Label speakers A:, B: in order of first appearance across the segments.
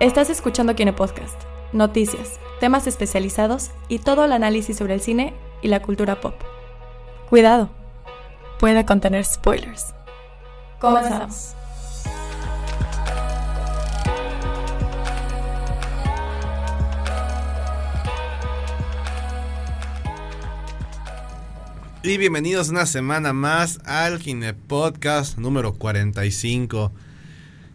A: Estás escuchando Cine Podcast, noticias, temas especializados y todo el análisis sobre el cine y la cultura pop. Cuidado, puede contener spoilers. Comenzamos.
B: Y bienvenidos una semana más al Cine Podcast número 45.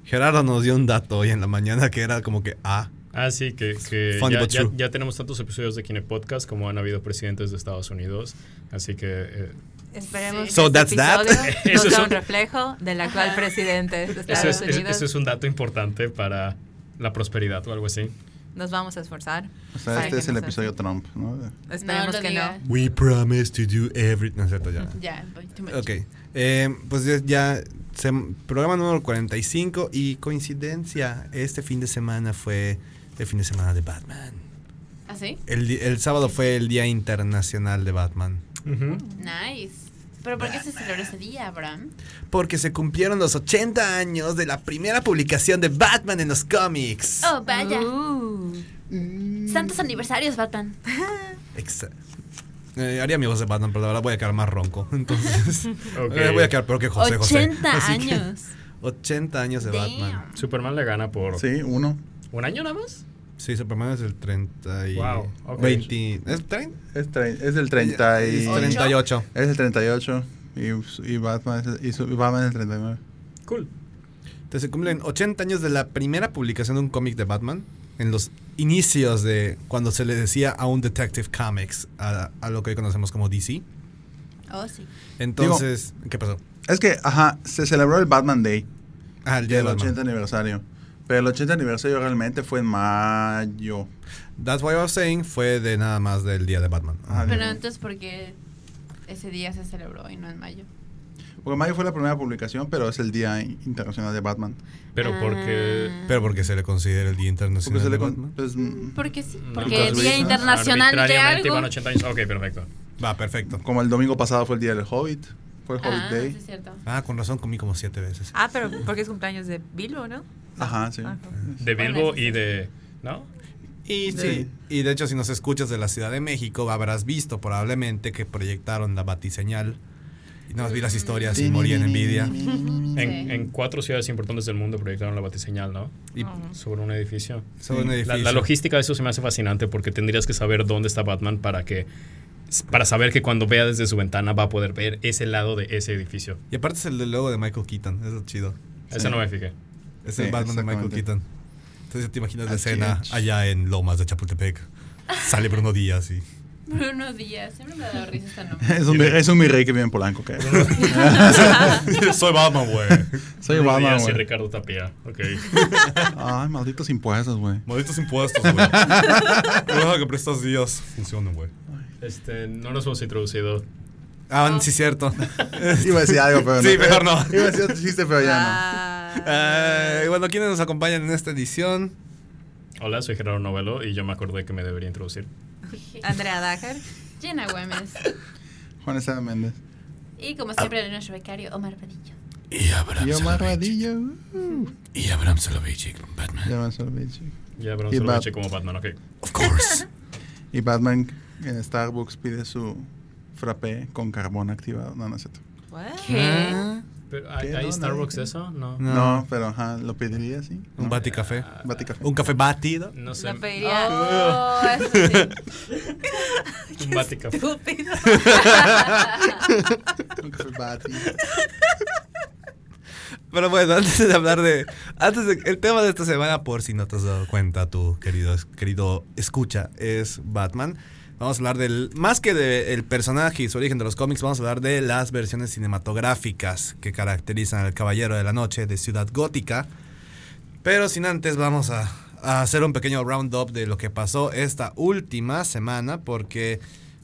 B: Gerardo nos dio un dato hoy en la mañana que era como que, ah,
C: Ah, sí, que, que
B: Funny
C: ya,
B: but
C: ya-
B: true.
C: ya tenemos tantos episodios de Kine Podcast como han habido presidentes de Estados Unidos. Así que eh,
D: Esperemos
B: So
D: que
B: that's
D: este
B: that.
D: episodio
C: Eso
D: nos
C: es
D: da
C: un-
D: un reflejo del actual presidente de
C: eso,
D: Estados
C: es, es-
D: Unidos.
C: eso es un dato importante para la prosperidad o algo así.
D: Nos vamos a esforzar.
E: O sea,
D: Para
E: este
D: que
E: es el
D: nos-
E: episodio Trump, ¿no?
D: Esperemos
F: No, no
D: que
F: diga.
D: no.
B: we promise to do everything. No es cierto, ya.
F: Ya, voy too much.
B: Ok, eh, pues ya, ya sem- programa número 45 y coincidencia, este fin de semana fue el fin de semana de Batman.
F: ¿Ah, sí?
B: El, di- el sábado fue el Día Internacional de Batman.
F: Nice. ¿Pero por qué se celebró ese día, Abraham?
B: Porque se cumplieron los 80 años de la primera publicación de Batman en los cómics.
F: Oh, vaya.
D: Uh,
F: Santos aniversarios, Batman.
B: Exa- Eh, haría mi voz de Batman, pero la verdad voy a quedar más ronco. Entonces, eh, voy a quedar peor que José Ah, José.
F: 80
B: Así que,
F: años.
B: 80 años de
F: Damn.
B: Batman.
C: Superman le gana por
E: Sí, uno.
C: un año nada más.
B: Sí, Superman es el 30 y...
C: Wow, ok.
B: 20... ¿Es 30?
E: Es, tre- es del 30 y...
B: Es 38.
E: Es el 38 y, y Batman es el, y su- Batman es el 39.
C: Cool.
B: Entonces se cumplen 80 años de la primera publicación de un cómic de Batman. En los inicios de cuando se le decía a un Detective Comics, a, a lo que hoy conocemos como DC.
F: Oh, sí.
B: Entonces, ¿qué pasó?
E: Es que, ajá, se celebró el Batman Day,
B: Ah, el
E: el
B: día de Batman.
E: 80 aniversario. Pero el 80 aniversario realmente fue en mayo.
B: That's why I was saying fue de nada más del día de Batman. Ajá.
F: Pero entonces, ¿por qué ese día se celebró y no en mayo?
E: Porque mayo fue la primera publicación, pero es el Día Internacional de Batman.
C: Pero porque...
F: Ah.
B: Pero porque se le considera el Día
E: Porque
B: Internacional
E: se
B: de
E: le con-
B: Batman.
E: pues, mm,
F: Porque sí.
C: no,
F: Porque Día
E: Lucas Luis, ¿no?
F: Internacional de
C: arbitrariamente
F: algo.
C: van 80 años. Ok, perfecto.
B: Va, perfecto.
E: mm, como el domingo pasado fue el Día del Hobbit, fue el Hobbit
F: Ah, sí,
E: Day.
F: es cierto.
B: Ah, con razón comí como siete veces.
D: ah, pero porque es cumpleaños de Bilbo, ¿no? Ah,
E: Ajá, sí.
D: Ajá.
C: De Bilbo y de... ¿No?
B: Y sí.
E: Sí.
B: Y de hecho, si nos escuchas de la Ciudad de México, habrás visto probablemente que proyectaron la batiseñal. Y nada más vi las historias y morí en envidia.
C: En, en cuatro ciudades importantes del mundo proyectaron la batiseñal, ¿no?
B: Y
C: Sobre un edificio.
B: sobre un
C: La,
B: edificio.
C: la logística de eso se me hace fascinante porque tendrías que saber dónde está Batman para que para saber que cuando vea desde su ventana va a poder ver ese lado de ese edificio.
B: Y aparte es el del logo de Michael Keaton. Eso es chido.
C: Eso no me fijé.
B: Es
E: Sí,
B: el Batman de Michael
E: exactamente.
B: Keaton. Entonces te imaginas la
E: Así
B: escena
E: es.
B: allá en Lomas de Chapultepec. Sale Bruno Díaz y...
F: Bruno Díaz. Siempre me ha dado risa este nombre.
E: Es un, mi- es un mi rey que vive en Polanco, ¿qué?
B: Soy Batman, güey.
E: Soy
C: Bruno
E: Batman,
C: Díaz y
E: güey.
C: Ricardo Tapia. Ok.
E: Ay, malditos impuestos, güey.
B: Malditos impuestos, güey. Deja que prestas días. Funcionan, güey.
C: Este, no nos hemos introducido.
B: Ah, sí, cierto.
E: Iba a decir algo, pero
B: Sí,
E: no.
B: mejor no.
E: Iba a decir otro chiste,
C: Ah,
E: pero ya
F: Ah.
D: Ah.
B: Eh, bueno, ¿quiénes nos acompañan en esta edición?
C: Hola, soy Gerardo Novelo y yo me acordé que me debería introducir.
D: Andrea Dacker.
F: Jenna Güemes.
E: no. Juan Esteban Méndez.
F: Y como siempre, nuestro becario, Omar Padillo.
B: Y Abraham
E: Y Omar Radillo.
B: Y Abraham Soloveitchik, Batman.
E: Ya me salvé, chico.
C: Ya, pero no
E: Y
C: se lo
E: Bat-
C: eché como Batman, ok.
B: Of course.
E: Y Batman en Starbucks pide su frappé con carbón activado. No, no es cierto.
D: What?
B: Ah,
C: Pero, ¿Hay,
E: ¿Qué? Mm.
C: hay
E: No,
C: Starbucks
E: nadie.
C: eso? No.
B: No.
E: No, pero ajá, lo pediría, sí.
B: Un baticafé.
C: Ah,
E: Baticafé.
B: Un café batido.
C: No sé. Ah,
D: Lo pediría.
F: Oh, eso sí.
C: Un Baticafé.
D: Estúpido.
E: Un café bati.
B: Pero bueno, antes de hablar de. Antes de- el tema de esta semana, por si no te has dado cuenta, tu querido, querido escucha, es Batman. Vamos a hablar del. Más que del personaje y su origen de los cómics, vamos a hablar de las versiones cinematográficas que caracterizan al Caballero de la Noche de Ciudad Gótica. Pero sin antes, vamos a, a hacer un pequeño roundup de lo que pasó esta última semana, porque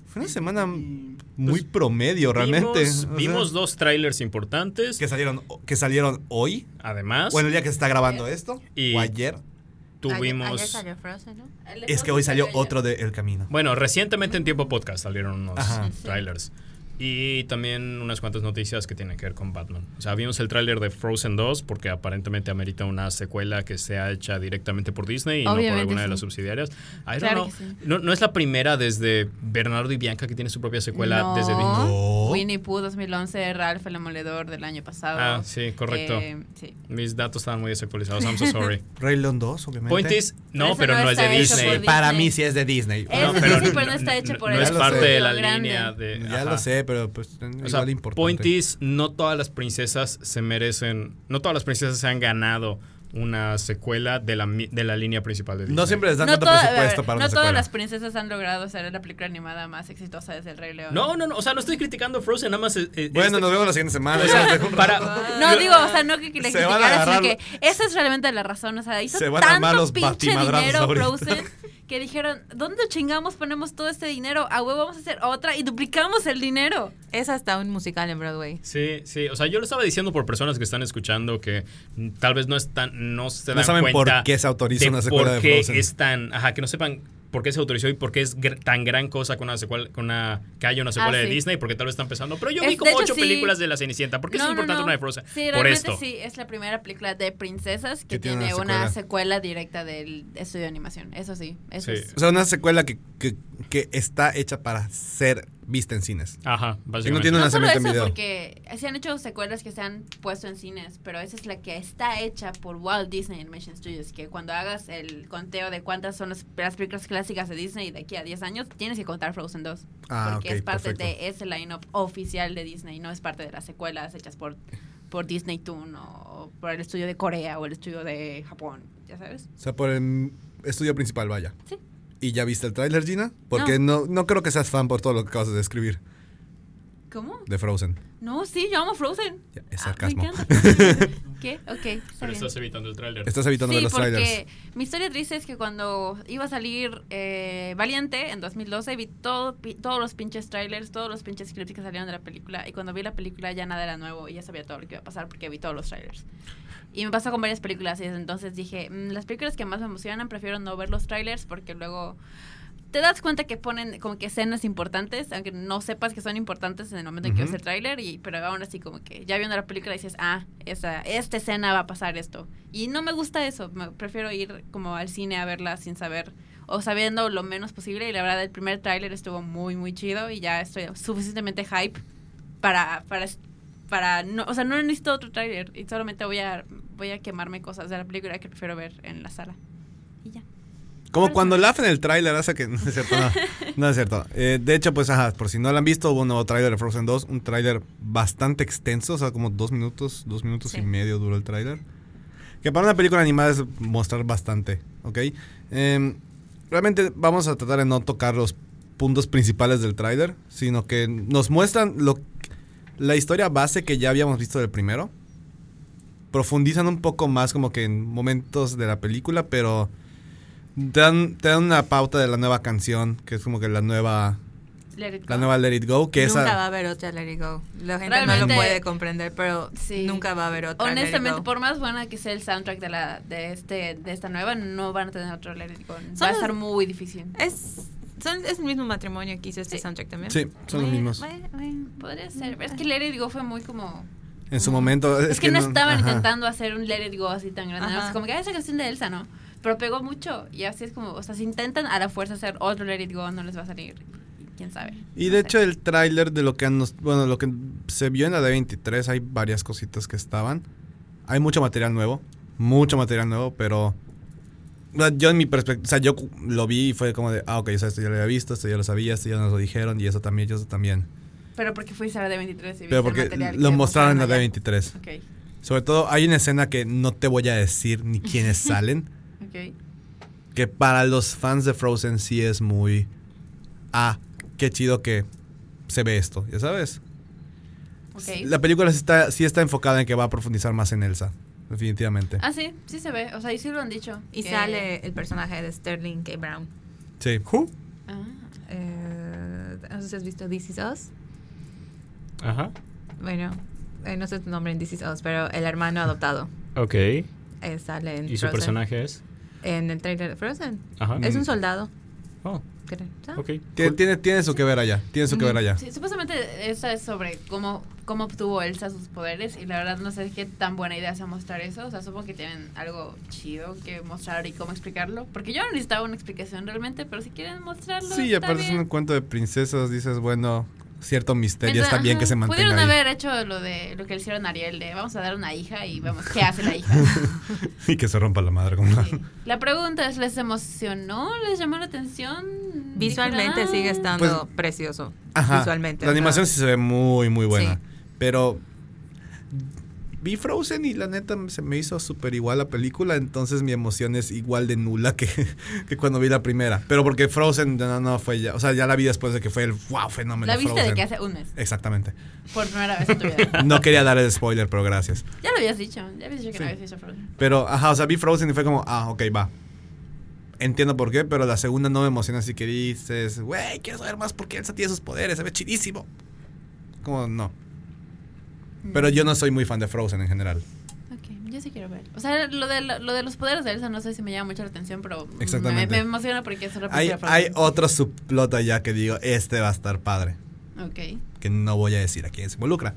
B: fue una semana muy promedio, realmente.
C: Pues, Vimos,
B: O sea,
C: vimos dos trailers importantes.
B: que salieron, que salieron hoy.
C: Además,
B: Bueno, el día que se está grabando esto,
C: Y-
B: o ayer,
C: tuvimos.
D: Ayer, ayer salió Frozen, ¿no?
B: es que hoy salió otro de El Camino.
C: Bueno, recientemente en tiempo podcast salieron unos
B: Ajá.
C: trailers. Y también unas cuantas noticias que tienen que ver con Batman. O sea, vimos el tráiler de Frozen 2 porque aparentemente amerita una secuela que sea hecha directamente por Disney y no por
F: Obviamente,
C: alguna de
F: sí.
C: las subsidiarias. I don't
F: Claro
C: know.
F: que sí.
C: no, no es la primera desde Bernardo y Bianca que tiene su propia secuela
F: No.
C: desde Disney.
B: No.
F: Winnie Pooh 2011, Ralph el Amoledor del año pasado.
C: Ah, sí, correcto.
F: Eh, sí.
C: Mis datos estaban muy desactualizados. I'm so sorry.
B: Rey León 2, obviamente.
C: Point is, no,
F: Eso
C: pero no,
F: no
C: es de
F: está hecho
C: Disney.
F: por
B: Para
F: Disney.
B: mí sí es de Disney.
F: Es
C: No,
F: de
C: pero
F: Disney, pero no está hecho por
C: no
B: el
C: es parte de la
F: estudio grande.
C: línea de.
B: ya
C: ajá.
B: lo sé, pero pues
C: O
B: igual
C: sea,
B: importante.
C: point is, no todas las princesas se merecen, no todas las princesas se han ganado una secuela de la, mi- de la línea principal de Disney.
B: no siempre les dan
F: No,
B: tanto
F: toda-
B: presupuesto para
F: no
B: una
F: todas
B: secuela.
F: las princesas han logrado ser la película animada más exitosa desde El Rey León.
C: No, no, no, o sea, no estoy criticando Frozen, nada más. eh, eh,
B: Bueno,
C: este-
B: nos vemos la siguiente semana.
C: o
B: ya
C: sea,
B: nos dejó un rato.
C: para,
F: No,
C: yo-
F: Ah, digo, o sea, no que que le
B: Se van a
F: criticaras, sino
B: agarrar-
F: que esa es realmente la razón. O sea, hizo
B: Se van a armar
F: tanto
B: los
F: pinche
B: batimadrazos
F: dinero
B: ahorita.
F: Frozen que dijeron, ¿dónde chingamos ponemos todo este dinero? A huevo vamos a hacer otra y duplicamos el dinero.
D: Es hasta un musical en Broadway.
C: Sí, sí, o sea, yo lo estaba diciendo por personas que están escuchando que mm, tal vez no están, no se
B: No
C: dan
B: saben por
C: cuenta
B: qué se autoriza
C: de
B: una secuela
C: por
B: de
C: qué
B: Frozen.
C: es tan, ajá, que no sepan por qué se autorizó y por qué es gr- tan gran cosa con una secuela, con una, que haya una secuela de
F: Ah, sí.
C: Disney, porque tal vez están pensando, pero yo
F: Es-
C: vi
F: de
C: como
F: hecho,
C: ocho
F: sí.
C: películas de La Cenicienta, ¿por qué es
F: No, no,
C: importante
F: no.
C: una de Frozen?
F: Sí,
C: por
F: realmente
C: esto.
F: sí, es la primera película de princesas que,
B: Que tiene
F: tiene,
B: una
F: una,
B: secuela.
F: secuela directa del estudio de animación. Eso sí, eso
C: Sí.
F: es.
B: O sea, una secuela que, que, que está hecha para ser vista en cines.
C: Ajá, básicamente.
B: tiene un
F: No solo
B: lanzamiento
F: eso,
B: en video.
F: porque se han hecho secuelas que se han puesto en cines, pero esa es la que está hecha por Walt Disney Animation Studios, que cuando hagas el conteo de cuántas son las, las películas clásicas de Disney de aquí a 10 años, tienes que contar Frozen 2,
B: Ah,
F: porque
B: ok,
F: es parte
B: perfecto.
F: de ese line-up oficial de Disney, no es parte de las secuelas hechas por, por Disney Toon o por el estudio de Corea o el estudio de Japón, ya sabes.
B: O sea, por el estudio principal, vaya.
F: Sí.
B: ¿Y ya viste el tráiler, Gina? Porque no. No, creo que seas fan por todo lo que acabas de describir
F: ¿Cómo?
B: de Frozen.
F: No, sí, yo amo Frozen.
B: Ya, es
F: Ah, me
B: sarcasmo.
F: encanta. ¿Qué? Ok. está bien.
C: Pero estás evitando el tráiler.
B: Estás evitando ver
F: Sí,
B: los
F: porque
B: trailers.
F: mi historia triste es que cuando iba a salir eh, Valiente en 2012 vi todo, pi- todos los pinches trailers, todos los pinches clips que salieron de la película y cuando vi la película ya nada era nuevo y ya sabía todo lo que iba a pasar porque vi todos los trailers. Y me pasó con varias películas y desde entonces dije, "Mm, las películas que más me emocionan prefiero no ver los trailers porque luego te das cuenta que ponen como que escenas importantes, aunque no sepas que son importantes en el momento en que
B: Ujú.
F: ves el tráiler, y- pero aún así como que ya viendo la película dices, ah, esa, esta escena va a pasar esto. Y no me gusta eso, me- prefiero ir como al cine a verla sin saber o sabiendo lo menos posible y la verdad el primer tráiler estuvo muy muy chido y ya estoy suficientemente hype para para para no, o sea, no necesito otro tráiler y solamente voy a voy a quemarme cosas de la película que prefiero ver en la sala. Y ya.
B: Como cuando laugh en el tráiler hace que... No es cierto, no. No es cierto. Eh, de hecho, pues, ajá, por si no lo han visto, hubo un nuevo tráiler de Frozen 2. Un tráiler bastante extenso, o sea, como dos minutos, dos minutos y
D: Sí.
B: medio duró el tráiler. Que para una película animada es mostrar bastante, ¿ok? Em, realmente vamos a tratar de no tocar los puntos principales del tráiler, sino que nos muestran lo, la historia base que ya habíamos visto del primero. Profundizan un poco más como que en momentos de la película, pero te dan, te dan una pauta de la nueva canción, que es como que la nueva,
F: Let it
B: la
F: go.
B: nueva Let It Go, que
D: nunca
B: esa...
D: va a haber otra Let It Go. La gente no
F: Realmente-
D: lo puede comprender, pero
F: Sí.
D: nunca va a haber otra. Let
F: Honestamente,
D: It Go.
F: por más buena que sea el soundtrack de la de este de esta nueva, no van a tener otro Let It Go. Va a
D: Son-
F: estar muy difícil.
D: Es, son- es el mismo matrimonio que hizo este
F: Sí.
D: soundtrack también.
B: Sí, son los
D: Bueno,
B: mismos.
D: bueno, bueno.
F: Podría ser, pero es que Let It Go fue muy como
B: En su momento...
F: es, que, no, estaban
B: ajá.
F: intentando hacer un Let It Go así tan grande, ¿no?
D: Ajá.
F: Es como que "Ah, esa canción de Elsa, ¿no? Pero pegó mucho y así es como, o sea, si intentan a la fuerza hacer otro Let It Go no les va a salir. Y Quién sabe.
B: Y
F: No
B: de
F: sé.
B: hecho el tráiler de lo que nos- bueno, lo que se vio en la D23 hay varias cositas que estaban. Hay mucho material nuevo, mucho material nuevo, pero o sea, yo en mi perspectiva, o sea, yo cu- lo vi y fue como de, ah, ok, o sea, esto ya lo había visto, esto ya lo sabía, esto ya nos lo dijeron y eso también, y eso también.
F: pero porque fuiste a la D23 y viste
B: Pero
F: el
B: porque
F: material
B: lo
F: que
B: mostraron en la
F: allá.
B: D23.
F: Ok,
B: Sobre todo hay una escena que no te voy a decir ni quiénes salen,
F: ok.
B: que para los fans de Frozen sí es muy, ah, qué chido que se ve esto, ya sabes.
F: ok.
B: La película sí está, sí está enfocada en que va a profundizar más en Elsa, definitivamente.
F: Ah, sí, sí se ve. O sea, y sí lo han dicho.
D: Y
F: que-
D: sale el personaje de Sterling K. Brown.
B: Sí.
F: Ah.
D: Eh, no sé si has visto This Is Us.
C: Ajá.
D: Bueno, eh, no sé tu nombre en This Is Us, pero el hermano adoptado
C: Ok.
D: eh, sale en
C: ¿Y su
D: Frozen.
C: personaje es?
D: En el trailer de Frozen.
C: Ajá.
D: Es un
B: Mm.
D: soldado.
C: Oh.
D: creo. ¿Ah?
C: Ok.
B: Tiene,
C: cool.
B: tiene, tiene su que ver allá. Tiene su que ver allá.
F: Sí, supuestamente esa es sobre cómo, cómo obtuvo Elsa sus poderes y la verdad no sé qué tan buena idea sea mostrar eso. O sea, supongo que tienen algo chido que mostrar y cómo explicarlo. Porque yo no necesitaba una explicación realmente, pero si quieren mostrarlo.
B: Sí, y
F: está
B: aparte es
F: bien.
B: un cuento de princesas, dices, bueno, cierto misterio
F: Mientras-
B: está bien
F: ajá,
B: que se mantenga.
F: Pudieron
B: ahí.
F: haber hecho lo de lo que le hicieron a Ariel de vamos a dar una hija y vemos qué hace la hija.
B: y que se rompa la madre como una-
F: Sí. La pregunta es, ¿les emocionó? ¿Les llamó la atención?
D: Visualmente
F: Dijeron,
D: sigue
F: "Ah".
D: estando precioso.
B: Pues, Ajá,
D: Visualmente.
B: La
D: o sea,
B: animación sí se ve muy, muy buena.
D: Sí.
B: Pero vi Frozen y la neta se me hizo súper igual la película, entonces mi emoción es igual de nula que, que cuando vi la primera. Pero porque Frozen no, no fue ya, o sea, ya la vi después de que fue el wow fenómeno.
F: La viste de
B: Frozen.
F: que hace un mes,
B: Exactamente.
F: por primera vez en tu vida.
B: No quería dar el spoiler, pero gracias.
F: Ya lo habías dicho, ya habías dicho que
B: Sí.
F: no habías visto Frozen.
B: Pero, ajá, o sea, vi Frozen y fue como, ah, ok, va. Entiendo por qué, pero la segunda no me emociona así que dices, güey, quiero saber más porque Elsa tiene sus poderes, se ve chidísimo. Como, no. Pero yo no soy muy fan de Frozen en general.
F: Ok, yo sí quiero ver. O sea, lo de, lo de los poderes de Elsa no sé si me llama mucho la atención, pero me-
B: Exactamente.
F: Me, emociona porque es una
B: Hay,
F: película
B: hay
F: Frozen.
B: otro subplot allá que digo, este va a estar padre.
F: Ok,
B: Que no voy a decir a quién se involucra.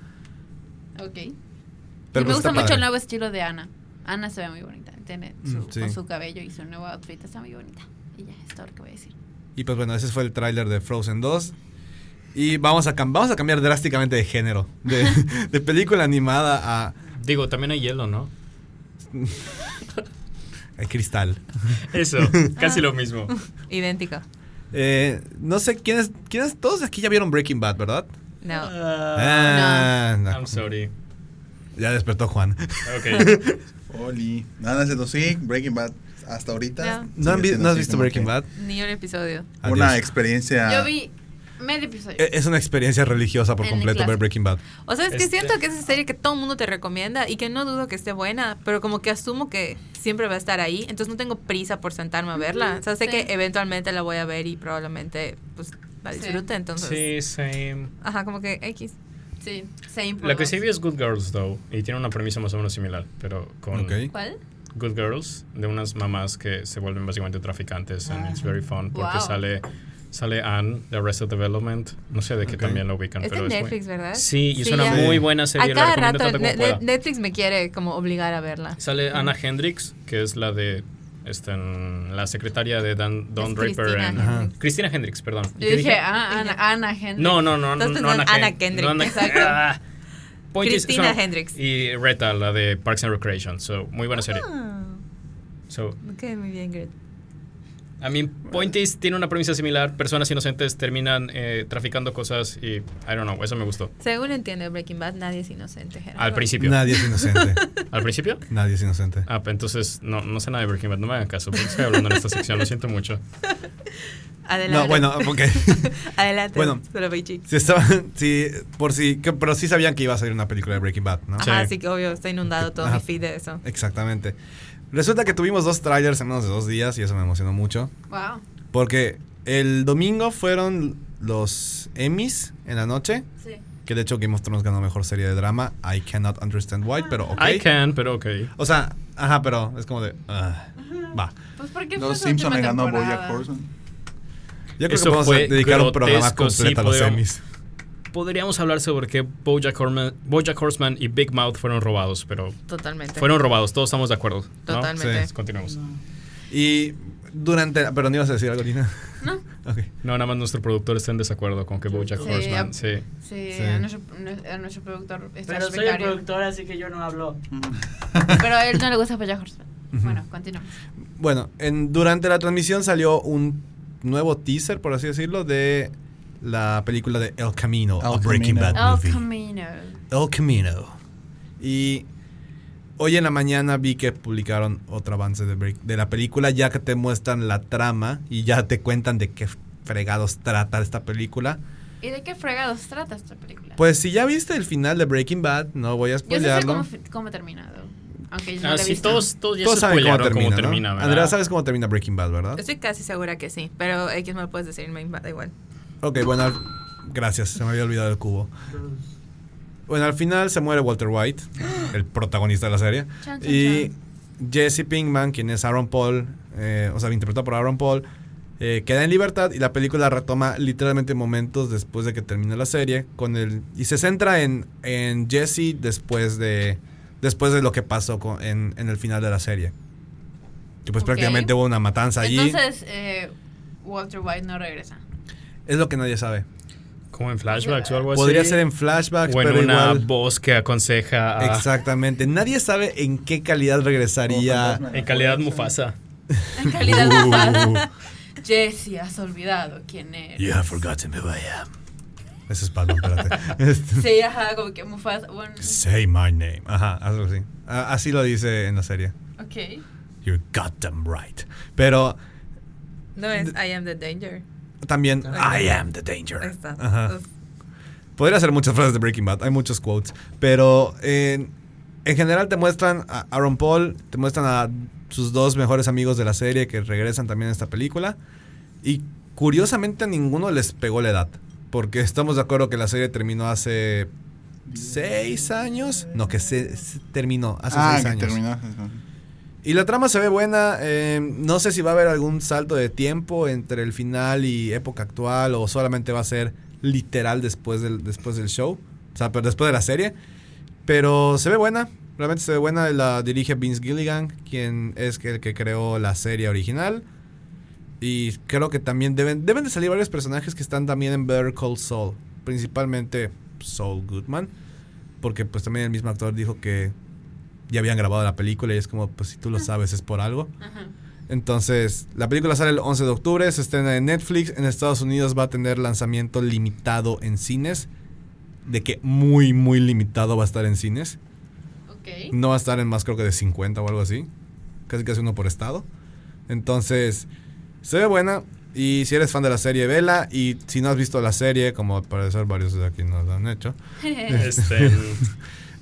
F: ok.
B: Pero
F: Y me
B: pues, está
F: gusta mucho
B: padre.
F: el nuevo estilo de Ana. Ana se ve muy bonita, tiene su,
B: Mm, sí.
F: con su cabello y su nuevo outfit está muy bonita. Y ya, es todo lo que voy a decir.
B: Y pues bueno, ese fue el tráiler de Frozen 2. Y vamos a, cam- vamos a cambiar drásticamente de género. De, de película animada a,
C: Digo, también hay hielo, ¿no?
B: a cristal.
C: Eso, casi lo mismo.
D: Idéntica.
B: Eh, no sé quiénes, quiénes, todos aquí ya vieron Breaking Bad, ¿verdad?
D: No.
B: Ah, no.
C: I'm sorry.
B: Ya despertó Juan.
C: Ok.
E: Oli. Nada, ese sí, Breaking Bad hasta ahorita.
D: Ya.
B: ¿No, han vi-
E: sigue siendo
B: no has
E: así
B: visto
E: como
B: Breaking
E: que
B: Bad?
D: Ni un episodio.
E: Una
B: Adiós.
E: experiencia.
B: Ah.
F: Yo vi medio episodio.
B: E- Es una experiencia religiosa por
F: En mi
B: completo
F: clase.
B: ver Breaking Bad.
D: O sea, es que
C: Este-
D: siento que es esa serie que todo el mundo te recomienda y que no dudo que esté buena, pero como que asumo que siempre va a estar ahí, entonces no tengo prisa por sentarme a verla. O sea, sé
F: sí.
D: que eventualmente la voy a ver y probablemente pues la
F: Sí.
D: disfrute, entonces.
C: sí, same.
D: Ajá, como que X.
F: Sí, same por
C: La que
F: dos.
C: sí vi es Good Girls, though. Y tiene una premisa más o menos similar, pero con
B: Ok.
F: ¿Cuál?
C: Good Girls, de unas mamás que se vuelven básicamente traficantes. And it's
D: Ah.
C: very fun porque
F: Wow.
C: sale, sale Anne de Arrested Development. No sé de qué
B: Ok.
C: también lo ubican,
D: Es de
C: pero es muy-
D: Netflix, ¿verdad?
C: Sí, y es
D: Sí,
C: una
D: ya.
C: muy buena
D: A
C: serie. la
D: cada
C: recomiendo
D: rato
C: tanto como
D: Ne-
C: pueda.
D: Ne- Netflix me quiere como obligar a verla.
C: Sale Anna Hendricks, que es la de este, en la secretaria de Dan, Don
D: Es
C: Draper.
D: Christina
C: and-
B: Ajá.
D: Hendricks.
C: Cristina Hendricks, perdón.
F: Yo
C: ¿Qué
F: dije, ah, Ana, Ana Henry.
C: No, no, no, no,
D: Estás
C: no
D: pensando Anna Kendrick. Exacto.
C: Ah. Point is-
D: Christina
C: so-
D: Hendricks.
C: Y Reta, la de Parks and Recreation. So, muy buena serie.
D: Ah,
C: So,
D: ok, muy bien, Gret.
C: I mean, Point is, tiene una premisa similar. Personas inocentes terminan eh, traficando cosas y, I don't know, eso me gustó.
D: Según entiendo Breaking Bad, nadie es inocente. Gerardo.
C: Al principio.
B: Nadie es inocente.
C: ¿Al principio?
B: Nadie es inocente.
C: Ah, pues, entonces, no, no sé nada de Breaking Bad. No me hagan caso porque estoy hablando en esta sección. Lo siento mucho.
D: Adelante.
B: No, bueno, porque
D: Adelante.
B: Bueno.
D: Pero Beichi.
B: si estaban, si, por si, que- pero sí sabían que iba a salir una película de Breaking Bad, ¿no?
D: Ajá,
C: Sí.
D: sí que obvio, está inundado todo
B: Ajá.
D: mi feed de eso.
B: Exactamente. Resulta que tuvimos dos trailers en menos de dos días y eso me emocionó mucho.
F: Wow.
B: Porque el domingo fueron los Emmys en la noche.
F: Sí.
B: Que de hecho Game of Thrones ganó mejor serie de drama. I cannot understand why, pero ok.
C: I can, pero ok.
B: O sea, ajá, pero es como de. ah, va.
F: Pues porque
E: Los Simpsons le ganó a Bojack Horseman.
B: Yo creo
C: Eso
B: que podemos
C: fue
B: dedicar un programa
C: grotesco, sí,
B: completo a los
C: podríamos-
B: Emmys.
C: Podríamos hablar sobre que Bojack Horseman, Bojack Horseman y Big Mouth fueron robados, pero
D: Totalmente.
C: fueron robados. Todos estamos de acuerdo. ¿no?
D: Totalmente.
B: Sí.
C: Continuamos.
B: Y durante. Pero no ibas a decir algo, Lina.
F: No.
B: Ok.
C: No, nada más nuestro productor está en desacuerdo con que Bojack
F: Sí, ab-
C: Horseman. Sí.
F: Sí,
B: Sí.
F: A, nuestro, a nuestro productor está
G: Pero soy el
F: becario.
G: productor, así que yo no hablo.
F: Pero a él no le gusta Bojack Horseman. Bueno, continuamos.
B: Bueno, en- durante la transmisión salió un nuevo teaser, por así decirlo, de la película de El Camino,
E: El
B: a Breaking
E: Camino.
B: Bad
F: El
B: movie.
F: Camino.
B: El Camino. Y hoy en la mañana vi que publicaron otro avance de, break- de la película, ya que te muestran la trama y ya te cuentan de qué fregados trata esta película.
F: ¿Y de qué fregados trata esta película?
B: Pues si ya viste el final de Breaking Bad, no voy a
F: Yo sí sé cómo,
B: spoilearlo.
F: fi- cómo ha terminado. Aunque yo no lo he
C: Así
F: visto.
C: Ah, todos, todos ya
B: Todos
C: se
B: saben cómo
C: spoilearon
B: termina,
C: cómo termina,
B: ¿no?
C: ¿verdad?
B: Andrea, ¿sabes cómo termina Breaking Bad, verdad?
D: Estoy casi segura que sí, pero X me lo puedes decir, me da igual.
B: Ok, bueno, al- gracias, se me había olvidado el cubo. Bueno, al final se muere Walter White, el protagonista de la serie.
F: Chan, chan,
B: Y Jesse Pinkman, quien es Aaron Paul, eh, o sea, interpretado por Aaron Paul, eh, queda en libertad y la película retoma literalmente momentos después de que termina la serie con el y se centra en, en Jesse después de después de lo que pasó con- en, en el final de la serie. Que pues
F: Ok.
B: prácticamente hubo una matanza allí.
F: Entonces, eh, Walter White no regresa.
B: es lo que nadie sabe.
H: Como en flashbacks o algo así.
B: Podría ser en flashbacks,
H: Pues O en
B: pero
H: una
B: igual.
H: voz que aconseja a-
B: Exactamente. Nadie sabe en qué calidad regresaría.
E: Como fantasma.
H: en calidad Mufasa.
F: En calidad de fan. Jesse, has olvidado quién eres.
B: have forgotten who I am. Ese es Batman, espérate. Este,
F: Sí, ajá, como que Mufasa. Bueno,
B: Say my name. Ajá, algo así. A- Así lo dice en la serie.
F: ok.
B: You got them right. Pero
D: No es I am the danger.
B: también
D: Ahí
B: I am the danger.
D: Ahí está.
B: Ajá.
D: Uf.
B: Podría ser muchas frases de Breaking Bad, hay muchos quotes, pero eh, en general te muestran a Aaron Paul, te muestran a sus dos mejores amigos de la serie que regresan también a esta película y curiosamente a ninguno les pegó la edad, porque estamos de acuerdo que la serie terminó hace seis años, no, que se, se terminó hace
E: ah,
B: seis
E: que
B: años.
E: terminó.
B: Y la trama se ve buena. eh, no sé si va a haber algún salto de tiempo entre el final y época actual o solamente va a ser literal después del, después del show. O sea, pero después de la serie. Pero se ve buena. Realmente se ve buena. La dirige Vince Gilligan, quien es el que creó la serie original. Y creo que también deben, deben de salir varios personajes que están también en Better Call Saul. Principalmente Saul Goodman. Porque pues también el mismo actor dijo que ya habían grabado la película y es como, pues si tú lo
F: Ah.
B: sabes es por algo.
F: Ajá.
B: Entonces, la película sale el 11 de octubre, se estrena en Netflix, en Estados Unidos va a tener lanzamiento limitado en cines, de que muy, muy limitado va a estar en cines.
F: Ok.
B: No va a estar en más creo que de 50 o algo así, casi casi uno por estado. Entonces, se ve buena y si eres fan de la serie, vela y si no has visto la serie, como al parecer varios de aquí nos lo han hecho,
D: Eh.
H: Este,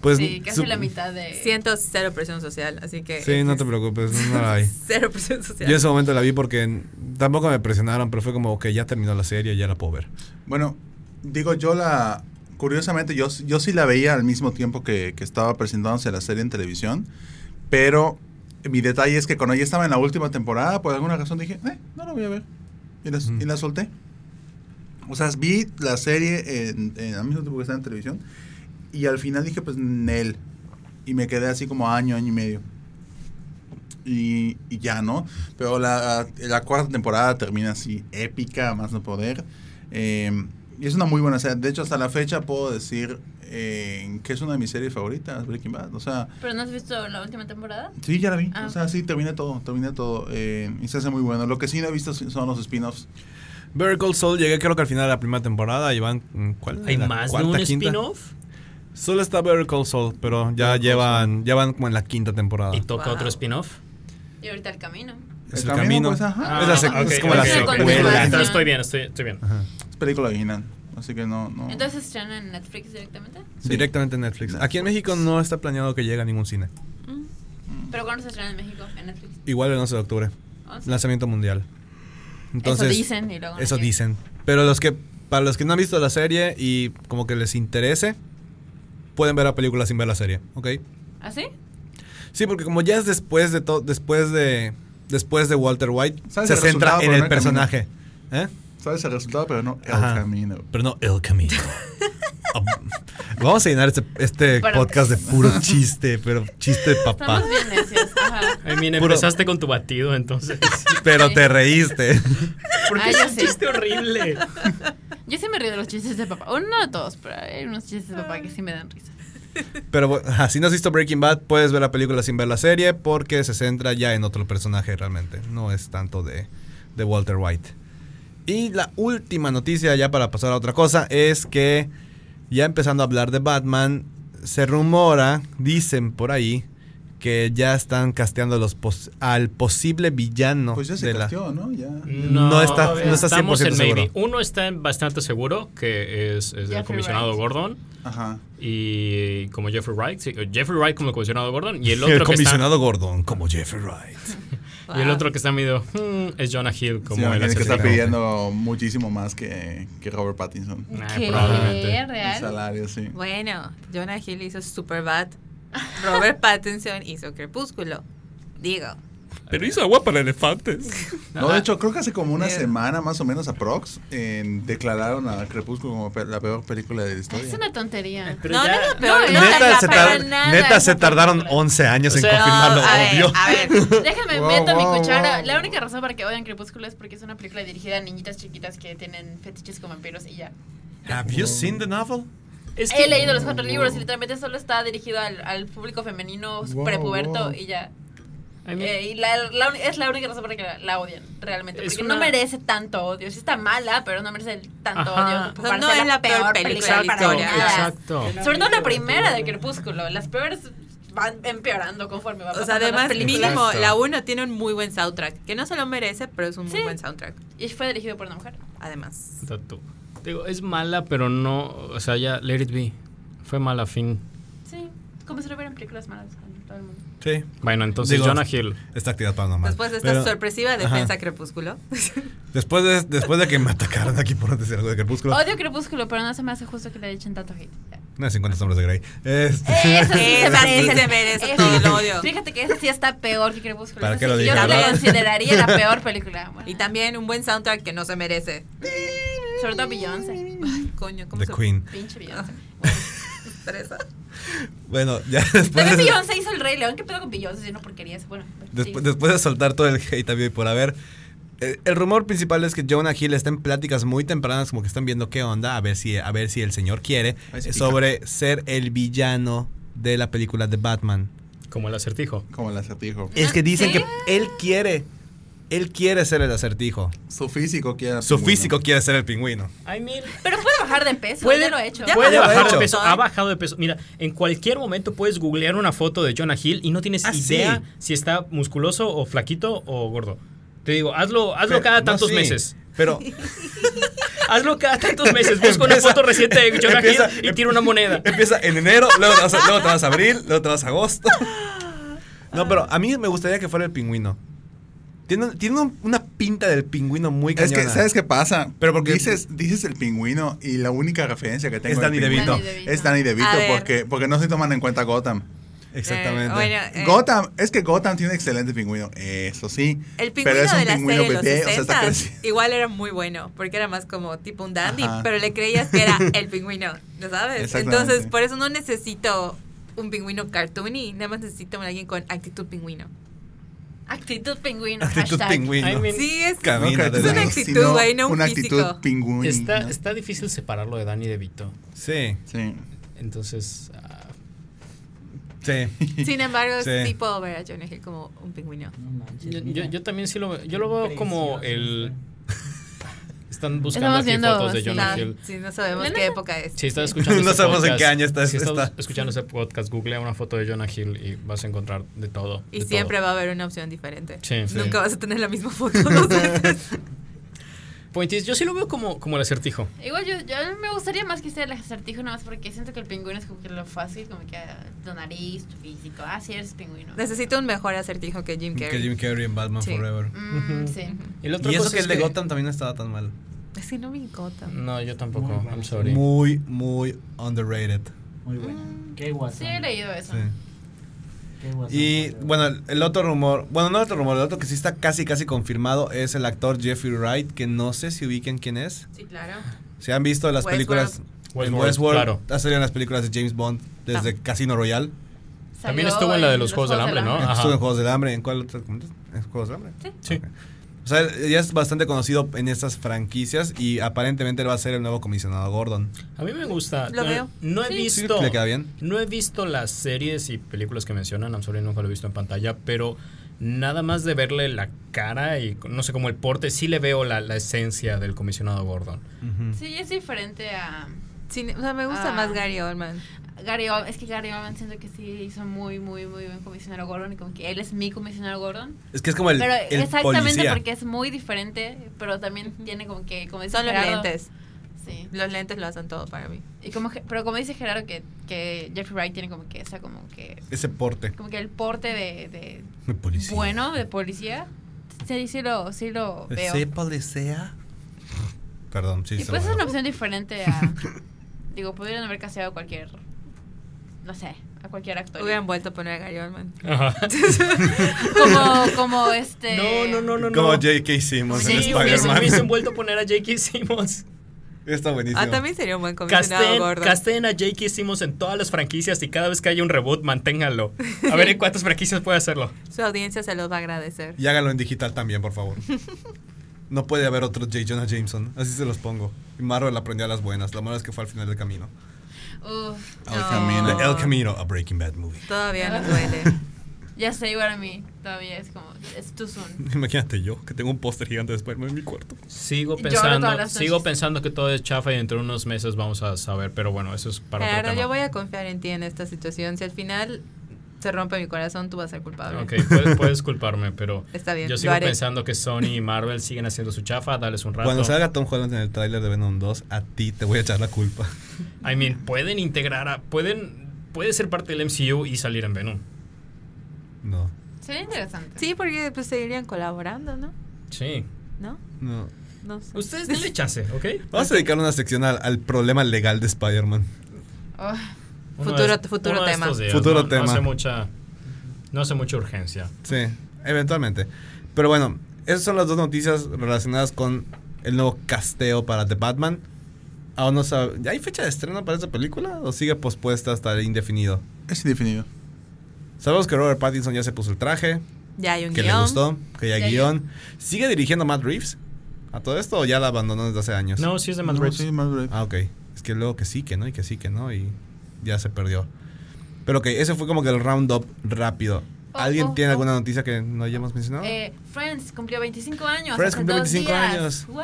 B: pues...
F: sí, casi
B: sup-
F: la mitad de.
D: Siento cero presión social, así que.
B: Sí, no te preocupes, no la hay.
D: Cero presión social.
B: Yo en ese momento la vi porque n- tampoco me presionaron, pero fue como que ya terminó la serie, ya la puedo ver.
E: Bueno, digo, yo la. Curiosamente, yo, yo sí la veía al mismo tiempo que, que estaba presentándose la serie en televisión, pero mi detalle es que cuando ya estaba en la última temporada, por alguna razón dije, eh, no la voy a ver. Y la,
B: Mm.
E: y la solté. O sea, vi la serie en, en- al mismo tiempo que estaba en televisión, y al final dije, pues, Nel. Y me quedé así como año, año y medio. Y, y ya, ¿no? Pero la, la cuarta temporada termina así épica, a más no poder. Eh, y es una muy buena serie. De hecho, hasta la fecha puedo decir eh, que es una de mis series favoritas, Breaking Bad. O sea,
F: ¿Pero no has visto la última temporada?
E: sí, ya la vi.
F: Ah,
E: o sea, sí, terminé todo, terminé todo. eh, y se hace muy bueno. Lo que sí no he visto son los spin-offs.
B: Better Call Saul llegué creo que al final de la primera temporada y van... mm, ¿Cuál?
H: ¿Hay
B: ¿La
H: más de
B: cuarta,
H: un
B: quinta?
H: spin-off?
B: Solo está Better Call Saul, pero ya
E: Better Call
B: llevan ya van como en la quinta temporada.
H: ¿Y toca
D: Wow.
H: otro spin-off?
F: Y ahorita el camino.
B: Es el camino.
E: pues, ajá.
B: Ah, Es la sec-
H: ok,
B: es como la
H: ok, ok.
F: secuela.
H: Entonces estoy bien, estoy, estoy bien.
B: Ajá.
E: Es película original. Así que no. no.
F: Entonces estrena en Netflix directamente.
E: Sí.
B: Directamente en Netflix. Aquí en México no está planeado que llegue a ningún cine.
F: ¿Pero cuándo se estrena en México? En Netflix.
B: Igual el 11 de octubre.
F: Once.
B: Lanzamiento mundial. Entonces,
F: eso dicen y luego. no
B: Eso
F: llega.
B: dicen. Pero los que para los que no han visto la serie y como que les interese, pueden ver la película sin ver la serie, ¿ok?
F: ¿Ah, sí?
B: Sí, porque como ya es después de todo, después de después de Walter White,
E: ¿Sabes
B: se
E: el
B: centra en
E: resultado, pero
B: el
E: no el
B: personaje, ¿eh?
E: Sabes el resultado, pero no el
B: Ajá.
E: camino.
B: Pero no el camino. Ah, Vamos a llenar este, este
F: Para-
B: podcast de puro chiste, pero chiste de papá.
F: Estamos bien necios. Ajá.
H: Ay, mira,
B: Puro-
H: empezaste con tu batido, entonces.
B: Pero te reíste.
H: Porque
F: Ay,
H: es
F: ya
H: un
F: sé.
H: chiste horrible.
F: Yo sí me río de los chistes de papá. Bueno, no de todos, pero hay unos chistes de papá que sí me dan risa.
B: Pero bueno, así no has visto Breaking Bad, puedes ver la película sin ver la serie porque se centra ya en otro personaje realmente. No es tanto de, de Walter White. Y la última noticia, ya para pasar a otra cosa, es que ya empezando a hablar de Batman, se rumora, dicen por ahí, que ya están casteando los pos- al posible villano
E: Pues ya se
B: de la...
E: casteó, ¿no? Ya.
B: No está- no está
H: Estamos
B: 100%
H: en maybe.
B: seguro.
H: Uno está en bastante seguro, que es, es
F: Jeffrey
H: el comisionado
F: Wright.
H: Gordon.
E: Ajá.
H: Y como Jeffrey Wright, sí, Jeffrey Wright como el comisionado Gordon. Y el otro,
B: El
H: que, está,
B: comisionado Gordon, como Jeffrey Wright.
H: y el otro que está medio hmm, es Jonah Hill como
E: Sí,
H: el
E: alguien que
H: asesino.
E: está
B: asesinato.
E: pidiendo muchísimo más que, que Robert Pattinson.
H: Ah,
F: ¿Qué?
H: probablemente.
E: El
F: ¿Real?
E: salario, sí.
D: Bueno, Jonah Hill hizo Superbad. Robert Pattinson hizo Crepúsculo. Digo,
C: Pero hizo agua para elefantes.
E: No, de hecho, creo que hace como una
D: Mira.
E: semana más o menos a Prox declararon a Crepúsculo como pe- la peor película de la historia.
F: Es una tontería.
C: Pero
D: no,
C: ya-
D: no es la peor.
F: No,
D: no,
B: neta,
D: la-
B: se,
D: para
B: tar-
D: nada.
B: neta, se
F: esa
B: tardaron
F: película.
B: 11 años
C: O
B: en
C: sea,
B: confirmarlo,
D: No, Oh, a ver,
B: obvio.
D: a ver.
F: Déjame
E: Wow,
F: meto
E: wow,
F: mi cuchara.
E: wow.
F: La única razón para que odian Crepúsculo es porque es una película dirigida a niñitas chiquitas que tienen fetiches con vampiros y ya.
B: Have you seen the novel?
C: Es
F: He leído los cuatro libros y literalmente solo está dirigido al, al público femenino
E: Wow,
F: prepuberto
E: wow.
F: y ya.
C: A mí-
F: Eh, y la- la uni- es la única razón para que la, la odian, realmente.
C: Es
F: Porque no
C: una-
F: merece tanto odio. Sí está mala, pero no merece el tanto
C: Ajá.
F: odio.
D: O sea,
F: para
D: no
F: ser
D: es la peor película de la
F: para
D: historia.
F: nada.
C: Exacto.
F: Sobre todo la primera de Crepúsculo. Las peores van empeorando conforme va
D: O sea,
F: pasando las
D: además,
F: películas.
D: mínimo, la 1 tiene un muy buen soundtrack. Que no se lo merece, pero es un muy
F: Sí.
D: buen soundtrack.
F: Y fue dirigido por una mujer.
D: Además.
C: Exacto. Digo, es mala, pero no. O sea, ya, let it be. Fue mala, fin.
F: Sí, como si lo vieran películas malas en todo el mundo.
B: Sí.
C: Bueno, entonces
B: Digo,
C: Jonah Hill.
B: Esta actividad paranormal.
D: Después de esta
B: Pero
D: sorpresiva
B: ajá.
D: defensa crepúsculo.
B: Después de, después de que me atacaron aquí por decir algo de Crepúsculo.
F: Odio Crepúsculo, pero no se me hace justo que le echen tanto hate.
B: No, 50 sombras de Grey. Este-
F: Eso
D: Esa sí se merece todo el odio.
F: Eh, Fíjate que esa sí está peor que Crepúsculo.
B: ¿Para
F: Esa
B: qué
F: sí
B: lo
F: Yo
B: dije,
F: sí la
D: verdad?
F: consideraría la peor película. Bueno,
D: Y también un buen soundtrack que no se merece.
F: Sobre todo Beyoncé.
D: Ay, coño, ¿cómo
B: The
D: se
B: Queen.
F: Pinche Beyoncé.
D: estresa?
B: Bueno, ya después
F: También
B: de,
F: Beyoncé hizo el Rey León. ¿Qué pedo con Beyoncé? Si no porquería eso. Bueno, pues, sí.
B: después, después de soltar todo el hate había y por haber. eh, El rumor principal es que Jonah Hill está en pláticas muy tempranas, como que están viendo qué onda, a ver si, a ver si el señor quiere,
E: A ver si
B: eh,
E: pica.
B: sobre ser el villano de la película de Batman.
C: Como el acertijo.
E: Como el acertijo.
B: Es que dicen
F: ¿Sí?
B: que él quiere, él quiere ser el acertijo.
E: Su físico que era
B: Su
E: pingüino.
B: físico quiere ser el pingüino.
F: Pero puede bajar de peso.
C: Puede-
F: ya lo he hecho.
D: Ya
C: Puede
B: lo ha
C: bajar de
B: hecho.
C: peso. Ha bajado de peso. Mira, en cualquier momento puedes googlear una foto de Jonah Hill y no tienes
B: Ah, sí.
C: idea si está musculoso o flaquito o gordo. Te digo, hazlo, hazlo
B: Pero-
C: cada
B: no,
C: tantos
B: sí,
C: meses.
B: Pero
C: Hazlo cada tantos meses. Busca una
B: Empieza-
C: foto reciente de Jonah
B: empieza-
C: Hill y tira una moneda.
B: Empieza en enero, luego te, vas a, luego te vas a abril, luego te vas a agosto. No, pero a mí me gustaría que fuera el pingüino. Tiene, un- tiene un- una pinta del pingüino muy
E: Es
B: cañona.
E: que, ¿sabes qué pasa?
B: Pero porque-
E: dices, dices el pingüino y la única referencia que tengo
B: Es
E: del
B: Danny
E: pingüino
F: DeVito. Danny DeVito.
E: Es Danny DeVito
D: A ver.
E: porque, porque no se toman en cuenta Gotham.
B: Exactamente.
D: Eh, bueno, eh,
E: Gotham, es que Gotham tiene un excelente pingüino, eso sí.
D: El pingüino
E: pero es un
D: de la
E: pingüino
D: serie
E: bebé,
D: de
E: o sea,
D: los
E: está
D: 60
E: creciendo.
D: igual era muy bueno, porque era más como tipo un dandy,
E: Ajá.
D: pero le creías que era el pingüino, ¿lo sabes?
E: Exactamente.
D: Entonces, por eso no necesito un pingüino cartoony, nada más necesito a alguien con actitud pingüino.
F: Actitud pingüino.
B: Actitud
F: hashtag.
B: pingüino.
C: I mean,
D: Sí, es
B: Cam- Camina
E: creo que
B: de
E: sea
B: lado.
E: eso,
D: Una actitud, güey, no un
E: Una actitud
D: físico.
E: pingüino.
C: Está, está difícil separarlo de Danny DeVito.
B: Sí,
E: Sí.
C: Entonces, ah,
B: sí.
D: Sin embargo,
B: Sí.
D: sí. puedo ver a Johnny Hill como un pingüino.
C: yo, yo- yo también sí lo veo. Yo lo veo como el. Están buscando
F: Estamos
C: aquí
F: viendo,
C: fotos de Jonah
D: No,
C: Hill.
D: sí, no sabemos
F: La
D: qué época es.
C: Si estás escuchando
B: No
C: este
B: sabemos en
C: podcast,
B: qué año está-
C: si estás
B: está.
C: escuchando ese podcast, googlea una foto de Jonah Hill y vas a encontrar de todo.
D: Y
C: de
D: siempre
C: todo.
D: va a haber una opción diferente.
C: Sí, sí.
D: Nunca vas a tener la misma foto dos veces.
C: Point is, yo sí lo veo como, como el acertijo.
F: Igual yo, yo me gustaría más que sea el acertijo, nada más porque siento que el pingüino es como que lo fácil, como que ah, tu nariz, tu físico. Ah, sí, eres pingüino.
D: Necesito un mejor acertijo que Jim Carrey.
B: Que Jim Carrey en Batman
D: Sí.
B: Forever.
F: Mm, sí.
C: Y, la otra
B: Y eso
C: cosa
B: que el
C: es
B: de Gotham también no estaba tan mal.
D: Es que no me encanta.
C: No, yo tampoco. I'm sorry.
B: Muy, muy underrated.
G: Muy buena. Qué guasón.
F: Mm. Sí, he leído eso.
B: Sí.
G: Qué guasón.
B: Y bueno, el- el otro rumor, bueno, no el otro rumor, el otro que sí está casi, casi confirmado es el actor Jeffrey Wright, que no sé si ubiquen quién es.
D: Sí, claro.
B: Si han visto las
D: Westworld.
B: películas en
C: Westworld,
B: Westworld,
C: claro.
B: ha salido en las películas de James Bond desde
F: Ah.
B: Casino Royale.
F: Salió
C: También estuvo en la de los Juegos del Hambre, ¿no? Ajá.
B: Estuvo en Juegos del Hambre, ¿en cuál otra? ¿En Juegos del Hambre?
C: Sí.
B: Ok. O sea, él ya es bastante conocido en estas franquicias y aparentemente él va a ser el nuevo comisionado Gordon.
C: A mí me gusta.
D: Lo
C: no,
D: veo.
C: No he
B: Sí,
C: visto.
B: le queda bien.
C: No he visto las series y películas que mencionan. I'm sorry, nunca lo he visto en pantalla. Pero nada más de verle la cara y no sé cómo el porte, sí le veo la, la esencia del comisionado Gordon.
F: Sí, es diferente a
D: Sí, o sea, me gusta
F: Ah.
D: más Gary Oldman.
F: Gary Oldman. Es que Gary Oldman siento que sí hizo muy, muy, muy buen comisionado Gordon. Y como que él es mi comisionado Gordon.
B: Es que es como el,
F: pero
B: el
F: exactamente
B: policía.
F: porque es muy diferente, pero también tiene como que... Como dice
D: Son los
F: Gerardo,
D: lentes.
F: Sí.
D: Los lentes lo hacen todo para mí.
F: Y como, que- pero como dice Gerardo que, que Jeffrey Wright tiene como que esa como que
B: Ese porte.
F: como que el porte de, de
B: El policía.
F: bueno de policía sí, sí lo sí lo veo
B: Ese policía. Perdón, sí.
F: y
B: se
F: pues
B: lo
F: es una
B: veo.
F: opción diferente a digo pudieran haber casteado cualquier no sé a cualquier actor.
D: Hubieran vuelto a poner a Gary Oldman.
H: Ajá.
F: Como, como este.
H: No, no, no, no.
B: Como
H: no.
B: J.K. Simmons
H: Sí,
B: en
H: hubiesen- hubiesen
B: Spider-Man.
H: vuelto a poner a J.K. Simmons.
B: Está buenísimo.
D: Ah, también sería un buen comisionado
H: Casten,
D: gordo.
H: casten a J.K. Simmons en todas las franquicias y cada vez que haya un reboot, manténganlo. A ver en cuántas franquicias puede hacerlo.
D: Su audiencia se los va a agradecer.
B: Y hágalo en digital también, por favor. No puede haber otro J. Jonah Jameson. Así se los pongo. Y Marvel aprendió a las buenas. La mala es que fue al final del camino.
F: Uf,
E: El
F: no.
E: Camino.
B: The El Camino, a Breaking Bad movie.
D: Todavía nos duele.
F: Ya sé, igual a mí. Todavía es como. Es too soon.
B: Imagínate yo, que tengo un póster gigante de Spider-Man en mi cuarto.
C: Sigo
F: Lloro todas las
C: pensando,
F: noches.
C: sigo pensando que todo es chafa y dentro de unos meses vamos a saber, pero bueno, eso es para
D: Gerardo,
C: otro tema.
D: yo voy a confiar en ti en esta situación. Si al final se rompe mi corazón, tú vas a ser culpable.
C: Ok, puedes, puedes culparme, pero
D: Está bien,
C: yo
D: lo
C: sigo
D: haré.
C: pensando que Sony y Marvel siguen haciendo su chafa, dales un rato.
B: Cuando salga Tom Holland en el tráiler de Venom 2, a ti te voy a echar la culpa.
C: I mean, pueden integrar a. Pueden. Puede ser parte del MCU y salir en Venom.
B: No.
F: Sería interesante.
D: Sí, porque pues seguirían colaborando, ¿no?
C: Sí.
D: ¿No?
B: No.
D: No sé.
C: Ustedes denle chance, ¿ok?
B: Vamos a dedicar una sección al, al problema legal de Spider-Man.
F: Oh,
C: Uno
D: Futuro-
C: de-
D: futuro
C: uno de
D: tema.
C: estos días,
B: Futuro
C: no-
B: tema.
C: No hace mucha. No hace mucha urgencia.
B: Sí, eventualmente. Pero bueno, esas son las dos noticias relacionadas con el nuevo casteo para The Batman. Aún no sabe. ¿Hay fecha de estreno para esta película o sigue pospuesta hasta el indefinido?
E: Es indefinido.
B: Sabemos que Robert Pattinson ya se puso el traje,
D: Ya hay un
B: que
D: guión.
B: le gustó, que ya hay
F: Ya hay
B: guión. ¿Sigue dirigiendo Matt Reeves a todo esto o ya la abandonó desde hace años?
C: No, sí es de Matt
E: No,
C: Reeves.
E: sí, Matt Reeves.
B: Ah, ok. Es que luego que sí, que no, y que sí, que no, y ya se perdió. Pero ok, ese fue como que el roundup rápido.
F: Oh,
B: ¿Alguien
F: oh,
B: tiene
F: oh.
B: alguna noticia que no hayamos mencionado?
F: eh, Friends cumplió 25 años.
B: Ah. Friends
F: hace
B: cumplió
F: dos
B: 25
F: días.
B: años.
F: Wow.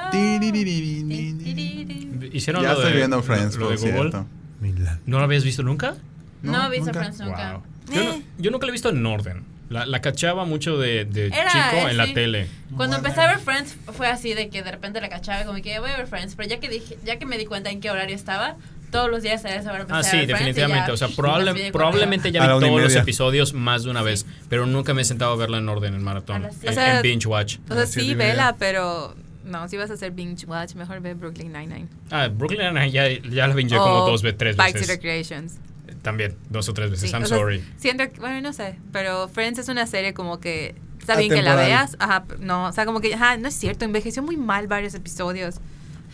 E: Tiririririri.
F: Tiririririri.
C: Hicieron
E: Ya
C: lo
E: estoy
C: de-
E: viendo Friends,
C: lo,
E: por
C: de Google.
E: cierto.
B: Milagro.
C: ¿No lo habías visto nunca?
F: No he visto
E: nunca.
F: Friends nunca.
C: Wow. Yo,
D: Eh.
C: no- yo nunca la he visto en orden. La, la cachaba mucho de, de
F: Era,
C: chico
F: eh,
C: en la
F: sí.
C: tele.
F: Cuando empecé a ver Friends fue así de que de repente la cachaba como que voy a ver Friends, pero ya que dije, ya que me di cuenta en qué horario estaba, todos los días a esa hora empecé
C: Ah,
F: a
C: sí,
F: ver Friends y
C: definitivamente.
F: ya,
C: O sea,
F: psh,
C: probable-
F: me fui de corrido.
C: probablemente ya
B: A
C: vi
B: la una y
C: todos los
B: media.
C: episodios más de una vez, pero nunca me he sentado a verla en orden en
F: A
C: maratón,
F: las
C: en,
D: seis. O sea,
C: en binge watch.
D: O sea,
B: Ah, sí,
D: sí,
B: es
D: vela,
B: idea.
D: pero no, si vas a hacer binge watch, mejor ve Brooklyn Nine-Nine.
C: Ah, Brooklyn Nine-Nine ya, ya la binge como
D: O
C: dos veces, tres
D: Parks and
C: veces.
D: Recreations.
C: También, dos o tres veces.
D: Sí,
C: I'm
D: o sea,
C: sorry.
D: siento que- bueno, no sé, pero Friends es una serie como que está bien que
B: Atemporal.
D: la veas, ajá, p- no, o sea, como que, ajá, no es cierto, envejeció muy mal varios episodios.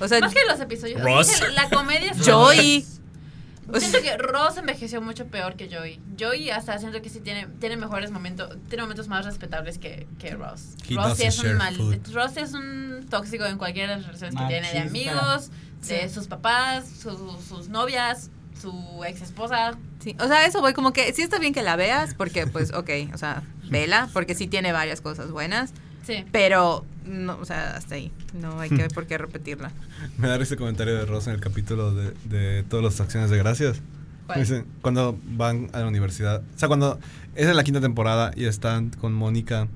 D: O sea,
F: Más que los episodios.
C: Ross.
F: es que La comedia.
D: Joey.
F: Siento que Ross envejeció mucho peor que Joey. Joey hasta siento que sí tiene, tiene mejores momentos, tiene momentos más respetables que, que Ross.
B: He
F: Ross sí
B: doesn't
F: es un
B: share
F: mal,
B: food.
F: Ross es un tóxico en cualquiera de las relaciones que tiene de
G: Machista.
F: amigos, de
D: Sí.
F: sus papás, su- sus novias, su ex esposa.
D: sí, o sea, eso voy como que sí está bien que la veas porque pues ok, o sea, vela porque sí tiene varias cosas buenas,
F: Sí.
D: pero no, o sea, hasta ahí. No hay que ver por qué repetirla.
B: Me da risa el comentario de Rosa en el capítulo de, de todas las acciones de gracias.
F: ¿Cuál?
B: Dice, cuando van a la universidad. O sea, cuando. Esa es la quinta temporada y están con Mónica.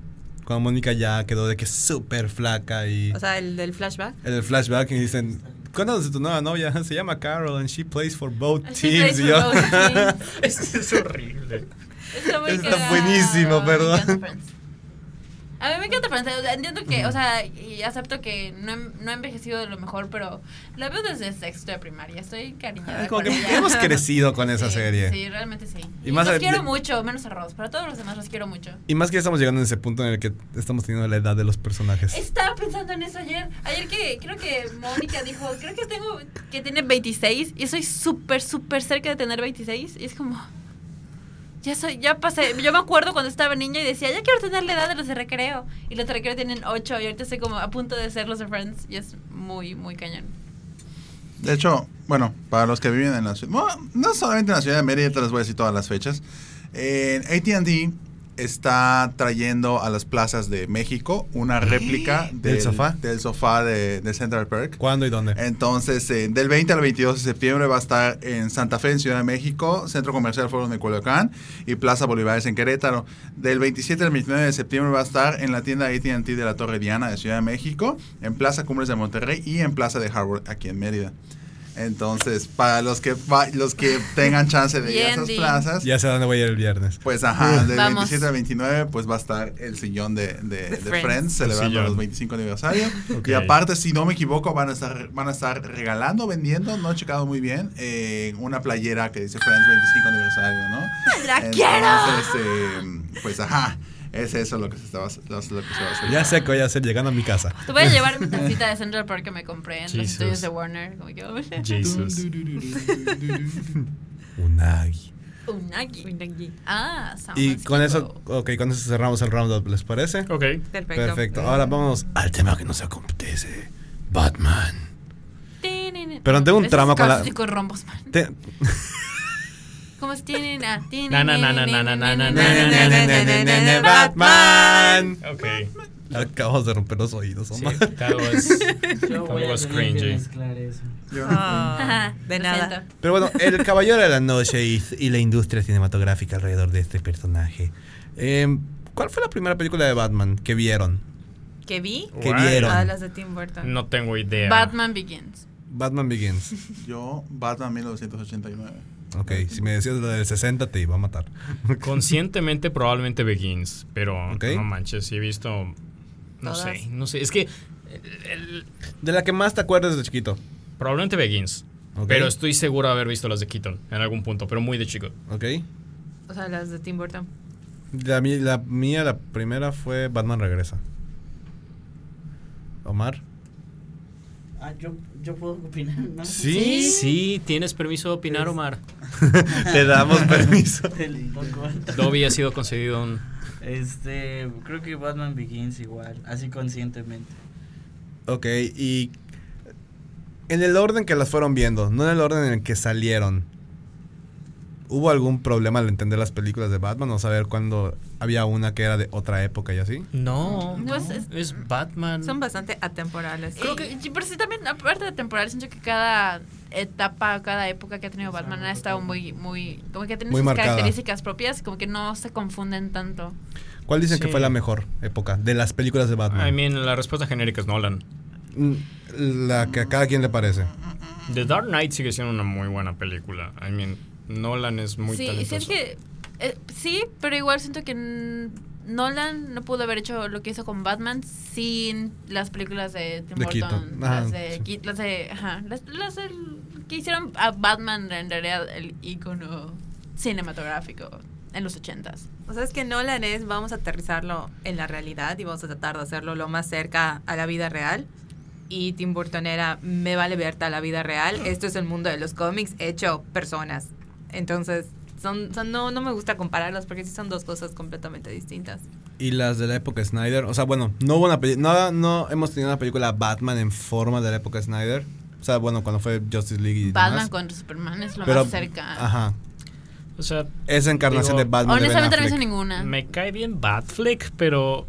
B: Cuando Mónica ya quedó de que súper flaca y.
D: O sea, el del flashback.
B: en el flashback y dicen. Cuéntanos de tu nueva novia. Se llama Carol and she plays for both
F: She
B: teams.
F: plays
B: Y
F: for
B: yo-
F: both teams.
C: es, es horrible.
F: Está, muy
B: Está
F: cagado.
B: buenísimo,
F: Me
B: perdón.
F: encanta Friends. A mí me encanta Friends. O sea, Entiendo que, o sea, y acepto que no he, no he envejecido de lo mejor, pero la veo desde sexto de primaria. Estoy cariñada.
B: Es como que
F: con ella.
B: hemos crecido con esa
F: Sí,
B: serie.
F: Sí, realmente sí.
B: Y
F: Y
B: más
F: los
B: a-
F: quiero
B: de-
F: mucho, menos a Ross, pero a todos los demás los quiero mucho.
B: Y más que ya estamos llegando en ese punto en el que estamos teniendo la edad de los personajes.
F: Estaba pensando en eso ayer. Ayer que creo que Mónica dijo, creo que tengo que tiene 26 y soy súper, súper cerca de tener 26. Y es como, ya soy, ya pasé. Yo me acuerdo cuando estaba niña y decía, ya quiero tener la edad de los de recreo. Y los de recreo tienen 8 y ahorita estoy como a punto de ser los de Friends. Y es muy, muy cañón.
E: De hecho, bueno, para los que viven en la ciudad, bueno, no solamente en la ciudad de Mérida, te las voy a decir todas las fechas. En ATT está trayendo a las plazas de México una réplica
B: ¿Del sofá?
E: del sofá de, de Central Park.
B: ¿Cuándo y dónde?
E: Entonces, eh, del 20 al 22 de septiembre va a estar en Santa Fe, en Ciudad de México, Centro Comercial Foro de Culiacán y Plaza Bolívares en Querétaro. Del 27 al 29 de septiembre va a estar en la tienda ATT de la Torre Diana de Ciudad de México, en Plaza Cumbres de Monterrey y en Plaza de Harvard, aquí en Mérida. Entonces, para los que va- los que tengan chance de ir a
D: Bien,
E: esas
D: Dean.
E: plazas,
B: Ya sé a dónde voy a ir el viernes.
E: pues ajá, del
D: Vamos.
E: 27 al 29 pues va a estar el sillón de, de- de
D: Friends.
E: Friends. celebrando
C: sillón.
E: los 25 aniversarios.
C: Ok.
E: Y aparte, si no me equivoco, van a estar van a estar regalando, vendiendo, no he checado muy bien, eh, una playera que dice Friends 25 aniversario, ¿no?
F: ¡La
E: Entonces, eh, pues ajá, es eso lo que se estaba lo, lo que se va a hacer.
B: Ya sé que voy a hacer llegando a mi casa.
F: Te voy a llevar mi tacita de Central Park que me compré en los
C: Jesus.
F: estudios de Warner. Como que,
C: Jesus.
B: Unagi.
F: Unagi. Ah, San
B: Y con eso,
F: Francisco.
B: ok, con eso cerramos el roundup, ¿les parece?
C: Ok.
D: Perfecto.
B: Perfecto. Ahora vamos al tema que nos acontece. Batman.
F: Tienen-
B: Pero tengo un
F: Esos
B: trama con la-
F: cautísticos rombos, man.
B: Te-
F: ¿Cómo es? Tienen a. tienen-
C: Na, na, na, na, na, na, na, na, na, na.
B: Batman.
C: Ok.
B: Acabas de romper los oídos,
C: Sí,
B: Omar.
C: that was-
G: Yo voy a
C: Algo es
G: tener que
C: cringy.
G: mezclar eso.
E: Yo-
D: Ah, de
F: Lo
D: nada.
F: siento.
B: Pero bueno, el caballero de la noche y, y la industria cinematográfica alrededor de este personaje. Em, ¿Cuál fue la primera película de Batman que vieron?
D: ¿Que vi?
B: Que
C: Guay.
B: vieron.
D: Todas Ah, las de Tim Burton.
C: No tengo idea.
F: Batman Begins.
B: Batman Begins.
E: Yo, Batman 1989.
B: Ok, si me decías lo del 60 te iba a matar.
C: Conscientemente probablemente Begins, pero
B: Ok.
C: no manches, sí he visto... No
D: Todas.
C: sé, no sé. Es que el- el-
B: De la que más te acuerdas de chiquito.
C: probablemente Begins,
B: Ok.
C: pero estoy seguro de haber visto las de Keaton en algún punto, pero muy de chico.
B: Ok.
D: O sea, las de Tim Burton.
B: La, mi- la mía, la primera fue Batman Regresa. Omar.
G: Ah, yo, yo puedo opinar, ¿no?
C: Sí, sí, tienes permiso de opinar, Omar.
B: Te damos permiso.
G: Del- tal cual.
C: Dobby ha sido concedido un...
G: Este, creo que Batman Begins igual, así conscientemente.
B: Ok, y en el orden que las fueron viendo, no en el orden en el que salieron, ¿hubo algún problema al entender las películas de Batman o saber cuándo había una que era de otra época y así?
C: No,
F: No, es- es-
C: es, Batman.
D: Son bastante atemporales.
F: Creo que, sí, pero sí también, aparte de temporal, siento que cada etapa, cada época que ha tenido Batman ha estado muy, muy, como que ha tenido
B: Muy
F: sus
B: marcada.
F: características propias, como que no se confunden tanto.
B: ¿Cuál dicen que
C: Sí.
B: fue la mejor época de las películas de Batman?
C: I mean, la respuesta genérica es Nolan.
B: Mm, la que a cada quien le parece.
C: The Dark Knight sigue siendo una muy buena película. I mean, Nolan es muy
F: sí, sí,
C: talentoso.
F: es que, eh, sí, pero igual siento que mm, Nolan no pudo haber hecho lo que hizo con Batman sin las películas de Tim
B: De
F: Burton,
B: Keaton. Ajá,
F: las de,
B: sí.
F: Ke- las de, ajá, las, las del- que hicieron a Batman en realidad el icono cinematográfico en los ochentas.
D: O sea, es que Nolan es, vamos a aterrizarlo en la realidad y vamos a tratar de hacerlo lo más cerca a la vida real. Y Tim Burton era, me vale verta la vida real,
F: Ah.
D: esto es el mundo de los cómics hecho personas. Entonces, son, son- no, no me gusta compararlos porque sí son dos cosas completamente distintas.
B: Y las de la época Snyder, o sea, bueno, no hubo una peli- no, no hemos tenido una película Batman en forma de la época Snyder. O sea, bueno, cuando fue Justice League y
F: Batman
B: demás.
F: contra Superman es lo
B: Pero-
F: más cerca.
B: Ajá.
C: O sea,
B: Esa encarnación
C: Digo,
B: de Batman de Ben
F: Honestamente no hizo
B: Affleck.
F: ninguna.
C: me cae bien Batfleck, pero...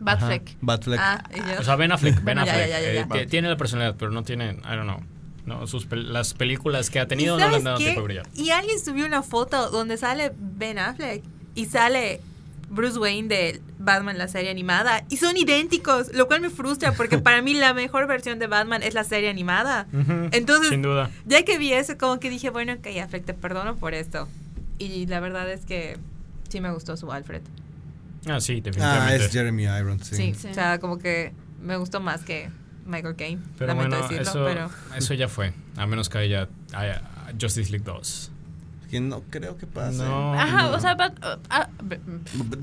F: Batfleck.
B: Ajá, Batfleck.
D: Ah, y yo-
C: O sea, Ben Affleck, Ben
D: Ya, ya,
C: Affleck.
D: ya, ya,
C: eh,
D: ya.
C: t- tiene la personalidad, pero no tiene, I don't know. No, sus pel- las películas que ha
D: ¿Y
C: tenido no le
D: sabes
C: han dado
D: qué?
C: tiempo de brillar.
D: Y alguien subió una foto donde sale Ben Affleck y sale Bruce Wayne de Batman, la serie animada, y son idénticos, lo cual me frustra porque para mí la mejor versión de Batman es la serie animada.
C: Mm.
D: Entonces-
C: sin duda.
D: Ya que vi eso, como que dije, bueno, ok, Affleck, te perdono por esto. Y la verdad es que sí me gustó su Alfred.
C: Ah, sí,
B: Ah,
C: definitivamente.
B: es Jeremy Irons, sí.
D: Sí,
F: Sí.
D: o sea, como que me gustó más que Michael Caine,
C: pero
D: lamento
C: bueno,
D: decirlo,
C: eso,
D: pero...
C: eso ya fue. A menos que haya, haya Justice League 2.
B: Que no creo que pase.
C: No,
F: Ajá,
C: no.
F: o sea, Bat- uh, ah, B-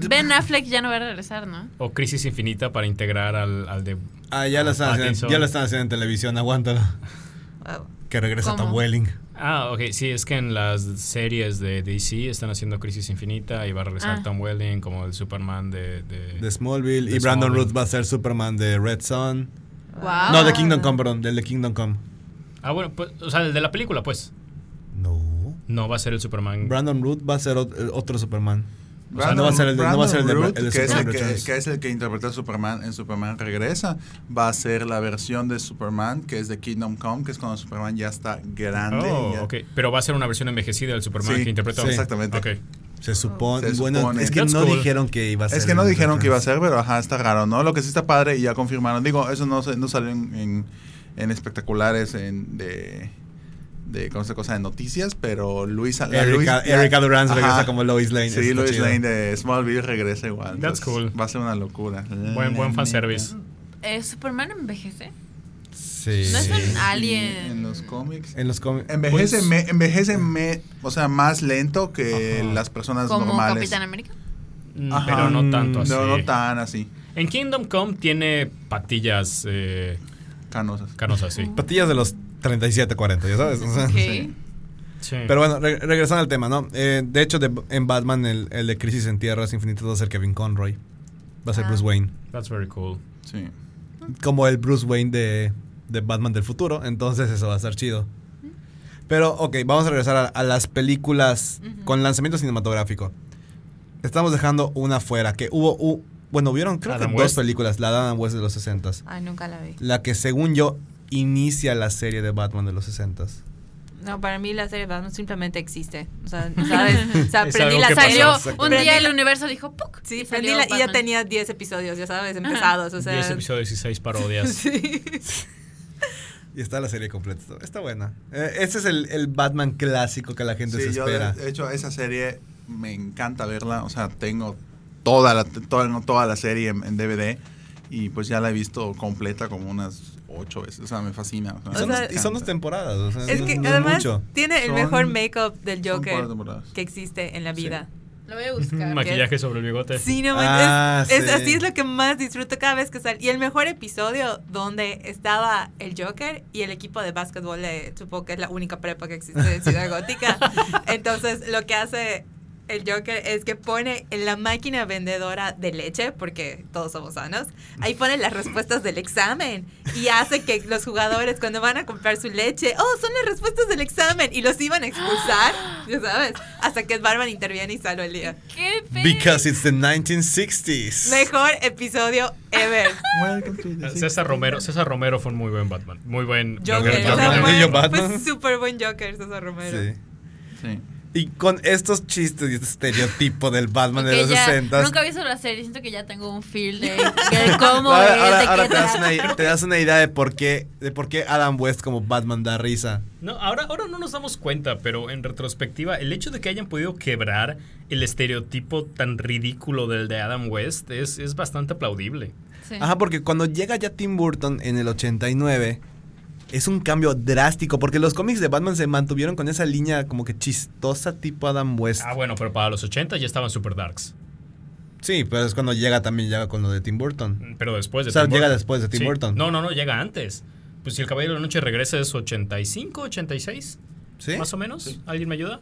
F: Ben Affleck ya no va a regresar, ¿no?
C: O Crisis Infinita para integrar al, al de...
B: Ah, ya la, están haciendo,
C: Pattinson.
B: ya la están haciendo en televisión, aguántalo.
D: wow.
B: Que regresa
F: ¿Cómo?
B: Tom Welling.
C: Ah, ok, sí, es que en las series de DC están haciendo Crisis Infinita y va a regresar
F: Ah.
C: Tom Welling como el Superman de... de-
B: De Smallville.
C: De
B: y Brandon
C: Smallville.
B: Roots va a ser Superman de Red Sun.
F: Wow.
B: No, de Kingdom Come, perdón. Del de Kingdom Come.
C: Ah, bueno, pues, o sea, el de la película, pues.
B: No.
C: No va a ser el Superman.
B: Brandon Root va a ser ot- el otro Superman. O sea,
E: Brandon-
B: no va a ser el de, no va a ser el de,
E: Brandon
B: el de
E: Root, que es el
B: Superman
E: que,
B: Returns.
E: que es el que interpretó a Superman en Superman Regresa, va a ser la versión de Superman que es de Kingdom Come, que es cuando Superman ya está grande.
C: Oh,
E: y ya-
C: ok. Pero va a ser una versión envejecida del Superman
E: Sí,
C: que interpretó.
E: sí, exactamente.
C: Ok.
B: Se supone.
E: Se
B: bueno,
E: supone.
B: es que
C: That's
B: no
C: cool.
B: dijeron que iba a ser.
E: Es que no
B: el
E: dijeron que iba a
B: Returns.
E: ser, pero ajá, está raro, ¿no? Lo que sí está padre y ya confirmaron. Digo, eso no, se- no salió en, en- en espectaculares, en de, de con esta cosa de noticias, pero Luisa... la
B: Erika,
E: Luis-
B: Erika Durán se regresa
E: Ajá.
B: como Lois Lane. eso
E: Sí,
B: está
E: Lois
B: chido.
E: Lane de Smallville regresa igual.
C: That's
E: entonces
C: cool.
E: Va a ser una locura.
C: Buen, buen fanservice.
F: Eh, Superman envejece.
B: Sí.
F: No es un
E: Sí,
F: alien.
E: En los cómics.
B: En los cómics.
E: Envejece,
B: Pues,
E: me- envejece me- o sea, más lento que
C: Ajá.
E: las personas
F: Como
E: normales.
F: Capitán América.
E: Ajá.
C: Mm, Pero no tanto así.
E: No, no tan así.
C: En Kingdom Come tiene patillas eh,
E: Canosas.
C: canosas, sí.
B: Patillas de los 37, 40, ya sabes. O sea,
F: Ok.
C: Sí.
B: Pero bueno, re- regresando al tema, ¿no? Eh, de hecho, de- en Batman, el, el de Crisis en Tierras Infinitas va a ser Kevin Conroy. Va a ser
F: Ah.
B: Bruce Wayne.
C: That's very cool.
E: Sí.
B: Como el Bruce Wayne de, de Batman del futuro. Entonces, eso va a estar chido. Pero, ok, vamos a regresar a, a las películas con lanzamiento cinematográfico. Estamos dejando una fuera, que hubo. u- bueno, hubieron creo
C: Adam
B: que dos
C: West.
B: películas, la de Adam West de los 60
D: Ay, nunca la vi.
B: La que, según yo, inicia la serie de Batman de los 60
D: No, para mí la serie de Batman simplemente existe. O sea, ¿sabes? O sea,
C: Es
D: prendí
C: algo
D: la
C: que
D: serie.
F: Ah, Salió
C: pasó,
F: un
D: Prendí
F: día el
D: la-
F: universo dijo ¡puc!
D: Sí,
F: y
D: prendí
F: salió
D: la- y ya
F: Batman.
D: tenía 10 episodios, ya sabes, empezados. O sea,
C: 10 episodios y 6 parodias.
D: Sí.
B: Y está la serie completa. Está- Está buena. Eh, este es el, el Batman clásico que la gente
E: Sí,
B: se
E: yo
B: espera.
E: de eh, hecho esa serie me encanta verla, o sea, tengo toda la toda, no, toda la serie en, en DVD y pues ya la he visto completa como unas ocho veces, o sea, me fascina.
B: y,
E: o sea,
B: son
E: me
B: dos, y son dos
E: encanta.
B: temporadas. o sea,
D: Es
B: no-
D: que
B: no es
D: además
B: mucho.
D: tiene el
E: Son-
D: mejor make-up del
E: Son cuatro
D: Joker
E: temporadas.
D: que existe en la
E: Sí.
D: vida.
F: Lo voy a buscar.
C: Maquillaje sobre el bigote.
D: Sí, no, man,
B: Ah,
D: es, es-
B: sí.
D: así es lo que más disfruto cada vez que sale. Y el mejor episodio donde estaba el Joker y el equipo de básquetbol, de- supongo que es la única prepa que existe en Ciudad Gótica. Entonces, lo que hace el Joker es que pone en la máquina vendedora de leche, porque todos somos sanos, ahí pone las respuestas del examen y hace que los jugadores cuando van a comprar su leche, oh, son las respuestas del examen y los iban a expulsar, ya sabes, hasta que Batman interviene y salva el día.
F: ¡Qué pedo!
B: Because it's the 1960s.
D: Mejor episodio ever.
E: Welcome to the
C: Eh, César Romero, César Romero fue un muy buen Batman. Muy buen
D: Joker.
B: Joker,
D: o sea,
B: Joker.
D: fue-
B: Niño Batman.
D: Fue súper buen Joker, César Romero.
B: Sí.
E: Sí.
B: Y con estos chistes y este estereotipo del Batman de
F: Ok,
B: los
F: ya,
B: 60
F: Nunca vi sobre la serie, siento que ya tengo un feel de, de cómo
B: ahora,
F: es,
B: ahora-
F: de
B: ahora
F: qué
B: te, das
F: trata.
B: una, te das una idea de por qué de por qué Adam West como Batman da risa.
C: No, ahora, ahora no nos damos cuenta, pero en retrospectiva, el hecho de que hayan podido quebrar el estereotipo tan ridículo del de Adam West es, es bastante aplaudible.
F: Sí.
B: Ajá, porque cuando llega ya Tim Burton en el 89, es un cambio drástico, porque los cómics de Batman se mantuvieron con esa línea como que chistosa tipo Adam West.
C: Ah, bueno, pero para los 80 ya estaban super darks.
B: Sí, pero es cuando llega también llega con lo de Tim Burton.
C: Mm, Pero después de
B: O sea,
C: Tim
B: llega
C: Burton.
B: después de Tim
C: Sí.
B: Burton.
C: No, no, no, llega antes. Pues si el Caballero de la Noche regresa es 85, 86,
B: ¿Sí?
C: más o menos.
E: Sí.
C: ¿Alguien me ayuda?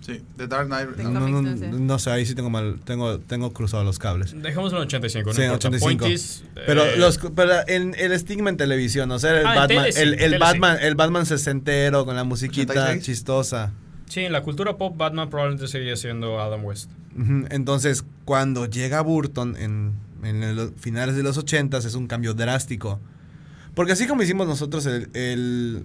E: Sí, The Dark Knight.
D: The
B: No,
E: no,
B: no,
D: Comics,
B: no,
D: no sé.
B: no sé, ahí sí tengo mal, tengo, tengo cruzados los cables.
C: Dejémoslo en 85, no
B: Sí, en
C: importa.
B: 85.
C: Pointis,
B: Pero
C: eh,
B: los pero en- el estigma en televisión, o sea, el
C: Ah, en
B: Batman,
C: tele sí,
B: el, el
C: tele
B: Batman, el Batman sesentero con la musiquita
E: 86.
B: chistosa.
C: Sí, en la cultura pop, Batman probablemente seguiría siendo Adam West.
B: Ujú, Entonces, cuando llega Burton en, en los finales de los 80 es un cambio drástico. Porque así como hicimos nosotros el, el,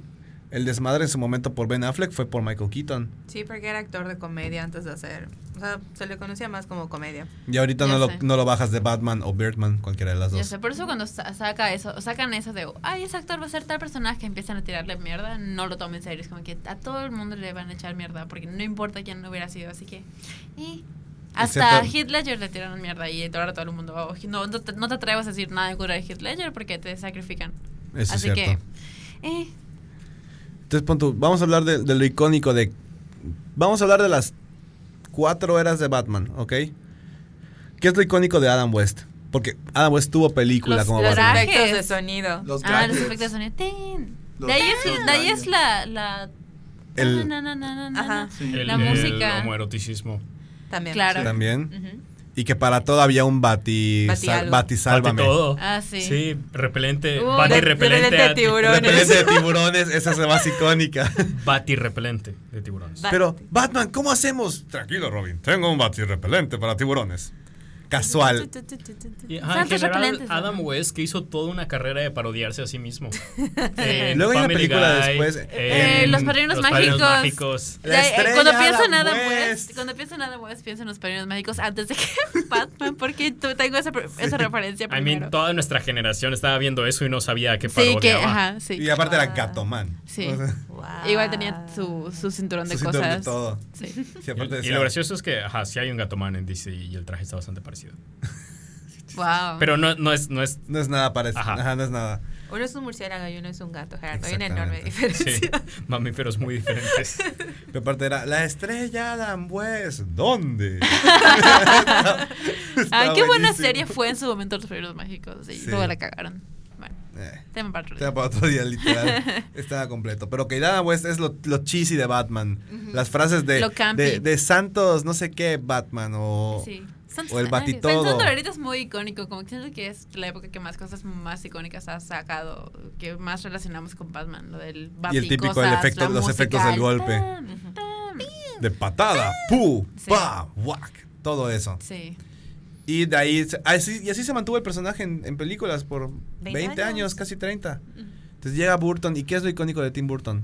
B: el desmadre en su momento por Ben Affleck, fue por Michael Keaton.
D: Sí, porque era actor de comedia antes de hacer. O sea, se le conocía más como comedia.
B: Y ahorita
F: Ya
B: no lo,
F: sé.
B: no lo bajas de Batman o Birdman, cualquiera de las
F: Ya
B: dos.
F: sé, por eso cuando sa- saca eso, sacan eso de, ay, ese actor va a ser tal personaje, empiezan a tirarle mierda, no lo tomen en serio. Es como que a todo el mundo le van a echar mierda, porque no importa quién hubiera sido, así que... eh. Hasta
B: Excepto-
F: Heath Ledger le tiraron mierda y ahora todo el mundo, "Oh, no, no, te, no te atrevas a decir nada en contra de Heath Ledger porque te sacrifican.
B: Eso
F: así
B: es cierto.
F: que... eh,
B: Entonces, pon tú, vamos a hablar de, de lo icónico de... Vamos a hablar de las cuatro eras de Batman, ¿ok? ¿Qué es lo icónico de Adam West? Porque Adam West tuvo película
F: Los-
B: como
F: los
B: Batman.
F: trajes.
D: Efectos de sonido.
E: Los
F: ah, los
E: gadgets.
F: efectos de sonido. tin.
E: Los
F: De ahí es,
E: gadgets.
F: de ahí es la... la
B: El-
F: na, na, na, na, na,
D: Ajá.
F: na.
E: Sí.
C: El,
F: La
C: el
F: música.
C: homoeroticismo.
D: También.
F: Claro.
B: También.
D: Ujú.
B: Y que para todo había un bati,
D: Bati
B: sal-
D: algo.
B: bati sálvame.
C: Bati todo.
F: Ah, sí.
C: Sí, repelente.
F: Uh,
C: bati
F: de-
C: repelente.
D: repelente de
C: a-
D: tiburón.
B: Repelente de tiburones, esa es la más icónica.
C: Bati repelente de tiburones.
D: Ba-
B: Pero, Batman, ¿cómo hacemos? Tranquilo, Robin. Tengo un bati repelente para tiburones. Casual.
C: Y, ajá, en
F: Santos
C: general,
F: repelentes, ¿no?
C: Adam West que hizo toda una carrera de parodiarse a sí mismo. En
B: Luego hay una
C: Family
B: película
C: Guy,
B: después,
F: eh,
C: en
F: Los Padrinos
C: Padrinos
F: Mágicos.
C: Mágicos.
B: La
F: Ya, eh,
B: estrella
F: cuando pienso en
B: Adam
F: Adam West,
B: West.
F: cuando pienso en Adam West, pienso en los padrinos mágicos antes de que Batman, porque tú- tengo esa, pre- esa referencia
C: I
F: primero.
C: mean, toda nuestra generación estaba viendo eso y no sabía a qué parodia
F: sí, que,
C: va.
F: ajá, sí.
B: Y aparte
D: Ah.
B: era Captoman.
F: Sí.
B: O sea,
F: Igual tenía su, su cinturón de
B: su cinturón
F: cosas.
B: de todo.
F: Sí.
B: Sí,
C: Y,
B: aparte
C: y
B: decía-
C: lo gracioso es que, ajá, sí hay un gato man en DC y el traje está bastante parecido.
D: Ah.
F: Wow.
C: Pero no, no es, no es,
B: No es nada parecido.
C: Ajá.
B: Ajá. no es nada.
D: Uno es un murciélago y uno es un gato, Gerardo. Hay una enorme
B: Exactamente.
D: diferencia.
C: sí, mamíferos muy diferentes.
B: Pero aparte era la estrella Adam West. ¿Dónde?
F: Ay,
B: Está
F: qué buena
B: buenísimo.
F: serie fue en su momento Los Padrinos Mágicos. Y
B: Sí.
F: luego la cagaron. Bueno,
B: Eh,
F: tema para otro
B: Era
F: día.
B: para otro día, literal. Estaba completo. Pero que Adam West es lo, lo cheesy de Batman. Las frases de,
F: Lo campi.
B: de, de Santos, no sé qué, Batman. O,
F: Sí.
B: o el batitodo.
F: Pensando ahorita es muy icónico, como que siento que es la época que más cosas más icónicas ha sacado, que más relacionamos con Batman, lo del
B: Y el típico, el
F: baticosas,
B: efecto-
F: la
B: los
F: música,
B: efectos del
F: el
B: golpe.
F: tam, tam.
B: de patada, pu,
F: Sí.
B: pa, whack. Todo eso.
F: Sí.
B: Y de ahí, se- así, y así se mantuvo el personaje en, en películas por 20,
D: 20
B: años.
D: años,
B: casi 30. Entonces llega Burton, ¿y qué es lo icónico de Tim Burton?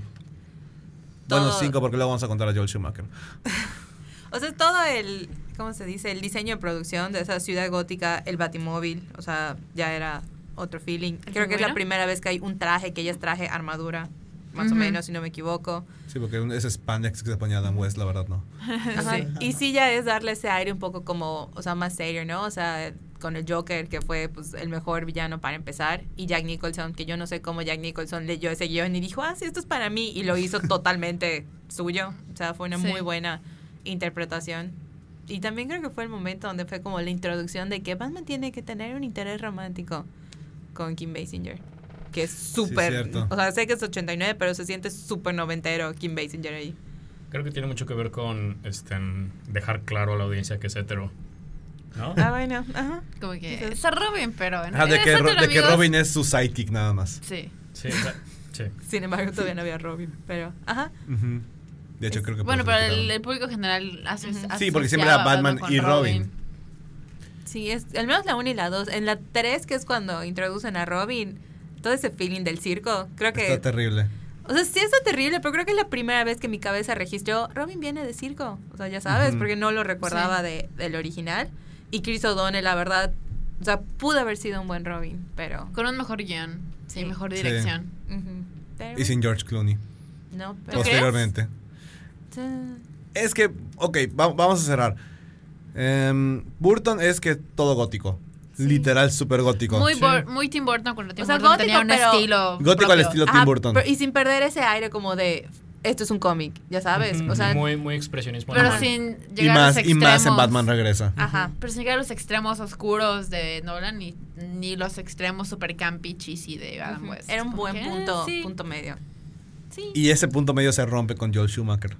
B: Bueno,
D: Todo.
B: 5, porque luego vamos a contar a Joel Schumacher.
D: O sea, todo el, ¿cómo se dice? El diseño de producción de esa ciudad gótica, el batimóvil, o sea, ya era otro feeling. Creo que es
F: pingüino?
D: la primera vez que hay un traje, que ella es traje armadura, más o
F: Ujú.
D: menos, si no me equivoco.
B: Sí, porque un- ese spandex que se ponía Adam West, la verdad, no.
D: Ajá. Y sí ya es darle ese aire un poco como, o sea, más serio, ¿no? O sea, con el Joker, que fue pues, el mejor villano para empezar, y Jack Nicholson, que yo no sé cómo Jack Nicholson leyó ese guión y dijo, ah, sí, esto es para mí, y lo hizo totalmente suyo. O sea, fue una
F: Sí.
D: muy buena interpretación. Y también creo que fue el momento donde fue como la introducción de que Batman tiene que tener un interés romántico con Kim Basinger. Que es súper.
B: cierto.
D: o sea, sé que es 89, pero se siente súper noventero Kim Basinger ahí.
C: Creo que tiene mucho que ver con este, dejar claro a la audiencia que es hetero. ¿No?
D: Ah, bueno, ajá.
F: Como que
D: Entonces-
F: está Robin, pero en
B: Ah, de
F: realidad
B: que,
F: es
B: Ro-
F: otro,
B: de que
F: amigos.
B: Robin es su sidekick nada más.
F: Sí.
C: Sí, o sea, sí.
D: Sin embargo, todavía no había Robin, pero... Ajá.
B: Ujú. pues, De hecho, creo que... por
F: Bueno,
B: eso lo
F: pero el,
B: quitaron.
F: el público general aso-
D: Ujú.
B: Sí, porque siempre
F: asociaba
B: era
F: a
B: Batman
F: con
B: y Robin.
D: Sí, es al menos la 1 y la 2. En la 3, que es cuando introducen a Robin, todo ese feeling del circo, creo que...
B: Está terrible.
D: O sea, sí está terrible, pero creo que es la primera vez que mi cabeza registró, Robin viene de circo. O sea, ya sabes,
B: Ujú.
D: porque no lo recordaba
F: Sí.
D: de, del original. Y Chris O'Donnell, la verdad, o sea, pudo haber sido un buen Robin, pero...
F: Con un mejor guión. Sí,
D: Sí.
F: mejor
B: Sí.
F: dirección.
D: ujú, pero
B: Y sin George Clooney,
D: No, pero...
B: posteriormente. Es que, ok, va- vamos a cerrar. Em, Burton es que todo gótico. Literal, súper gótico.
F: Muy, bor- muy Tim Burton cuando Tim
D: O sea,
F: Burton tenía
D: gótico,
F: un
D: pero-
F: estilo.
B: Gótico al
F: propio.
B: estilo Tim
D: Ajá,
B: Burton.
D: pero- y sin perder ese aire como de, esto es un cómic, ya sabes.
C: Ujú,
D: O sea,
C: muy, muy expresionismo.
F: Pero
C: animal.
F: sin
B: Y
F: llegar a los
B: más, y
F: extremos.
B: más en Batman regresa.
D: ajá.
F: Pero sin llegar a los extremos oscuros de Nolan ni, ni los extremos super campi cheesy de Adam
D: Ujú.
F: West.
D: Era un
F: Como
D: buen
F: que, ah,
D: punto,
F: sí,
D: punto medio.
F: sí.
B: Y ese punto medio se rompe con Joel Schumacher.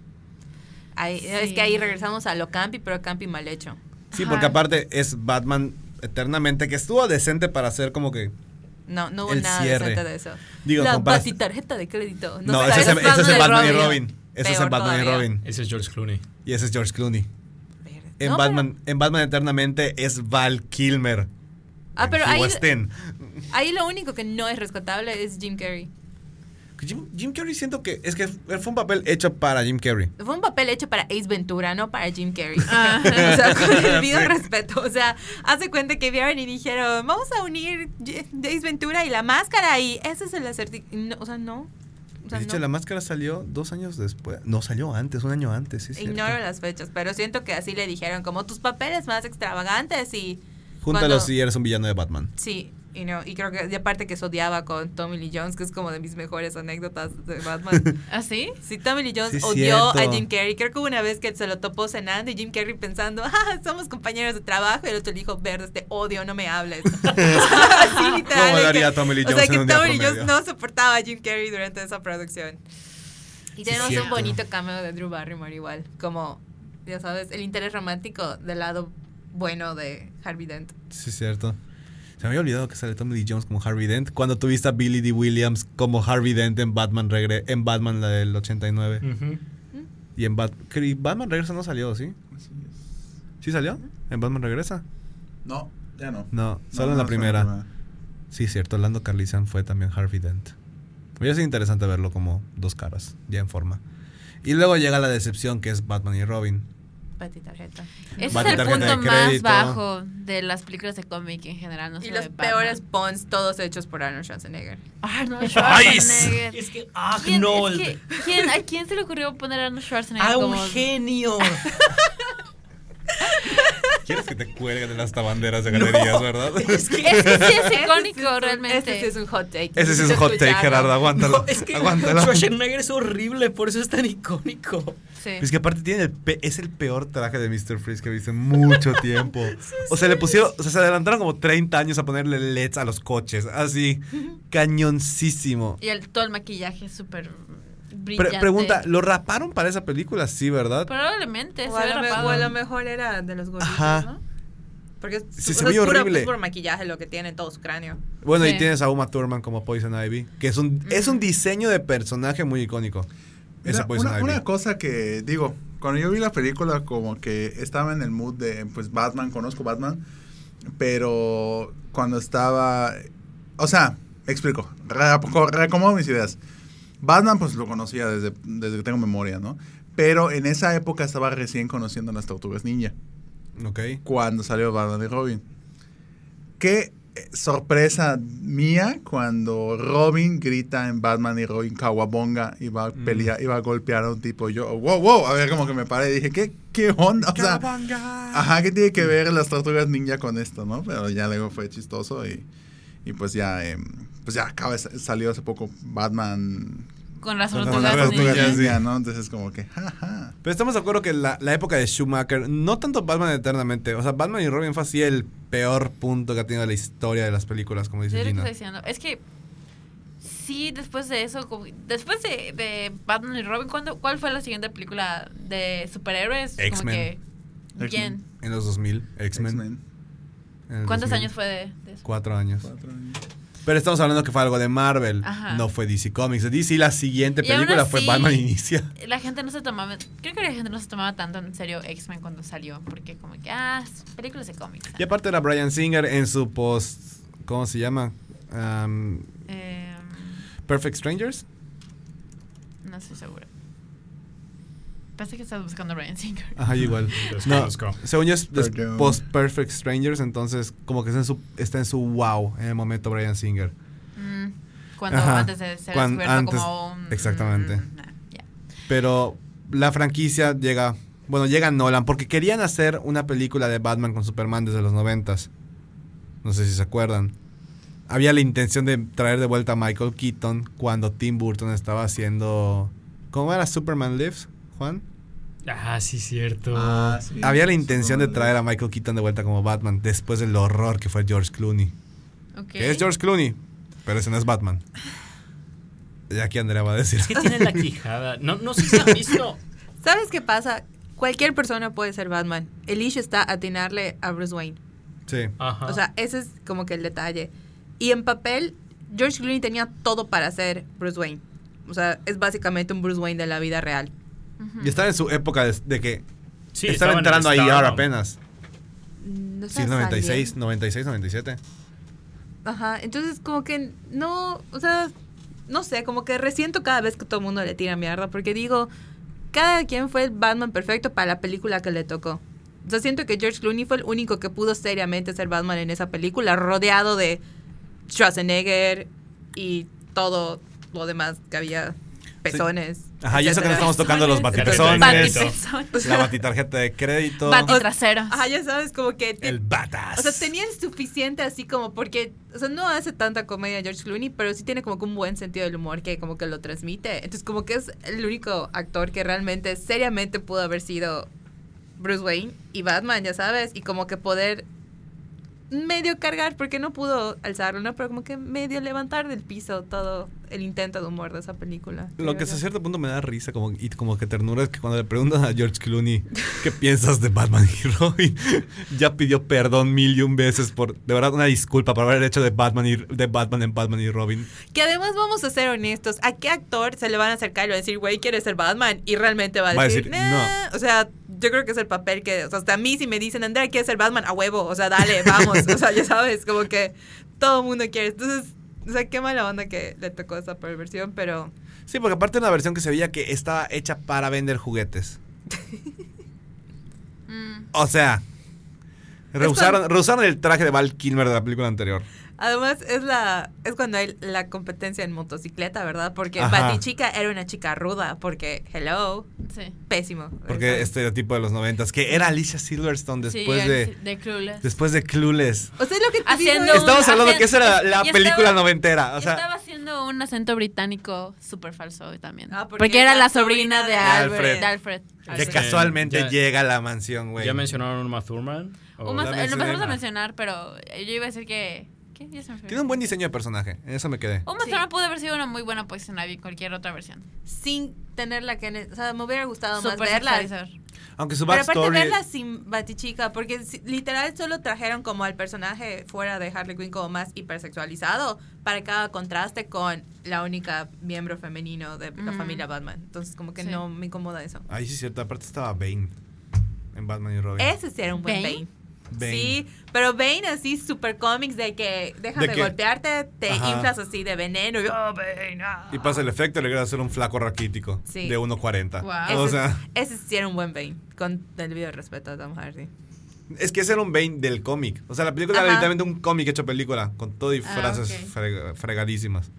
D: Ahí- Es
F: Sí.
D: que ahí regresamos a lo campi, pero campi mal hecho.
B: Sí,
F: Ajá.
B: porque aparte es Batman eternamente, que estuvo decente para hacer como que.
D: No, no hubo
B: El
D: nada
B: cierre.
D: decente de eso.
B: Digo,
D: la
B: comparas-
D: tarjeta de crédito.
B: No,
D: sé,
B: ese es,
D: es
B: ese es
D: Batman
B: en
D: y
B: Batman y
D: Robin.
B: Robin. Ese es
D: Peor
B: en Batman
D: todavía.
B: y Robin.
C: Ese es George Clooney.
B: Y ese es George Clooney.
D: Verde.
B: En,
D: No,
B: Batman, en Batman eternamente es Val Kilmer.
D: Ah,
B: En
D: pero ahí-
B: Huesten.
D: pero ahí lo único que no es rescatable es Jim Carrey.
B: Jim, Jim Carrey siento que es que fue un papel hecho para Jim Carrey.
D: Fue un papel hecho para Ace Ventura, no para Jim Carrey.
B: Ah.
D: o sea, con el debido respeto. O sea, hace cuenta que vieron y dijeron, vamos a unir Ye- de Ace Ventura y la máscara y ese es el acertijo. No, o sea, no. O sea,
B: de hecho,
D: no.
B: la máscara salió dos años después. No, salió antes, un año antes. Sí, es cierto.
D: Ignoro las fechas, pero siento que así le dijeron, como tus papeles más extravagantes y...
B: Júntalos
D: cuando-
B: y eres un villano de Batman.
D: Sí, y no, y creo que, y aparte que se odiaba con Tommy Lee Jones, que es como de mis mejores anécdotas de Batman.
F: ¿Ah, sí?
D: Sí, Tommy Lee Jones
B: Sí,
D: odió
B: cierto.
D: a Jim Carrey. Creo que hubo una vez que se lo topó cenando y Jim Carrey pensando, ah, somos compañeros de trabajo. Y el otro le dijo, verde, te odio, no me hables. Así literal.
B: ¿Cómo
D: de
B: le haría
D: que-
B: a Tommy Lee
D: o sea
B: Jones
D: que
B: en un día
D: Tommy Lee Jones
B: promedio?
D: no soportaba a Jim Carrey durante esa producción. Y tenemos un
B: cierto.
D: bonito cameo de Drew Barrymore igual, como, ya sabes, el interés romántico del lado bueno de Harvey Dent.
B: Sí, es cierto. Se me había olvidado que sale Tommy Lee Jones como Harvey Dent. Cuando tuviste a Billy D. Williams como Harvey Dent en Batman regre en Batman la del 89.
C: Ujú.
B: Y en Bat- que Batman Regresa no salió, ¿sí?
E: Así es.
B: ¿Sí salió? ¿En Batman Regresa?
E: No, ya no.
B: No, solo en
E: no,
B: la
E: no,
B: primera.
E: solo en la
B: Sí, cierto. Lando Carlizan fue también Harvey Dent. Hubiera sido interesante verlo como dos caras, ya en forma. Y luego llega la decepción que es Batman y Robin.
D: Pati tarjeta.
F: Ese es
B: Bate
F: el
B: tarjeta de
F: punto más
B: crédito.
F: bajo de las películas de cómic en general. No
D: Y
F: solo
D: los
F: de Batman.
D: peores puns, todos hechos por Arnold Schwarzenegger.
F: Arnold Schwarzenegger.
G: Es que ah,
F: ¿Quién,
G: Arnold.
F: es que- ¿quién- ¿A quién se le ocurrió poner a Arnold Schwarzenegger
G: ¡A ¡Ah, un
F: como
G: genio!
B: ¿Quieres que te cuelguen en las tabanderas de galerías, verdad?
G: es
F: Es que
G: que.
F: sí es
D: Ese sí es
F: icónico
D: un-
F: realmente.
D: Ese sí es un hot take.
B: Ese sí es un hot take,
D: Escucharlo.
B: Gerardo. Aguántalo.
G: No, es que
B: aguántalo.
G: Schwarzenegger es horrible, por eso es tan icónico.
F: Sí.
B: Es que aparte tiene el pe- es el peor traje de Mr. Freeze que he visto en mucho tiempo. o sea, le pusieron, o sea, se adelantaron como 30 años a ponerle LEDs a los coches. Así, cañoncísimo.
F: Y el, todo el maquillaje es súper brillante.
B: Pre- pregunta, ¿lo raparon para esa película? Sí, ¿verdad?
F: Probablemente se
D: O a,
F: ve
D: lo me-
F: rapado.
D: o a lo mejor era de los gorditos,
B: Ajá.
D: ¿no? Porque es,
B: Sí, se
D: o sea,
B: veía
D: es puro-
B: horrible.
D: es por maquillaje lo que tiene en todo su cráneo.
B: Bueno, y
F: Sí.
B: tienes a Uma Thurman como Poison Ivy, que es un, es
G: Mm.
B: un diseño de personaje muy icónico.
E: Mira,
B: Esa pues, Poison
E: una,
B: Ivy.
E: una cosa que digo, cuando yo vi la película como que estaba en el mood de pues Batman, conozco Batman, pero cuando estaba, o sea, me explico, reaco- reacomodo mis ideas. Batman pues lo conocía desde, desde que tengo memoria, ¿no? Pero en esa época estaba recién conociendo las tortugas ninja
B: Ok.
E: cuando salió Batman y Robin. Qué eh, sorpresa mía cuando Robin grita en Batman y Robin Kawabonga y va a
B: Mm.
E: pelear, iba a golpear a un tipo. Yo, wow, wow, a ver, como que me paré y dije, ¿qué, qué onda? O sea, ajá, ¿qué tiene que ver las tortugas ninja con esto, no? Pero ya luego fue chistoso y, y pues ya, em, pues ya acaba, de sa- salió hace poco Batman
F: Con las
B: Con las
E: con las
F: tortugas
E: tortugas
F: ninja.
B: ninjas.
E: ninja, ¿no? Entonces es como que, jaja.
B: Pero estamos de acuerdo que la, la época de Schumacher, no tanto Batman eternamente, o sea, Batman y Robin fue así el peor punto que ha tenido la historia de las películas, como
F: Sí,
B: dice
F: es lo que
B: Gina.
F: está diciendo. Es que sí, después de eso, como- después de, de Batman y Robin, ¿cuándo- ¿cuál fue la siguiente película de superhéroes? Como
B: X-Men.
F: que-
E: X-Men.
F: ¿Quién?
B: En los 2000, X-Men.
E: X-Men,
B: en el
F: ¿Cuántos
B: 2000.
F: años fue de, de eso?
B: Cuatro años.
E: cuatro años.
B: Pero estamos hablando que fue algo de Marvel,
F: Ajá.
B: no fue DC Comics. De DC la siguiente
F: Y aún
B: película fue
F: así-
B: Batman Inicia.
F: La gente no se tomaba, creo que la gente no se tomaba tanto en serio X-Men cuando salió, porque como que, ah, es películas de cómics.
B: Y aparte era Brian Singer en su post, ¿cómo se llama? Am,
F: Eh,
B: Perfect Strangers.
F: no estoy segura. Pensé que estabas buscando a Brian Singer.
B: Ajá, igual. No,
C: Desconozco.
B: según yo es des-
E: Perdón.
B: post Perfect Strangers, entonces como que está en su, está en su wow en el momento Brian Singer.
F: Mm, cuando
B: Ajá.
F: antes de ser
B: Cuan-
F: descubierto
B: antes-
F: como un...
B: exactamente.
F: mm, nah, ya.
B: Pero la franquicia llega, bueno, llega Nolan porque querían hacer una película de Batman con Superman desde los noventas. No sé si se acuerdan. Había la intención de traer de vuelta a Michael Keaton cuando Tim Burton estaba haciendo... ¿Cómo era Superman Lives, Juan?
C: Ah, sí, cierto.
E: Ah, sí.
B: Había la intención de
E: Superman
B: traer a Michael Keaton de vuelta como Batman después del horror que fue George Clooney.
F: Ok.
B: Que es George Clooney, pero ese no es Batman. Y aquí Andrea va a decir.
C: Es que tiene la quijada. No, no sé si han visto.
D: ¿Sabes qué pasa? Cualquier persona puede ser Batman. El issue está atinarle a Bruce Wayne.
B: Sí.
C: Ajá.
D: O sea, ese es como que el detalle. Y en papel, George Clooney tenía todo para ser Bruce Wayne. O sea, es básicamente un Bruce Wayne de la vida real.
F: Ujú.
B: Y estaba en su época de, de que
C: Sí,
B: estaba
C: estaban
B: entrando ahí
C: en
B: ahora
C: Stardom.
B: apenas.
D: No
B: Sí,
D: estaba
B: 96,
D: saliendo.
B: 96, 97.
D: Ajá, entonces como que no, o sea, no sé, como que resiento cada vez que todo el mundo le tira mierda, porque digo, cada quien fue el Batman perfecto para la película que le tocó. O sea, siento que George Clooney fue el único que pudo seriamente ser Batman en esa película, rodeado de Schwarzenegger y todo lo demás que había, pezones.
B: Ajá, y eso que no
D: etcétera.
B: estamos tocando los
C: Batipezones.
B: batipezones,
F: Batipezones.
B: la batitarjeta de crédito,
F: Batitraseros.
D: Ajá, ya sabes, como que... te-
B: el batas.
D: O sea, tenía el suficiente así como porque, o sea, no hace tanta comedia George Clooney, pero sí tiene como que un buen sentido del humor que como que lo transmite. Entonces, como que es el único actor que realmente, seriamente pudo haber sido Bruce Wayne y Batman, ya sabes, y como que poder medio cargar, porque no pudo alzarlo, ¿no? Pero como que medio levantar del piso todo el intento de humor de esa película.
B: Lo que hasta cierto punto me da risa como, y como que ternura es que cuando le preguntan a George Clooney qué piensas de Batman y Robin, ya pidió perdón mil y un veces por, de verdad, una disculpa por haber hecho de Batman y, de Batman en Batman y Robin.
D: Que además vamos a ser honestos, ¿a qué actor se le van a acercar y le van a decir, güey, quieres ser Batman? Y realmente va a decir, "Nah". O sea, yo creo que es el papel que, o sea, hasta a mí si me dicen, Andrea, ¿quieres ser Batman? A huevo, o sea, dale, vamos, o sea, ya sabes, como que todo el mundo quiere. Entonces, o sea, qué mala onda que le tocó esa perversión, pero
B: Sí, porque aparte era una versión que se veía que estaba hecha para vender juguetes.
F: Mm.
B: O sea, rehusaron, rehusaron el traje de Val Kilmer de la película anterior.
D: además es la es cuando hay la competencia en motocicleta, ¿verdad? Porque
B: Ajá.
D: Batichica era una chica ruda, porque, hello,
F: Sí.
D: pésimo.
B: Porque estereotipo de los noventas, que era Alicia Silverstone después
F: sí,
B: de,
F: de Clueless.
B: después de Clueless.
D: O sea, es lo que te
F: Haciendo
D: digo es-
F: un-
B: Estamos hablando que esa era
F: Y
B: la
F: estaba-
B: película noventera. O sea,
F: estaba haciendo un acento británico súper falso también.
D: Ah, porque
F: porque, era
D: era
F: la sobrina de,
D: sobrina de
F: Alfred.
B: Alfred.
F: De Alfred.
B: que
F: Alfred.
H: ca-
B: casualmente
H: Ya-
B: llega a la mansión, güey.
C: ¿Ya mencionaron Uma Thurman? O-
F: O más-
B: la
F: eh, lo empezamos
B: mencioné.
F: a mencionar, pero eh, yo iba a decir que... ¿Qué? Ya se me fue.
B: Tiene un buen diseño de personaje, en eso me quedé.
F: Uma
D: Sí.
F: Thurman pudo haber sido una muy buena poisonaria en cualquier otra versión.
D: sin tenerla que... ne- O sea, me hubiera gustado más
F: Super
D: verla.
F: sexualizador.
B: Aunque su
D: Pero aparte
B: backstory...
D: verla sin Batichica, porque si- literal solo trajeron como al personaje fuera de Harley Quinn como más hipersexualizado para que haga contraste con la única miembro femenino de la
F: Ujú.
D: familia Batman. Entonces como que
F: Mm. Sí.
D: no me incomoda eso.
B: Ahí sí es cierto, aparte estaba Bane en Batman y Robin.
D: Ese sí era un buen
F: ¿Bane?
D: Bane.
B: Bane.
D: Sí, pero Bane así super cómics de que déjame
B: De que-
D: golpearte, te
B: Ajá.
D: inflas así de veneno y oh, Bane. ah.
B: Y pasa el efecto, le queda hacer un flaco raquítico
D: Sí.
B: de 1.40.
F: Wow.
B: O
D: Ese-
B: sea,
D: Ese sí era un buen Bane, con el video respeto a Tom Hardy.
B: es que ese era un Bane del cómic. O sea, la película era
F: Ajá.
B: literalmente un cómic hecho película, con todo y
F: Ah,
B: frases
F: ok.
B: frega- fregadísimas.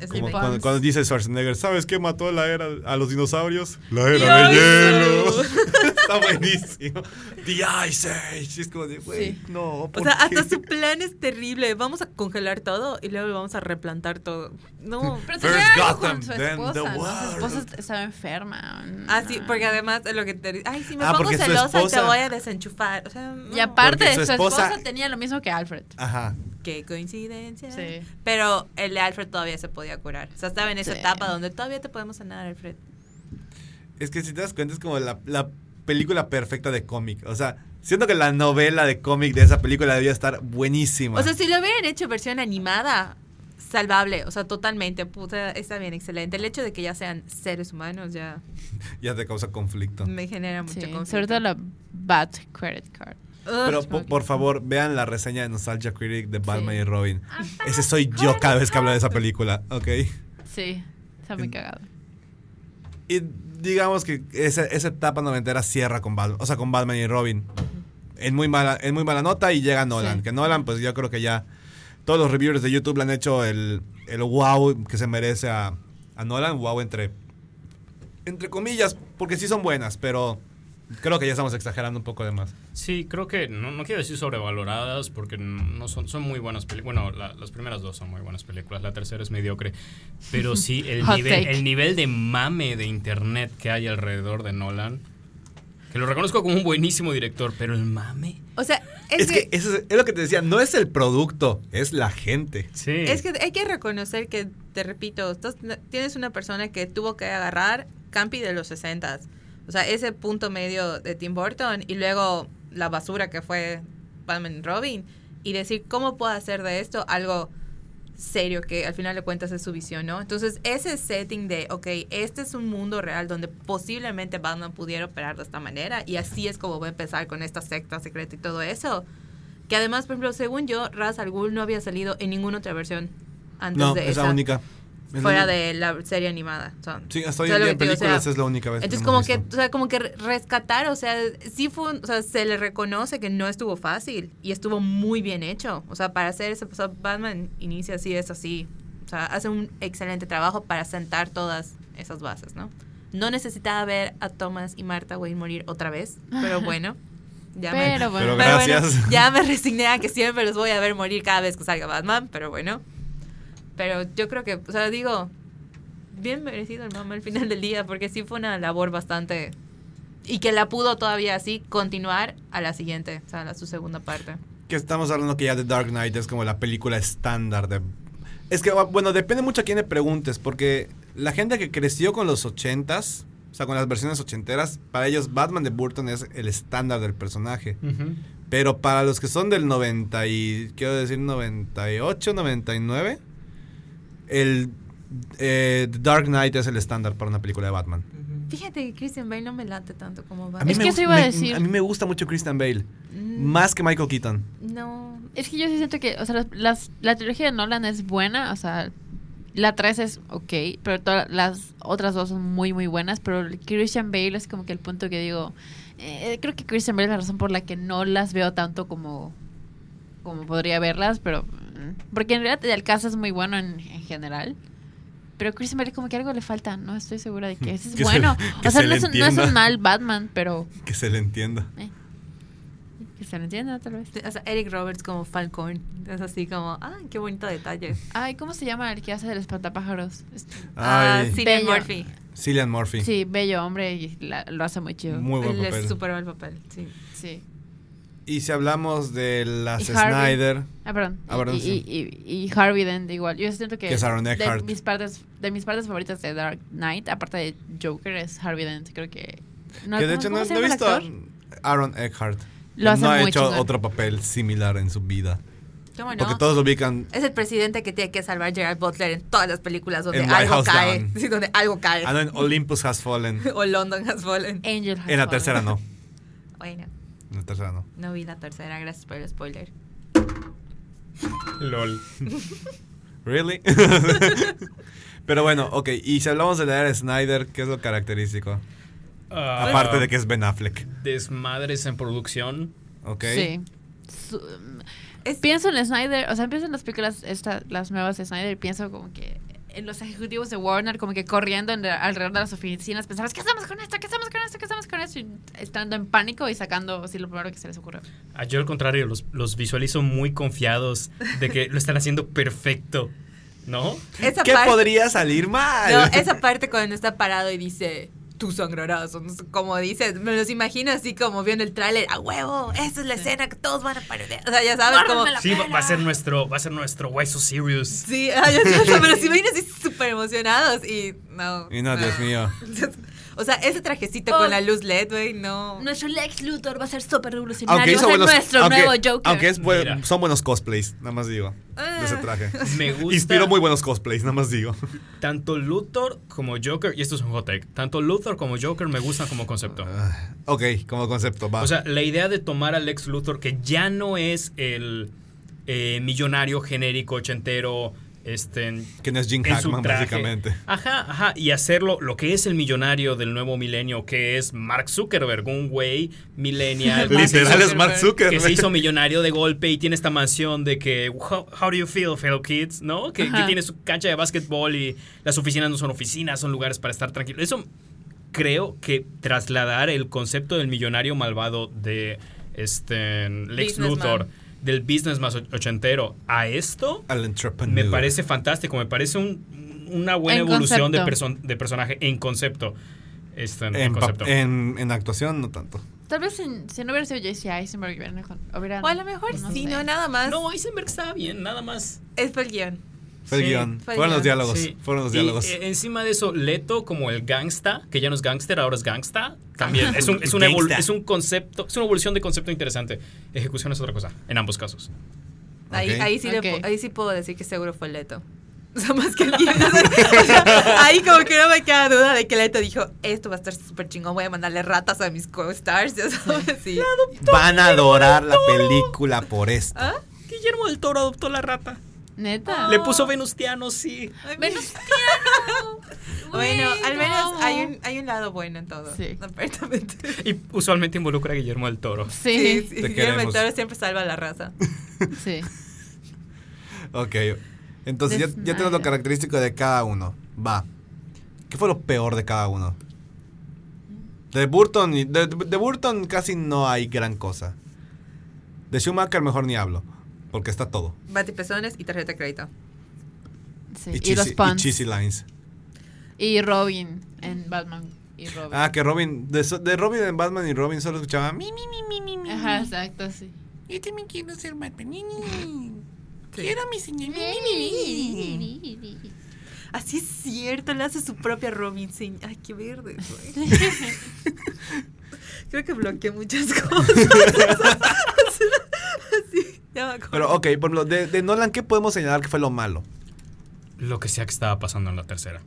D: Es
B: Como
D: el
B: cuando,
D: Bane.
B: cuando dice Schwarzenegger, ¿sabes qué mató la era a los dinosaurios? La
D: era de
B: hielo. Está buenísimo. The Ice Age. Es como de, güey,
F: Sí.
B: no.
D: O
B: ¿por
D: sea,
B: qué?
D: hasta su plan es terrible. Vamos a congelar todo y luego vamos a replantar todo. No.
F: Pero
B: First
F: tenía algo
B: Gotham,
F: con su
B: then
F: esposa.
B: the
F: ¿no? Su
B: world.
F: esposa estaba enferma.
D: Ah, sí, porque además es lo que te Ay, si me
B: Ah,
D: pongo
B: porque su
D: celosa y te
B: esposa-
D: voy a desenchufar. O sea, no.
F: Y aparte,
B: Porque
F: su
B: su
F: esposa,
B: esposa-
F: tenía lo mismo que Alfred.
B: Ajá.
D: Qué coincidencia.
F: Sí.
D: Pero el de Alfred todavía se podía curar. O sea, estaba en esa
F: Sí.
D: etapa donde todavía te podemos sanar, Alfred.
B: Es que si te das cuenta, es como la, la película perfecta de cómic. O sea, siento que la novela de cómic de esa película debía estar buenísima.
D: O sea, si lo hubieran hecho versión animada, salvable. O sea, totalmente. Puta, está bien, excelente. El hecho de que ya sean seres humanos ya
B: ya te causa conflicto.
D: me genera mucho
F: Sí,
D: conflicto.
F: sobre todo la Bat Credit Card.
D: Ugh.
B: Pero po- por favor, vean la reseña de Nostalgia Critic de Batman
F: Sí.
B: y Robin.
D: Ah.
B: Ese soy yo cada vez que hablo de esa película, ¿ok?
F: Sí, está muy cagado.
B: Y digamos que esa, esa etapa noventera cierra con Batman, o sea, con Batman y Robin. En muy mala, en muy mala nota y llega Nolan.
F: Sí.
B: Que Nolan, pues yo creo que ya todos los reviewers de YouTube le han hecho el, el wow que se merece a, a Nolan. Wow entre, entre comillas, porque sí son buenas, pero creo que ya estamos exagerando un poco de más.
C: Sí, creo que no, no quiero decir sobrevaloradas porque no son, son muy buenas películas. Bueno, la- las primeras dos son muy buenas películas, la tercera es mediocre. Pero sí, el,
F: Hot
C: nivel,
F: take.
C: el nivel de mame de internet que hay alrededor de Nolan, que lo reconozco como un buenísimo director, pero el mame.
D: O sea,
B: Es, que, eso es, es lo que te decía, no es el producto, es la gente.
C: Sí.
D: Es que hay que reconocer que, te repito, estás- tienes una persona que tuvo que agarrar Campi de los 60 O sea, ese punto medio de Tim Burton y luego la basura que fue Batman y Robin. Y decir, ¿cómo puedo hacer de esto algo serio que al final de cuentas es su visión, ¿no? Entonces, ese setting de, ok, este es un mundo real donde posiblemente Batman pudiera operar de esta manera y así es como voy a empezar con esta secta secreta y todo eso. Que además, por ejemplo, según yo, Raz al Ghul no había salido en ninguna otra versión antes
B: No,
D: de
B: es
D: esa,
B: la única. Es la
D: fuera
B: única.
D: de la serie animada. O sea,
B: Sí, hasta hoy
D: o sea,
B: en día
D: lo que
B: en
D: te digo, o sea,
B: películas es la única vez
D: entonces
B: que
D: como
B: hemos
D: que, o
B: visto.
D: sea, como que re- rescatar, o sea, sí fue, un- o sea, se le reconoce que no estuvo fácil y estuvo muy bien hecho. O sea, para hacer ese, o sea, Batman inicia así, es así. O sea, hace un excelente trabajo para sentar todas esas bases, ¿no? No necesitaba ver a Thomas y Marta Wayne morir otra vez, pero bueno. Ya me-
F: Pero bueno.
B: Pero
D: pero bueno,
B: Gracias.
D: ya me resigné a que siempre los voy a ver morir cada vez que salga Batman, pero bueno. Pero yo creo que, o sea, digo, bien merecido el mama al final del día, porque sí fue una labor bastante. Y que la pudo todavía así continuar a la siguiente, o sea, a la- su segunda parte.
B: Que estamos hablando que ya The Dark Knight es como la película estándar de... Es que, ah, bueno, depende mucho a quién le preguntes, porque la gente que creció con los ochentas, o sea, con las versiones ochenteras, para ellos Batman de Burton es el estándar del personaje.
C: Ujú.
B: Pero para los que son del 90 y, quiero decir, 98, 99, el eh, The Dark Knight es el estándar para una película de Batman.
D: Fíjate que Christian Bale no me late tanto como
B: A
D: Batman.
B: mí
F: Es
B: me
F: que
B: gust-
F: eso iba a
B: me-
F: decir.
B: A mí me gusta mucho Christian Bale,
D: Mm,
B: más que Michael Keaton.
D: No.
F: Es que yo sí siento que, o sea, las, las- la trilogía de Nolan es buena, o sea, la 3 es ok, pero todas las otras dos son muy, muy buenas, pero el Christian Bale es como que el punto que digo, eh, creo que Christian Bale es la razón por la que no las veo tanto como, como podría verlas, pero... mm, Porque en realidad el caso es muy bueno en, en general. Pero Christian Bale como que algo le falta, no estoy segura de que ese es
B: Que se-
F: bueno.
B: que
F: o sea,
B: se
F: no
B: le
F: es, un, no es un
B: entienda.
F: mal Batman, pero
B: Que se le entienda.
F: que se lo entienda tal vez.
D: O sea, Eric Roberts como Falcón. Es así como, ah, qué bonito detalle.
F: Ay, ¿cómo se llama el que hace el espantapájaros? Este-
D: Ah,
B: Ay,
D: Cillian
F: Bello.
D: Murphy.
B: Cillian Murphy.
F: Sí, bello hombre y la- lo hace muy chido.
B: Muy buen
D: Él
B: papel.
D: es superó el papel, sí.
F: sí.
B: Y si hablamos de las
F: Y Harvey.
B: Snyder,
F: Ah, perdón.
B: Ah, perdón,
F: y,
B: sí.
F: y- y- y Harvey Dent igual. Yo siento que,
B: Que es Aaron
F: de
B: Eckhart.
F: mis partes de mis partes favoritas de Dark Knight, aparte de Joker es Harvey Dent, creo que no,
B: que de
F: ¿cómo-
B: hecho
F: cómo
B: no,
F: se
B: no he
F: llama el
B: visto
F: actor?
B: a Aaron Eckhart.
F: Lo hace
B: no ha
F: muy
B: hecho
F: chingón.
B: otro papel similar en su vida.
D: ¿Cómo
B: Porque
D: no?
B: todos lo ubican.
D: Es el presidente que tiene que salvar Gerard Butler en todas las películas donde
B: En White
D: algo
B: House
D: cae.
B: Down.
D: Sí, donde algo cae.
B: Ah, no, en Olympus Has Fallen.
D: o London Has Fallen.
F: Angel Has
B: En la
F: Fallen.
B: tercera no.
D: Bueno,
B: En la tercera no.
D: no vi la tercera, gracias por el spoiler.
C: LOL.
B: ¿Really? Pero bueno, ok. Y si hablamos de la era Snyder, ¿qué es lo característico?
C: Ah,
B: Aparte de que es Ben Affleck.
C: Desmadres en producción.
B: Ok.
F: Sí. Su- mm,
D: Es-
F: Pienso en Snyder, o sea, pienso en las películas, esta- las nuevas de Snyder, y pienso como que en los ejecutivos de Warner, como que corriendo en- alrededor de las oficinas, pensabas, ¿qué hacemos con esto? ¿Qué hacemos con esto? ¿Qué hacemos con esto? Y estando en pánico y sacando así lo primero que se les ocurrió.
C: Ah, Yo al contrario, los, los visualizo muy confiados de que lo están haciendo perfecto. ¿No?
D: Esa
B: ¿Qué
D: parte,
B: podría salir mal?
D: no, esa parte cuando está parado y dice, tú sangrarás, o no sé cómo dices, me los imagino así como viendo el tráiler, a huevo, esa es la escena que todos van a parodiar. O sea, ya sabes, como...
F: Guárdenmela. La
C: Sí, va, va a
F: pela.
C: ser nuestro, va a ser nuestro Why So Serious.
D: Sí, ah, ya sabes, pero se imaginan así súper emocionados y no.
B: Y no, Dios mío.
D: O sea, ese trajecito
F: Oh.
D: con la luz LED, güey, no.
F: Nuestro Lex Luthor va a ser súper revolucionario, va
B: Aunque
F: a
B: hizo
F: ser
B: buenos.
F: nuestro
B: aunque-
F: nuevo Joker.
B: aunque es buen-
C: Mira.
B: son buenos cosplays, nada más digo. De ese
D: Ah.
B: traje.
C: Me gusta.
B: Inspiró muy buenos cosplays, nada más digo.
C: Tanto Luthor como Joker, y esto es un hot take, tanto Luthor como Joker me gustan como concepto.
B: Ah, ok, como concepto, va.
C: O sea, la idea de tomar al ex Luthor, que ya no es el eh, millonario genérico ochentero, este, en,
B: que no es Jim
C: en su
B: Hackman,
C: traje.
B: básicamente.
C: Ajá, ajá, y hacerlo lo que es el millonario del nuevo milenio, que es Mark Zuckerberg, un güey millennial. que se
B: Literal
C: hizo-
B: es Mark Zuckerberg.
C: que se hizo millonario de golpe y tiene esta mansión de que how, how do you feel fellow kids no que, que
F: Ajá.
C: tiene su cancha de básquetbol y las oficinas no son oficinas son lugares para estar tranquilo eso creo que trasladar el concepto del millonario malvado de este Lex
D: Businessman.
C: Luthor del business más ochentero a esto
B: Al entrepreneur.
C: me parece fantástico me parece un- una buena
F: En
C: evolución de,
F: concepto.
C: person- de personaje en concepto este, en,
B: En,
C: concepto
B: pap- en- en actuación, no tanto.
F: Tal vez sin- si no hubiera sido JC Eisenberg, hubieran- hubieran-
D: O a lo mejor
F: no
D: sí,
F: sé.
D: no, nada más.
C: no Eisenberg estaba bien nada más
D: Es por el guión.
B: Fue el
C: Sí,
B: guión.
D: fue el
B: Fueron los
D: guión.
B: diálogos.
C: Sí.
B: Fueron los
C: Y,
B: diálogos.
C: eh, encima de eso, Leto como el gangsta, que ya no es gangster, ahora es gangsta, también es un, es una evol-
B: Gangsta.
C: es un concepto, es una evolución de concepto interesante. Ejecución es otra cosa, en ambos casos.
D: Ahí,
B: Ok.
D: ahí, sí le
F: Ok.
D: pu- ahí sí puedo decir que seguro fue Leto. O sea, más que el guión. O sea, o sea, ahí como que no me queda duda de que Leto dijo, esto va a estar súper chingón, voy a mandarle ratas a mis co-stars, ya sabes, sí.
B: Van a adorar la película por esto.
D: ¿Ah?
C: Guillermo del Toro adoptó la rata.
F: Neta.
C: Le puso venustiano, sí.
D: Ay,
F: Venustiano.
D: Bueno,
F: Güey,
D: al
F: lo
D: menos
F: amo.
D: hay un, hay un lado bueno en todo.
F: Sí.
D: Aparentemente.
C: Y usualmente involucra a Guillermo del Toro.
F: Sí,
B: Te
D: Guillermo del
B: queremos.
D: Toro siempre salva a la raza.
F: sí.
B: Ok. Entonces ya, ya tenemos lo
F: Desmayo.
B: característico de cada uno. Va. ¿Qué fue lo peor de cada uno? De Burton, y- de, de Burton casi no hay gran cosa. De Schumacher mejor ni hablo. Porque está todo.
D: Batipezones y tarjeta de crédito.
F: Sí,
B: Y,
F: y,
B: cheesy,
F: los
B: y
F: puns.
B: cheesy lines.
F: Y Robin en Batman y Robin.
B: Ah, que Robin. De, so- de Robin en Batman y Robin solo escuchaba. "Mi, mi".
F: Ajá, exacto, sí.
D: Quiero mi señor. Así es cierto, le hace su propia Robinson. Ay, qué verde, güey. Creo que bloqueé muchas cosas. Así, ya me acuerdo.
B: Pero, ok, por ejemplo, de, de Nolan, ¿qué podemos señalar que fue lo malo?
C: Lo que sea que estaba pasando en la tercera.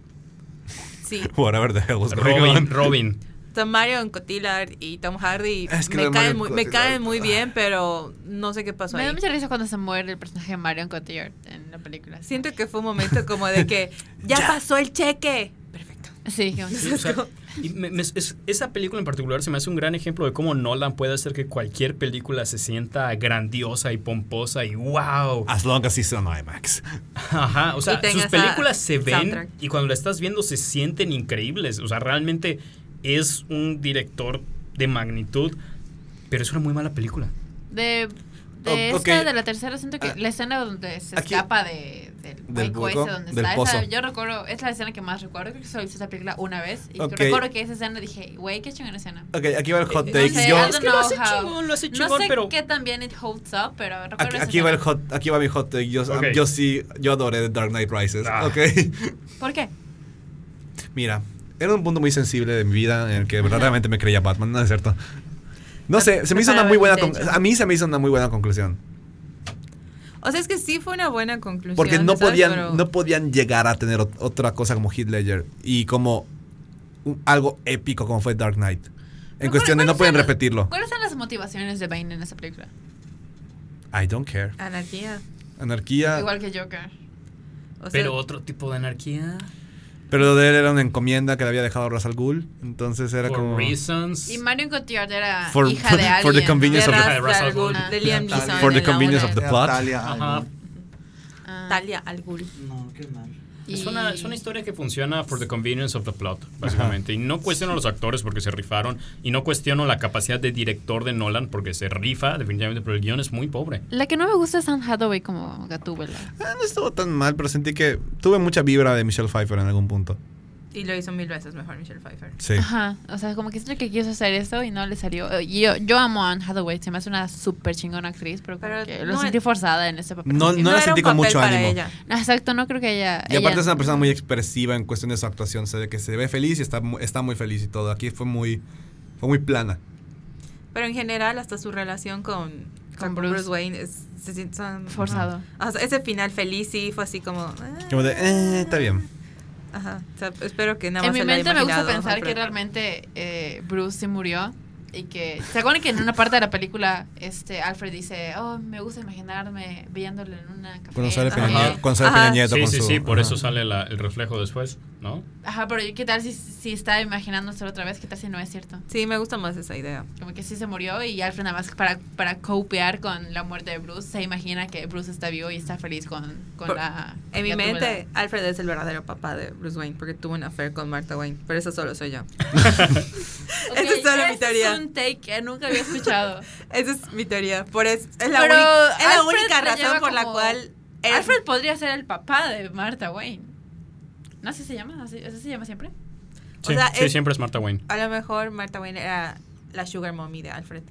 D: Sí.
B: Whatever the hell was going
C: Robin,
B: on.
C: Robin.
D: Tom Marion Cotillard y Tom Hardy
B: Es que lo de
D: me, caen
B: Marion
D: muy, me
B: Cotillard. Ah.
D: caen muy bien, pero no sé qué pasó
F: Me da
D: ahí.
F: mucha risa cuando se muere el personaje de Marion Cotillard en la película.
D: Siento que fue un momento como de que ya, pasó el cheque. Perfecto.
F: Sí, que-
C: Sí, o sea, y me- me- es- esa película en particular se me hace un gran ejemplo de cómo Nolan puede hacer que cualquier película se sienta grandiosa y pomposa y wow.
B: As long as it's on IMAX.
C: Ajá, o sea,
D: tenga
C: sus
D: esa
C: películas se ven
D: soundtrack.
C: y cuando la estás viendo se sienten increíbles. O sea, realmente es un director de magnitud, pero es una muy mala película.
F: De, de
B: O-
F: esta,
B: ok.
F: de la tercera, siento que
B: Ah.
F: la escena donde se
B: Aquí-
F: escapa de, del
B: Del
F: hueco ese
B: hueco,
F: donde
B: del
F: está. Esa,
B: pozo.
F: yo recuerdo, es la escena que más recuerdo. Creo que solo hice esa película una vez. Y
B: Ok.
F: recuerdo que esa escena dije, güey, qué chingona escena.
B: Ok, aquí va el hot
C: Eh,
B: take.
F: no sé,
B: Yo-
F: I don't know how.
C: lo hace
F: no sé qué tan bien it holds up, pero recuerdo
B: aquí,
F: esa
B: aquí va el
F: escena.
B: hot, aquí va mi hot take. Yo,
C: Ok.
B: yo sí, yo adoré The Dark Knight Rises.
C: Ah.
B: Ok.
F: ¿Por qué?
B: Mira, era un punto muy sensible de mi vida en el que verdaderamente me creía Batman, ¿no es cierto? No sé, se me hizo una muy buena... con- A mí se me hizo una muy buena conclusión.
D: O sea, es que sí fue una buena conclusión.
B: Porque no
D: ¿sabes?
B: podían,
D: Pero-
B: no podían llegar a tener ot- otra cosa como Heath Ledger y como un- algo épico como fue Dark Knight. En
F: Pero,
B: cuestión de
F: ¿cuál-
B: no pueden
F: cuáles son-
B: repetirlo.
F: ¿Cuáles son las motivaciones de Bane en esa película?
B: I don't care.
D: Anarquía.
B: Anarquía.
F: Igual que Joker.
D: O sea,
C: Pero otro tipo de anarquía.
B: Pero lo de él era una encomienda que le había dejado Ra's al Ghul. Entonces era
C: for
B: como.
C: reasons.
F: Y Marion Cotillard era
B: For-
F: hija de
B: for the
F: alguien.
D: de,
B: convenience of
D: Ras
C: the-
D: Al
C: Russell
D: Ghul,
F: Gould.
D: de Liam
E: Ah.
D: Neeson
B: For the
D: en la
B: convenience
D: una.
B: of the-
E: Era
B: plot?
E: Talia,
C: Ajá.
E: algo.
F: Ah.
D: Talia Al Ghul.
G: No, qué mal.
C: Es
F: Y-
C: una, es una historia que funciona for the convenience of the plot, básicamente. Y no cuestiono a los actores porque se rifaron. Y no cuestiono la capacidad de director de Nolan porque se rifa, definitivamente, pero el guión es muy pobre.
F: La que no me gusta es Anne Hathaway como Gatúbela.
B: Ah, no estuvo tan mal, pero sentí que tuve mucha vibra de Michelle Pfeiffer en algún punto.
D: Y lo hizo mil veces mejor Michelle Pfeiffer.
B: Sí.
F: Ajá, o sea, como que siento que quiso hacer eso y no le salió. Eh, Yo, yo amo a Anne Hathaway, se me hace una súper chingona actriz, pero, como
D: Pero
F: que lo
D: no
F: sentí
D: es-
F: forzada en ese papel.
B: No, no la
D: era
B: sentí
D: un
B: con
D: papel
B: mucho
D: para
B: ánimo.
D: ella.
F: Exacto, no creo que ella...
B: Y aparte
F: ella-
B: es una persona muy expresiva en cuestión de su actuación. Se ve que se ve feliz y está, mu- está muy feliz y todo. Aquí fue muy, fue muy plana.
D: Pero en general, hasta su relación con,
F: Con
D: con
F: Bruce.
D: Bruce. Wayne es, se siente son-
F: Forzado.
D: O sea, ese final feliz sí fue así como. ah,
B: Como de, eh, está bien.
D: Ajá. O sea, espero que nada
F: En
D: más.
F: mi
D: se lo haya
F: mente me gusta
D: imaginado
F: pensar que
D: Alfred.
F: realmente eh, Bruce se murió y que... ¿Se acuerdan que en una parte de la película este Alfred dice, oh, me gusta imaginarme viéndole en una café?
B: Cuando sale
F: no
B: Peña,
F: sé
C: Ajá.
B: Nieto-
F: qué?
B: cuando sale
D: Ajá.
B: Peña Nieto
C: Sí,
B: con
C: sí,
B: su-
C: sí, por
B: ajá.
C: eso sale la- el reflejo después, ¿no?
F: Ajá, pero ¿qué tal si, si está imaginándoselo otra vez? ¿Qué tal si no es cierto?
D: Sí, me gusta más esa idea.
F: Como que sí se murió y Alfred nada más para, para copiar con la muerte de Bruce, se imagina que Bruce está vivo y está feliz con, con
D: Por-
F: la...
D: En mi
F: la
D: mente, Alfred es el verdadero papá de Bruce Wayne porque tuvo una affair con Martha Wayne. Pero eso solo soy yo.
F: tuberculosis.
D: esa es
F: Ok,
D: solo mi
F: ese
D: teoría.
F: Es un take que nunca había escuchado.
D: Esa es mi teoría. Por eso, es la,
F: Pero
D: uni- es la
F: Alfred
D: única
F: lo lleva
D: razón por la
F: como-
D: cual. era-
F: Alfred podría ser el papá de Martha Wayne. ¿No así se llama? ¿Así, así se llama siempre?
D: O
C: Sí,
D: sea,
C: sí,
D: es-
C: siempre es Martha Wayne.
D: A lo mejor Martha Wayne era la sugar mommy de Alfred.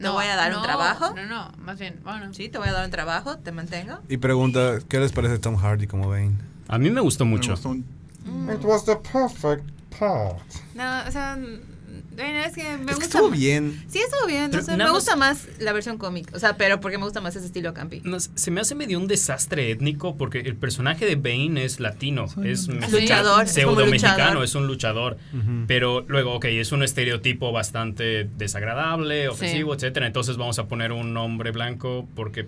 D: ¿Te voy a dar un trabajo?
F: No, no, más bien, bueno.
D: Sí, te voy a dar un trabajo, te mantengo.
B: Y pregunta, ¿qué les parece Tom Hardy como Bane?
C: A mí me gustó
E: Me
C: mucho.
E: gustó un-
I: It was the perfect part.
D: No, o sea, mm, bueno, es que me
B: es que
D: gusta.
B: estuvo
D: más.
B: bien.
D: Sí, estuvo bien.
C: Pero
D: o sea,
C: nada
D: me
C: más-
D: gusta más la versión cómic. O sea, pero porque me gusta más ese estilo campi.
C: No, se me hace medio un desastre étnico porque el personaje de Bane es latino, es mexicano,
D: Luchador, es como
C: pseudo mexicano,
D: luchador.
C: es un luchador.
B: Ujú.
C: Pero luego, ok, es un estereotipo bastante desagradable, ofensivo, etcétera. Entonces vamos a poner un hombre blanco porque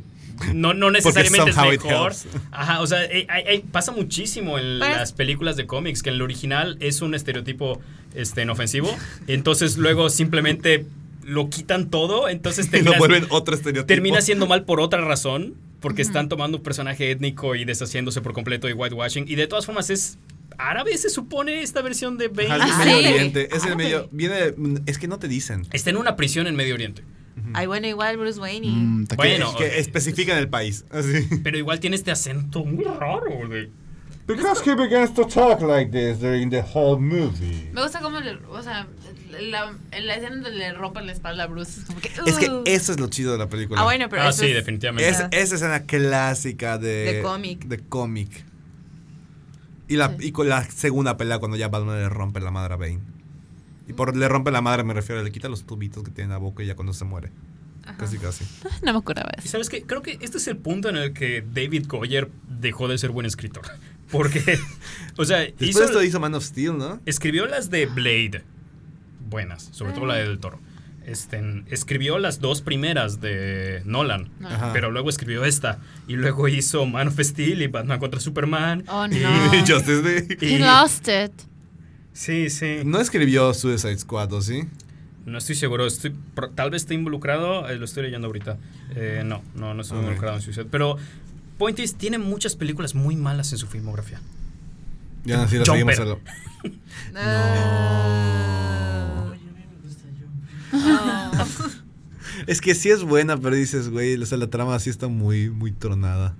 C: no, no necesariamente es
B: somehow it
C: mejor.
B: helps. Pues
C: Ajá, o sea, eh, hay- hay- pasa muchísimo en
D: Pero es-
C: las películas de cómics que en el original es un estereotipo este, inofensivo. Entonces luego simplemente lo quitan todo, entonces
B: Y lo
C: terminas-
B: vuelven otro estereotipo.
C: termina siendo mal por otra razón, porque están tomando un personaje étnico y deshaciéndose por completo de whitewashing. Y de todas formas es árabe, se supone, esta versión de Bane.
B: Ajá,
F: Ah,
B: es medio
F: sí.
B: oriente. Es el
F: Ah,
B: medio.
F: sí.
B: Viene. Es que no te dicen.
C: Está en una prisión en Medio Oriente.
D: Ay, bueno, igual Bruce Wayne y.
E: Mm, te
C: Bueno.
E: quedas.
B: Que especifican el país. Así.
C: Pero igual tiene este acento muy raro, güey.
I: Because he begins to talk like this during the whole movie.
F: Me gusta cómo le, o sea, la, la escena donde le rompe la espalda a Bruce es como que...
B: Es que
F: "Ugh".
B: eso es lo chido de la película.
D: Uh. Ah, bueno, pero
C: ah,
D: eso
C: sí,
D: es-
C: definitivamente.
B: Es, esa escena clásica de...
D: De cómic.
B: De cómic. Y, la,
F: Sí.
B: y con la segunda pelea cuando ya Batman le rompe la madre a Bane. Y por le rompe la madre me refiero, le quita los tubitos que tiene en la boca y ya cuando se muere. Casi, casi.
F: No me acordaba de
C: Y
F: eso.
C: sabes qué, creo que este es el punto en el que David Goyer dejó de ser buen escritor. Porque, o sea,
B: Después
C: hizo-
B: esto hizo Man of Steel, ¿no?
C: escribió las de Blade, buenas, sobre todo la del toro. Este, escribió las dos primeras de Nolan,
F: No.
B: Ajá.
C: pero luego escribió esta. Y luego hizo Man of Steel y Batman contra Superman.
F: Oh,
C: Y-
F: no.
B: Y Justice League.
F: He
C: y-
F: lost it.
C: Sí, sí.
B: No escribió Suicide Squad, ¿o sí?
C: No estoy seguro, estoy, pro- tal vez esté involucrado, eh, lo estoy leyendo ahorita. Eh, no, no, no estoy
B: Ok.
C: involucrado en Suicide. Pero Point is, tiene muchas películas muy malas en su filmografía.
B: Ya no, sí, la
C: Jumper.
B: seguimos a lo-
D: Ah.
G: Oye, a mí me gusta yo.
D: Ah.
B: Es que sí es buena, pero dices, güey, o sea, la trama sí está muy, muy tronada.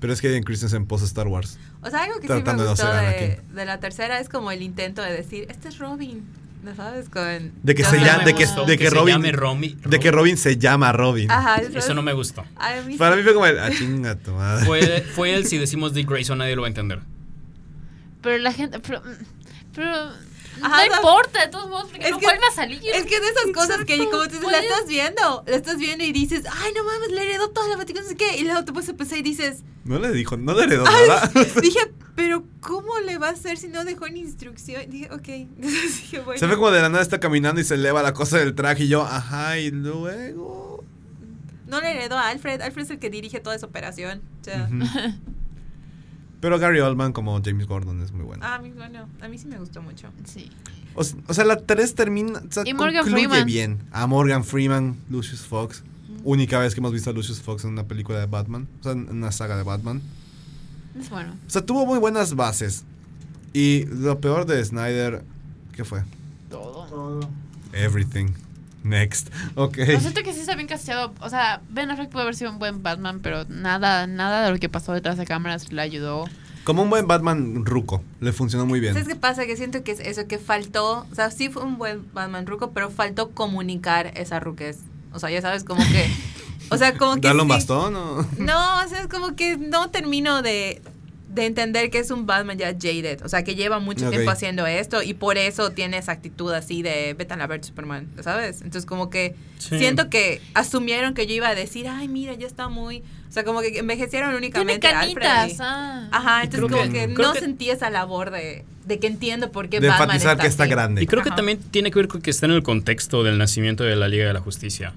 B: Pero es que Hayden Christensen posa Star Wars.
D: O sea, algo que
B: Tratando de
D: sí me
B: no
D: gustó
B: ser
D: de,
B: Anakin.
D: de la tercera es como el intento de decir, este es Robin, ¿no sabes? Con...
B: De que
D: Yo
B: se
D: no
B: llame-
D: me
B: de que-
D: gustó.
B: de que
C: se
B: Robin-
C: llame Romy-
B: De que Robin se llama Robin.
D: Ajá, eso,
C: Eso no me gustó.
D: A mí
B: Para
D: sí.
B: mí fue como el, ah, chinga tu madre.
C: Fue, fue el si decimos Dick Grayson nadie lo va a entender.
F: Pero la gente... Pero... pero
D: Ajá,
F: no
D: o sea,
F: importa, de todos modos, porque
D: es
F: no
D: que-
F: vuelve a salir.
D: Es que es de esas cosas que como tú dices, la
F: Oye.
D: estás viendo, la estás viendo y dices, ay, no mames, le heredó toda la Vaticana, no sé qué, y luego te puedes a pensar y dices,
B: No le dijo, no le heredó
D: ay,
B: nada.
D: dije, pero ¿cómo le va a hacer si no dejó ni instrucción? Dije, ok, entonces dije, bueno.
B: Se ve como de la nada está caminando y se eleva la cosa del traje y yo, ajá, y luego...
D: No le heredó a Alfred, Alfred es el que dirige toda esa operación. O sea,
B: Ujú. Pero Gary Oldman como James Gordon es muy
F: Ah.
B: bueno.
D: Ah, a mí, bueno, a mí sí me gustó mucho.
F: Sí.
B: O, s- o sea, la 3 termina... O sea,
F: Y Morgan
B: concluye
F: Freeman.
B: bien. A Morgan Freeman, Lucius Fox. Única vez que hemos visto a Lucius Fox en una película de Batman. O sea, en una saga de Batman.
F: Es bueno.
B: O sea, tuvo muy buenas bases. Y lo peor de Snyder, ¿qué fue?
E: Todo.
B: Everything. Next. Ok.
F: Yo siento que sí está bien casteado. O sea, Ben Affleck pudo haber sido un buen Batman, pero nada, nada de lo que pasó detrás de cámaras le ayudó.
B: Como un buen Batman ruco. Le funcionó muy bien.
D: ¿Sabes qué pasa? Que siento que es eso, que faltó, o sea, sí fue un buen Batman ruco, pero faltó comunicar esa ruquez. O sea, ya sabes, como que, o sea, como que...
B: ¿Darle un
D: sí-
B: bastón o...?
D: No, o sea, es como que no termino de, de entender que es un Batman ya jaded, o sea, que lleva mucho
B: Ok.
D: tiempo haciendo esto y por eso tiene esa actitud así de, vete a la ver Superman, ¿sabes? Entonces, como que
C: Sí.
D: siento que asumieron que yo iba a decir, ay, mira, ya está muy, o sea, como que envejecieron
F: Tiene
D: únicamente a Alfred y-
F: canitas. Ah.
D: Ajá,
C: Y
D: entonces
C: creo
D: como
C: que-
D: que,
C: creo
D: no
C: que-
D: sentí esa labor de, de que entiendo por qué
B: de
D: Batman
B: enfatizar que está
D: así.
B: grande.
C: Y creo que
D: Ajá.
C: también tiene que ver con que está en el contexto del nacimiento de la Liga de la Justicia,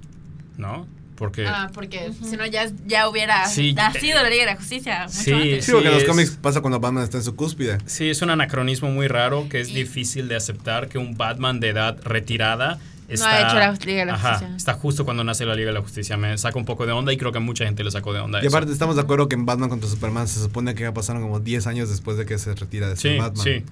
C: ¿no? Porque...
F: Ah, porque si no ya, ya hubiera
C: Eh. Sí.
F: nacido la Liga de la Justicia. Mucho
C: Sí.
F: antes.
B: Sí, porque en los
C: es-
B: cómics pasa cuando Batman está en su cúspide.
C: Sí, es un anacronismo muy raro que es
F: Y-
C: difícil de aceptar que un Batman de edad retirada está,
F: ha hecho la Liga de la
C: Ajá,
F: Justicia.
C: está justo cuando nace la Liga de la Justicia. Me saca un poco de onda y creo que a mucha gente le sacó de onda.
B: Y
C: eso.
B: aparte estamos de acuerdo que en Batman contra Superman se supone que ya pasaron como 10 años después de que se retira de ser
C: sí,
B: Batman.
C: sí.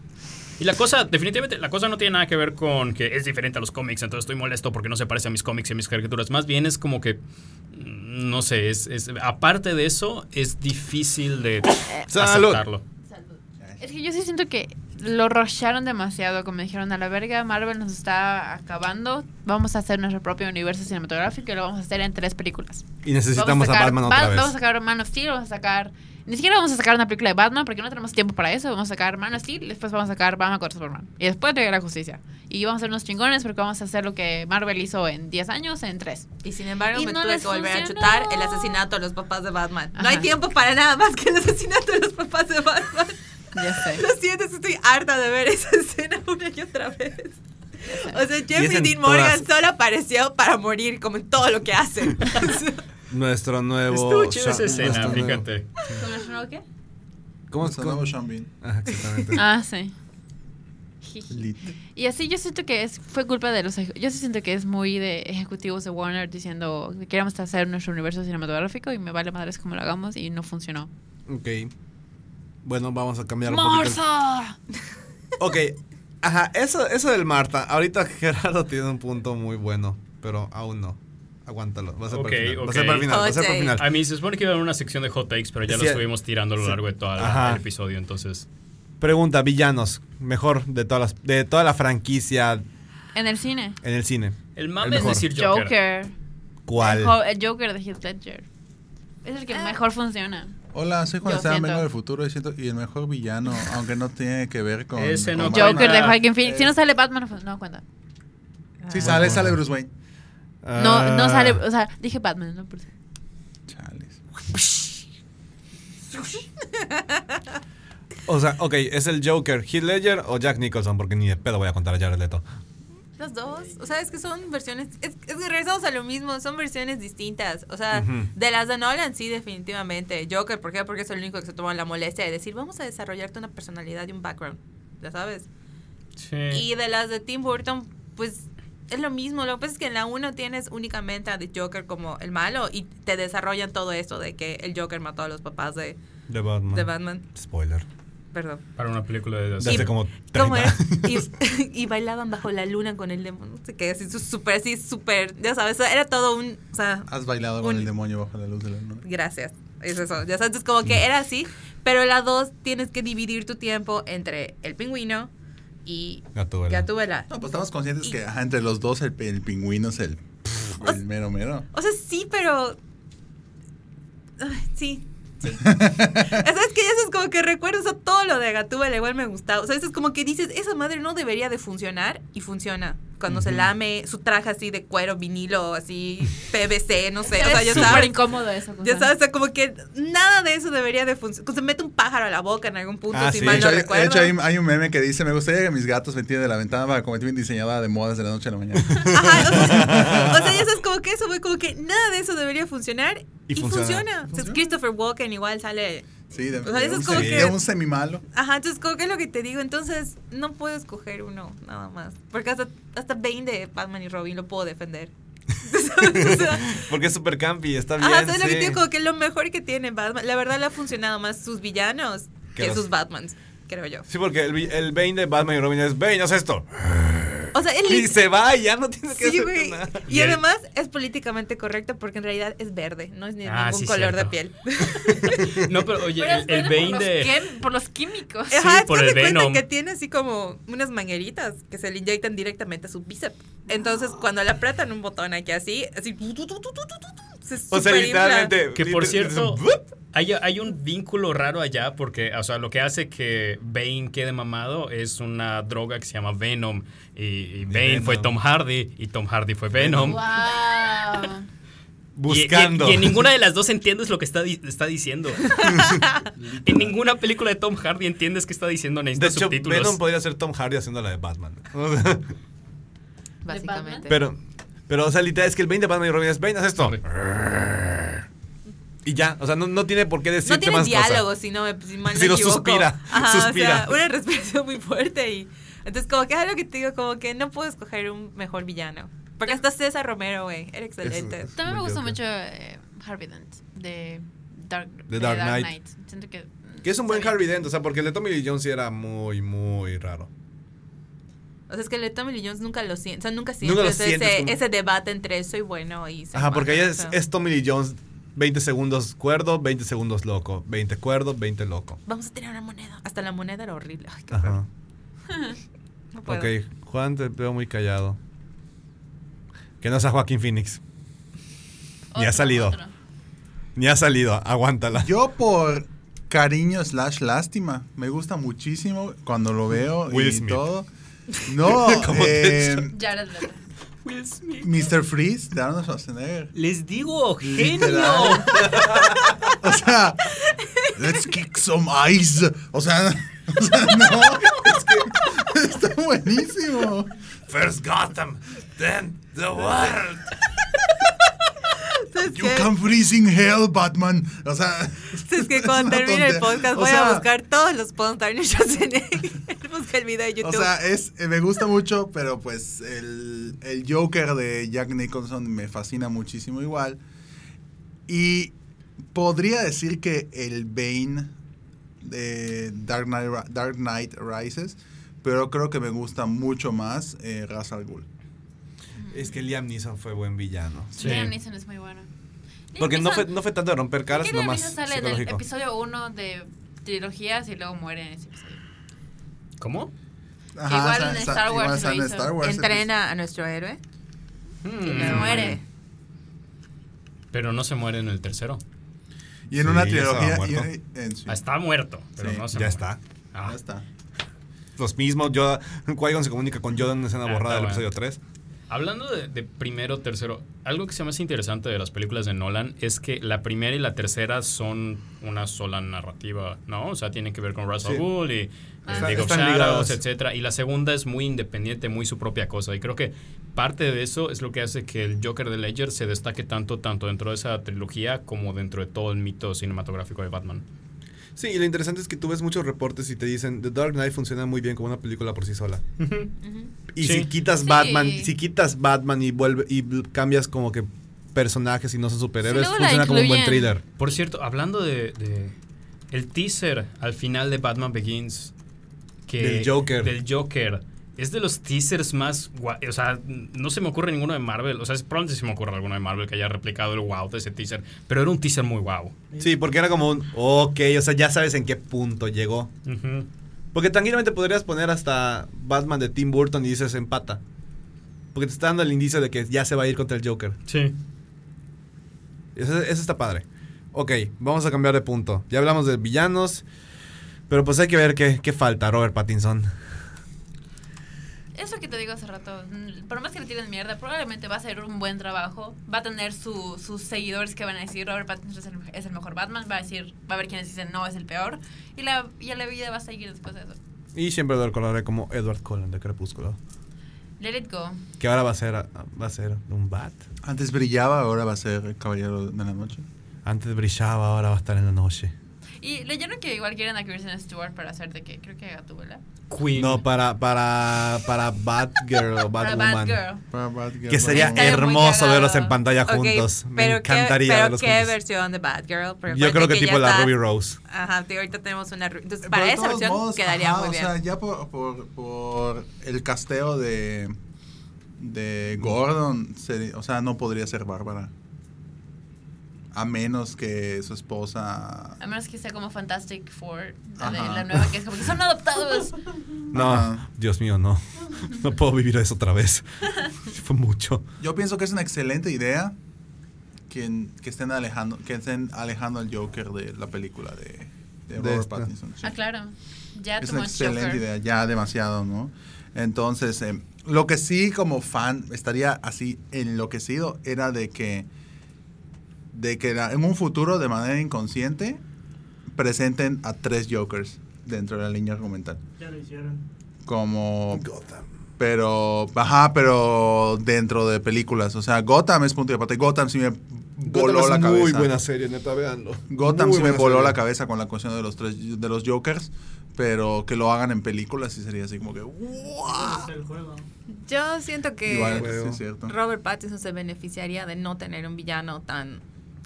C: Y la cosa, definitivamente, la cosa no tiene nada que ver con que es diferente a los cómics, entonces estoy molesto porque no se parece a mis cómics y a mis caricaturas. Más bien es como que, mm, no sé, es, es- aparte de eso, es difícil de
B: Salud.
C: aceptarlo.
F: Es que yo sí siento que lo rusharon demasiado, como dijeron, a la verga, Marvel nos está acabando, vamos a hacer nuestro propio universo cinematográfico y lo vamos a hacer en tres películas.
B: Y necesitamos a,
F: sacar
B: Batman otra
F: Bat-
B: vez.
F: Vamos a sacar Man of Steel, vamos a sacar... Ni siquiera vamos a sacar una película de Batman porque no tenemos tiempo para eso. Vamos a sacar Man of Steel, después vamos a sacar Batman contra Superman. Y después Liga de la Justicia. Y vamos a ser unos chingones porque vamos a hacer lo que Marvel hizo en 10 años, en 3.
D: Y sin embargo,
F: Y
D: me
F: no
D: tuve
F: les
D: que volver a
F: funcionó.
D: chutar el asesinato de los papás de Batman. No hay
F: Ajá.
D: tiempo para nada más que el asesinato de los papás de Batman.
F: Ya sé.
D: Lo siento, es que estoy harta de ver esa escena una y otra vez. O sea,
B: es
D: Jeffrey
B: en
D: Dean Morgan
B: todas.
D: solo apareció para morir, como en todo lo que hace.
B: Nuestro nuevo.
C: Estuvo chida esa
B: Sha-
C: escena,
B: nuestro nuevo-
C: fíjate.
F: ¿Con el nuevo qué?
B: ¿Cómo es?
E: Nuestro nuevo Sean Bean.
B: Ajá, exactamente.
F: Ah, sí.
E: Lit.
F: Y así yo siento que es, fue culpa de los... eje- Yo sí siento que es muy de ejecutivos de Warner diciendo queremos hacer nuestro universo cinematográfico y me vale madres como lo hagamos y no funcionó.
B: Ok. Bueno, vamos a cambiar un poquito.
F: ¡Martha!
B: Ok. Ajá, eso, eso del Marta. Ahorita Gerardo tiene un punto muy bueno, pero aún no. Aguántalo. Va a ser
H: Ok,
B: para el final. Va a
H: ok.
B: ser para el final. Va a ser para el final.
H: A mí se supone que iba a haber una sección de hot takes, pero ya
B: Sí,
H: lo estuvimos tirando a lo
B: sí.
H: largo de todo
B: Ajá.
H: el episodio, entonces.
B: Pregunta, villanos. Mejor de todas las, de toda la franquicia
F: En el cine.
B: en el cine.
H: El
B: El
H: mame es
B: mejor.
H: decir Joker.
F: Joker.
B: ¿Cuál?
F: El, jo- el Joker de Heath Ledger. Es el que mejor funciona.
E: Hola, soy Juan
F: Yo
E: Esteban,
F: siento.
E: vengo del futuro y, siento- y el mejor villano, aunque no tiene que ver con...
H: Ese
E: con
H: no
E: Batman.
F: Joker de
B: Ah.
H: nada.
F: Joaquin Phoenix. Si
B: Eh.
F: no sale Batman, pues, no cuenta.
E: Sí, sale, sale Bruce Wayne.
F: No, no
B: Ah,
F: sale. O sea, dije Batman, ¿no? Por-
E: Chales.
B: O sea, ok, es el Joker, Heath Ledger o Jack Nicholson, porque ni de pedo voy a contar a Jared Leto.
D: Los dos. O sea, es que son versiones. Es, es que regresamos a lo mismo. Son versiones distintas. O sea,
B: Ujú.
D: de las de Nolan, sí, definitivamente. Joker, ¿por qué? Porque es el único que se tomó la molestia de decir, vamos a desarrollarte una personalidad y un background. Ya sabes.
H: Sí.
D: Y de las de Tim Burton, pues es lo mismo. Lo que pasa es que en la 1 tienes únicamente a The Joker como el malo y te desarrollan todo esto de que el Joker mató a los papás de,
B: De Batman.
D: de Batman.
B: Spoiler.
D: Perdón.
H: Para una película de
B: De
D: Y-
B: hace como
D: ¿Cómo
B: 30
D: es? Y,
B: años.
D: y bailaban bajo la luna con el demonio. No sé qué, así su- súper, así súper. Ya sabes, era todo un. O sea,
E: Has bailado con
D: Un-
E: el demonio bajo la luz de la luna.
D: gracias. Es eso. Ya sabes, es como que era así. Pero en la dos tienes que dividir tu tiempo entre el pingüino y
B: Gatúbela.
D: Gatúbela.
E: No, pues estamos conscientes
D: Y-
E: que ajá, entre los dos el, pe- el pingüino es el, pff,
D: O
E: el mero mero.
D: O sea, sí, pero. Ay, sí. Sí. O sea, es que eso es como que recuerdo, o sea, todo lo de Gatúbela igual me gustaba. O sea, eso es como que dices, esa madre no debería de funcionar y funciona. Cuando se lame su traje así de cuero, vinilo, así, PVC, no sé. O sea,
F: es
D: ya
F: súper
D: sabes.
F: incómodo eso. o
D: Ya
F: sea.
D: sabes, o sea, como que nada de eso debería de funcionar. Se mete un pájaro a la boca en algún punto,
B: Ah, sí.
D: si
E: De
D: mal
E: hecho,
D: no
E: hay, de
D: recuerdo.
E: hecho, hay, hay un meme que dice, me gustaría que mis gatos me tiren de la ventana para convertirme en diseñadora de modas de la noche a la mañana.
D: Ajá, o sea, o sea, ya sabes, como que eso, güey, como que nada de eso debería funcionar
B: Y
D: y,
B: funciona.
D: funciona. O sea,
E: Funciona.
D: Christopher Walken igual sale
E: Sí, de,
D: O sea,
E: de
D: eso
E: un,
D: es como
E: semi-
D: que-
E: de un semimalo.
D: Ajá, entonces como que es lo que te digo, entonces no puedo escoger uno nada más, porque hasta, hasta Bane de Batman y Robin lo puedo defender. O sea,
B: Porque es super campi, está bien.
D: ajá, ¿sabes lo que
B: sí.
D: te digo? Como que es lo mejor que tiene Batman, la verdad le ha funcionado más sus villanos
B: Que
D: que,
B: los-
D: sus Batmans, creo yo.
B: Sí, porque el, vi- el Bane de Batman y Robin es Bane, haz esto.
D: O sea, él
B: Y se va y ya no tiene que
D: Sí,
B: hacer
D: güey.
B: nada.
D: Y,
H: Y el-
D: además es políticamente correcto porque en realidad es verde, no es ni de
H: Ah,
D: ningún
H: sí,
D: color
H: cierto.
D: de piel.
H: No, pero oye,
F: Pero es
H: el, el
F: bueno
H: Bane
F: por
H: de.
F: Los quim- por los químicos.
D: Ajá, es
H: por
D: que
H: el
D: se cuenta
H: Venom.
D: que tiene así como unas mangueritas que se le inyectan directamente a su bíceps. Entonces,
B: Ah.
D: cuando le apretan un botón aquí así, así tu, tu, tu, tu, tu, tu, tu, se
B: O sea,
D: superinfla.
B: literalmente.
H: Que por
B: liter-
H: cierto,
B: ¡bup!
H: hay, hay un vínculo raro allá porque, o sea, lo que hace que Bane quede mamado es una droga que se llama Venom. Y, y Bane
B: Venom.
H: fue Tom Hardy y Tom Hardy fue Venom.
F: wow.
H: Y- y-
B: Buscando.
H: Y, en ninguna de las dos entiendes lo que está, di- está diciendo. en ninguna película de Tom Hardy entiendes qué está diciendo.
B: De
H: Necesitas
B: hecho,
H: subtítulos.
B: Venom podría ser Tom Hardy haciendo la de Batman.
D: Básicamente.
B: pero, pero, o sea, literal es que el Bane de Batman y Robin es Bane, haz esto. Y ya, o sea, no, no tiene por qué decirte
D: no tiene
B: más cosas.
D: diálogo, si no me si mal no
B: Si no
D: equivoco.
B: suspira,
D: Ajá,
B: suspira.
D: O sea, una respiración muy fuerte y entonces como que es algo que te digo como que no puedo escoger un mejor villano. Porque hasta César Romero, güey, era excelente.
B: Eso es.
F: También me
B: Muy
F: gusta
B: Joker.
F: mucho eh, Harvey Dent de Dark, de
B: The Dark Knight.
F: Siento que. mm,
B: Que es un buen
F: está
B: Harvey
F: bien.
B: Dent, o sea, porque el de Tommy Lee Jones sí era muy, muy raro.
D: O sea, es que el de Tommy Lee Jones nunca lo siente, o sea, nunca sientes,
B: Nunca lo
D: ese,
B: sientes como-
D: ese debate entre soy bueno y soy
B: Ajá, porque ahí
D: malo,
B: es,
D: o sea.
B: es Tommy Lee Jones, 20 segundos cuerdo, 20 segundos loco, 20 cuerdo, 20 loco.
D: Vamos a tirar una moneda. Hasta la moneda era horrible. Ay, qué horror.
B: Ajá.
D: No puedo.
B: Ok, Juan, te veo muy callado. Que no sea Joaquín Phoenix. Ni ha
F: Otro,
B: salido.
F: otro.
B: Ni ha salido, aguántala.
E: Yo por cariño slash lástima, me gusta muchísimo cuando lo veo
B: Will
E: y
B: Smith.
E: todo. No,
B: ¿Cómo te
E: eh,
F: Jared Leto.
E: Mr. Freeze de Arnold Schwarzenegger.
C: Les digo, genio.
E: Literal. O sea, let's kick some ice. O sea, o sea, no, es que está buenísimo.
B: First Gotham, then the world.
D: ¿Sabes
E: You
D: qué?
E: can freeze in hell, Batman. O sea,
D: ¿Sabes qué?
E: es
D: Cuando
E: una
D: termine el
E: tontería.
D: podcast
E: O
D: voy a
E: sea,
D: buscar todos los posts de Arnold Schwarzenegger. Busca el video de
E: O
D: YouTube.
E: sea, es, eh, me gusta mucho, pero pues el, el Joker de Jack Nicholson me fascina muchísimo igual. Y podría decir que el Bane de Dark Knight, Ri- Dark Knight Rises, pero creo que me gusta mucho más eh, Ra's al Ghul.
B: Es que Liam Neeson fue buen villano.
C: Sí.
F: Liam Neeson es muy bueno. Liam
B: Porque no fue,
F: Neeson-
B: no fue tanto de romper
F: ¿por qué
B: caras,
F: Liam
B: nomás
F: Neeson sale en el
B: psicológico.
F: episodio 1 de trilogías y luego muere en ese episodio.
H: Mm.
C: ¿Cómo?
F: Igual
E: sa-
F: en
E: sa-
F: Star Wars
E: igual
F: lo
E: en
F: hizo.
E: Star Wars,
D: Entrena a nuestro héroe.
F: Y
C: Hmm.
F: luego muere.
C: Pero no se muere en el tercero.
E: entonces- Y en
B: Sí,
E: una
B: ya
E: trilogía.
B: estaba
E: y
B: muerto.
E: en- en- sí,
C: Ah, Está muerto, pero
E: Sí,
C: no se
B: Ya
C: muere.
B: está.
C: Ah,
E: ya está.
B: Los mismos, yo, qui se comunica con Yoda en una escena
C: Ah,
B: borrada
C: está
B: del
C: bueno.
B: episodio 3.
C: Hablando de, de primero, tercero, algo que se me hace interesante de las películas de Nolan es que la primera y la tercera son una sola narrativa, ¿no? O sea, tienen que ver con Russell
B: Sí.
C: Bull y
F: Ah.
C: Digo,
B: Están ligadas.
C: etcétera. Y la segunda es muy independiente, muy su propia cosa. Y creo que parte de eso es lo que hace que el Joker de Ledger se destaque tanto, tanto dentro de esa trilogía como dentro de todo el mito cinematográfico de Batman.
B: Sí, y lo interesante es que tú ves muchos reportes y te dicen The Dark Knight funciona muy bien como una película por sí sola. Y
C: Sí.
B: si quitas
F: Sí.
B: Batman, si quitas Batman y vuelve y bl- cambias como que personajes y no son superhéroes,
F: Sí, luego la
B: funciona como un buen
F: incluyen.
B: thriller.
C: Por cierto, hablando de, de el teaser al final de Batman Begins que
B: Del Joker.
C: del Joker es de los teasers más gua- o sea, no se me ocurre ninguno de Marvel, o sea, es- probablemente se me ocurre alguno de Marvel que haya replicado el wow de ese teaser, pero era un teaser muy wow.
B: Sí, porque era como un ok, o sea, ya sabes en qué punto llegó.
C: Ujú.
B: Porque tranquilamente podrías poner hasta Batman de Tim Burton y dices empata. Porque te está dando el indicio de que ya se va a ir contra el Joker.
C: Sí.
B: Eso, eso está padre. Ok, vamos a cambiar de punto. Ya hablamos de villanos. Pero pues hay que ver qué, qué falta, Robert Pattinson.
F: Eso que te digo hace rato, mm, por más que le tiren mierda, probablemente va a ser un buen trabajo. Va a tener su- sus seguidores que van a decir Robert Pattinson es el, es el mejor Batman. Va a decir, va a haber quienes dicen no, es el peor. Y la, y la vida va a seguir después de eso.
B: Y siempre lo recordaré como Edward Cullen de Crepúsculo.
F: Let it go.
B: Que ahora va a ser, va a ser un bat.
E: Antes brillaba, ahora va a ser el caballero de la noche.
B: Antes brillaba, ahora va a estar en la noche.
F: Y leyeron que igual quieren a Kristen Stewart para hacer de que creo que Gatúbela.
C: Queen.
B: No, para, para, para Batgirl o
F: Para
B: Batwoman.
F: Batgirl.
E: Para Batgirl,
B: Que sería
F: Estaría muy
B: hermoso
F: cagado.
B: verlos en pantalla
D: Ok,
B: juntos. Me
D: pero
B: encantaría
D: qué, pero
B: verlos
D: qué
B: juntos.
D: versión de Batgirl. Porque
B: Yo creo
D: acuérdate
B: que, tipo
D: ya
B: la
D: está-
B: Ruby Rose.
D: Ajá, te- ahorita tenemos una Ruby. Entonces,
E: Pero
D: para
E: de
D: esa
E: todos
D: versión
E: modos,
D: quedaría
E: ajá,
D: muy bien.
E: O sea, ya por, por, por el casteo de, de Gordon, se- o sea, no podría ser Bárbara. A menos que su esposa...
F: A menos que sea como Fantastic Four, la, de-
E: Ajá.
F: la nueva que es como que son adoptados.
B: No,
E: Ajá.
B: Dios mío, no. No puedo vivir eso otra vez. Fue mucho.
E: Yo pienso que es una excelente idea que, que estén alejando que estén alejando al Joker de la película de, de
B: De
E: Robert
B: esta.
E: Pattinson. sí.
F: Ah, claro. Ya
E: Es
F: too
E: una
F: much
E: excelente
F: Joker.
E: idea, ya demasiado, ¿no? Entonces, eh, lo que sí como fan estaría así enloquecido era de que, de que la- en un futuro de manera inconsciente presenten a tres Jokers dentro de la línea argumental.
G: Ya lo hicieron.
E: Como... Pero, ajá, pero dentro de películas. O sea, Gotham es punto de aparte. Gotham sí me voló
B: Gotham es
E: la cabeza.
B: Muy buena serie, neta, véanlo.
E: Gotham
B: Muy
E: sí me
B: buena
E: voló
B: serie.
E: la cabeza con la cuestión de los tres de los Jokers, pero que lo hagan en películas sí sería así como que ¡guau!
G: Es el juego.
D: Yo siento que
E: Igual,
B: Huevo.
E: sí es cierto.
D: Robert Pattinson se beneficiaría de no tener un villano tan,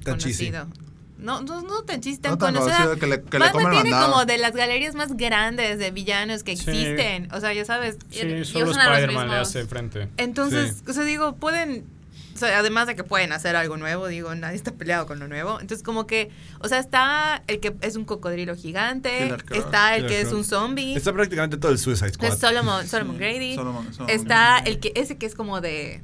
B: Tan cheesy.
D: conocido. No, no, no tan chiste, tan
E: No tan
D: conocido.
E: conocido que le, que le
D: Batman
E: comen
D: tiene
E: mandado.
D: como de las galerías más grandes de villanos que
C: Sí.
D: existen. O sea, ya sabes.
C: Sí,
F: y
C: solo
F: usan a los
C: Spider-Man le
F: mismos.
C: hace frente.
D: Entonces, o sea, digo, pueden. o sea, además de que pueden hacer algo nuevo, digo, nadie está peleado con lo nuevo. Entonces, como que. O sea, está el que es un cocodrilo gigante.
E: Killer Croc.
D: Está el
B: Killer
D: que es
B: Croc.
D: un zombie.
B: Está prácticamente todo el Suicide Squad.
D: Es Solomon, Solomon
E: Sí,
D: Grady.
E: Solomon- Solomon
D: está
E: Grady.
D: el que ese que es como de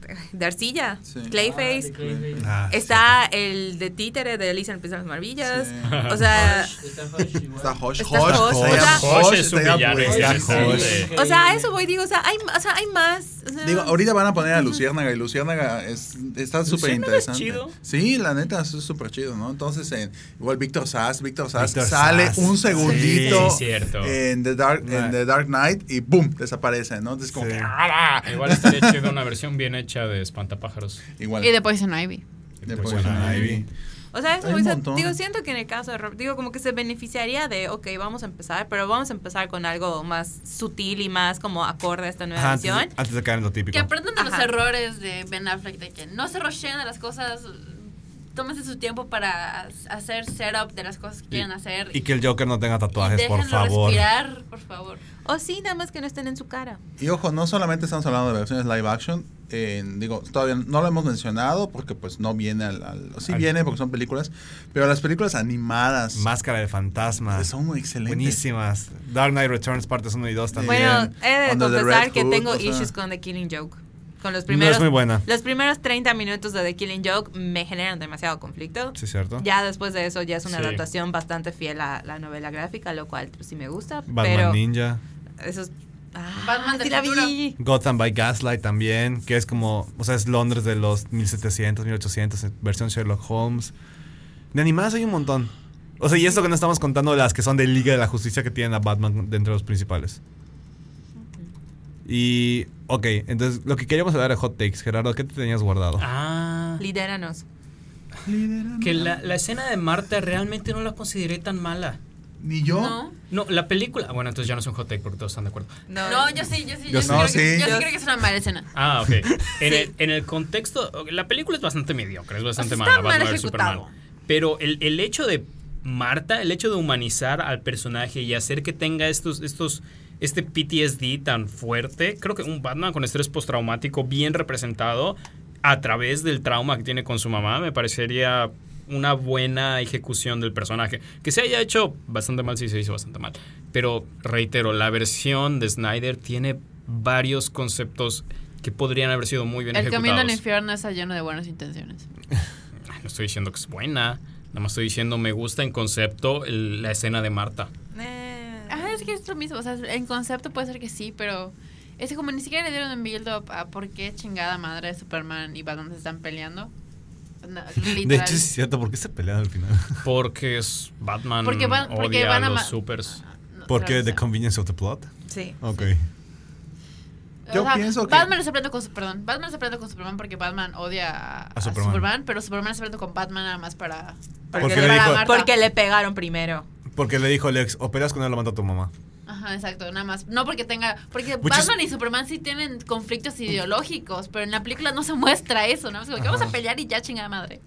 D: de, de arcilla,
E: Sí.
G: Ah, de
D: Clayface.
G: Clayface.
B: Ah,
D: está el de títere de Alicia en el País de las Maravillas.
E: Sí.
D: O sea,
G: Hush, Está Hush igual.
E: Está Hosh.
D: Está Josh,
E: estaría-
D: o sea-
C: Josh es un
E: estaría
C: villano,
E: buena.
C: es el Josh.
E: Sí.
D: o sea, a eso voy, digo, o sea, hay, o sea, hay más. o sea,
E: Digo, ahorita van a poner a Luciérnaga y Luciérnaga es, está súper interesante.
C: chido.
E: Sí, la neta es súper chido, ¿no? Entonces, eh, igual Víctor Sass, Víctor Sass
B: Víctor
E: sale
B: Sass.
E: un segundito
C: Sí, cierto.
E: en, the dark,
B: Right.
E: en The Dark Knight y ¡boom! desaparece, ¿no? Entonces, como
B: Sí.
E: que, ¡ah!
C: Igual estaría chido una versión bien hecha de Espantapájaros.
E: Igual.
F: Y de Poison Ivy.
E: De
C: Pues,
E: Poison
C: ah,
E: Ivy.
D: O sea, eso
E: Hay
D: voy, o sea,
E: un montón.
D: digo, siento que en el caso de Rob, digo, como que se beneficiaría de, ok, vamos a empezar, pero vamos a empezar con algo más sutil y más como acorde a esta nueva
B: Ajá, antes,
D: visión.
B: de- antes de caer en lo típico.
F: Que aprendan de los
D: Ajá.
F: errores de Ben Affleck, de que no se rocheen a las cosas, tómense su tiempo para hacer setup de las cosas que quieren hacer.
B: Y que el Joker no tenga tatuajes, por
F: déjenlo
B: favor.
F: respirar, por favor.
D: O sí, nada más que no estén en su cara.
E: Y ojo, no solamente estamos hablando de versiones live action, eh, digo, todavía no lo hemos mencionado porque pues no viene al... al- sí
B: Al-
E: viene porque son películas, pero las películas animadas
B: Máscara de fantasma.
E: son muy excelentes.
B: Buenísimas. Dark Knight Returns partes 1 y 2 también.
D: Bueno, he de
E: Under the
D: confesar
E: Red
D: que
E: Hood,
D: tengo
E: o sea.
D: issues con The Killing Joke. Con los
B: no
D: primeros,
B: es muy buena.
D: los primeros 30 minutos de The Killing Joke me generan demasiado conflicto.
B: Sí, cierto.
D: Ya después de eso ya es una
C: Sí.
D: adaptación bastante fiel a la novela gráfica, lo cual pues, sí me gusta.
B: Batman
D: pero
B: Ninja.
D: eso es... Ah,
F: Batman del
D: sí la
F: futuro.
D: vi.
B: Gotham by Gaslight también, que es como, o sea, es Londres de los 1700, 1800, en versión Sherlock Holmes. De animadas hay un montón. O sea, y esto que no estamos contando las que son de Liga de la Justicia que tienen a Batman dentro de los principales. Y, ok, entonces lo que queríamos hablar de hot takes, Gerardo, ¿qué te tenías guardado?
C: Ah,
D: Lidéranos.
C: que la, la escena de Marta realmente no la consideré tan mala.
E: Ni yo.
F: No,
C: No, la película. ah, Bueno, entonces ya no es un hot take porque todos están de acuerdo.
D: No,
F: no, yo sí, yo sí.
E: Yo
F: Yo sí
E: no,
F: creo
E: sí.
F: que- yo sí
D: Yo-
F: creo que es una mala escena.
C: Ah, ok. En, el, en el contexto, la película es bastante mediocre, es bastante
F: O sea,
C: mala.
F: Pues está
C: Batman
F: mal
C: vs
F: ejecutado.
C: Superman. Pero el, el hecho de Marta, el hecho de humanizar al personaje y hacer que tenga estos, estos, este PTSD tan fuerte, creo que un Batman con estrés postraumático bien representado a través del trauma que tiene con su mamá, me parecería una buena ejecución del personaje. Que se haya hecho bastante mal, sí se hizo bastante mal. Pero reitero, la versión de Snyder tiene varios conceptos que podrían haber sido muy bien
F: El
C: ejecutados.
F: camino al infierno está lleno de buenas intenciones.
C: Ah, No estoy diciendo que es buena. Nada más estoy diciendo me gusta en concepto el- la escena de Marta.
D: Eh,
F: Ah, es que es lo mismo. O sea, en concepto puede ser que sí, pero es que como ni siquiera le dieron un build-up a por qué chingada madre de Superman y Batman se están peleando. No,
B: de
F: literal.
B: hecho, sí es cierto, ¿por qué se pelean al final?
C: Porque es Batman
F: Porque van-
C: odia
F: porque van
C: a
F: a
C: los
F: ma-
C: supers.
F: No,
B: Porque
F: claro,
B: The
F: o sea,
B: Convenience of the Plot.
D: sí.
B: Ok.
E: Yo pienso que-
F: Batman está peleando con su- perdón, Batman está peleando con Superman porque Batman odia a, a
B: Superman.
F: Superman. pero Superman está peleando con Batman nada más para para
B: Porque le
F: salvar a
B: dijo-
F: Martha.
D: Porque le pegaron primero.
B: Porque le dijo Lex, operas con él, lo mata tu mamá.
F: Ajá, exacto, nada más. No porque tenga. Porque
B: Which is-
F: Batman y Superman sí tienen conflictos ideológicos, pero en la película no se muestra eso, nada más como que vamos
B: Ajá.
F: a pelear y ya chingada madre.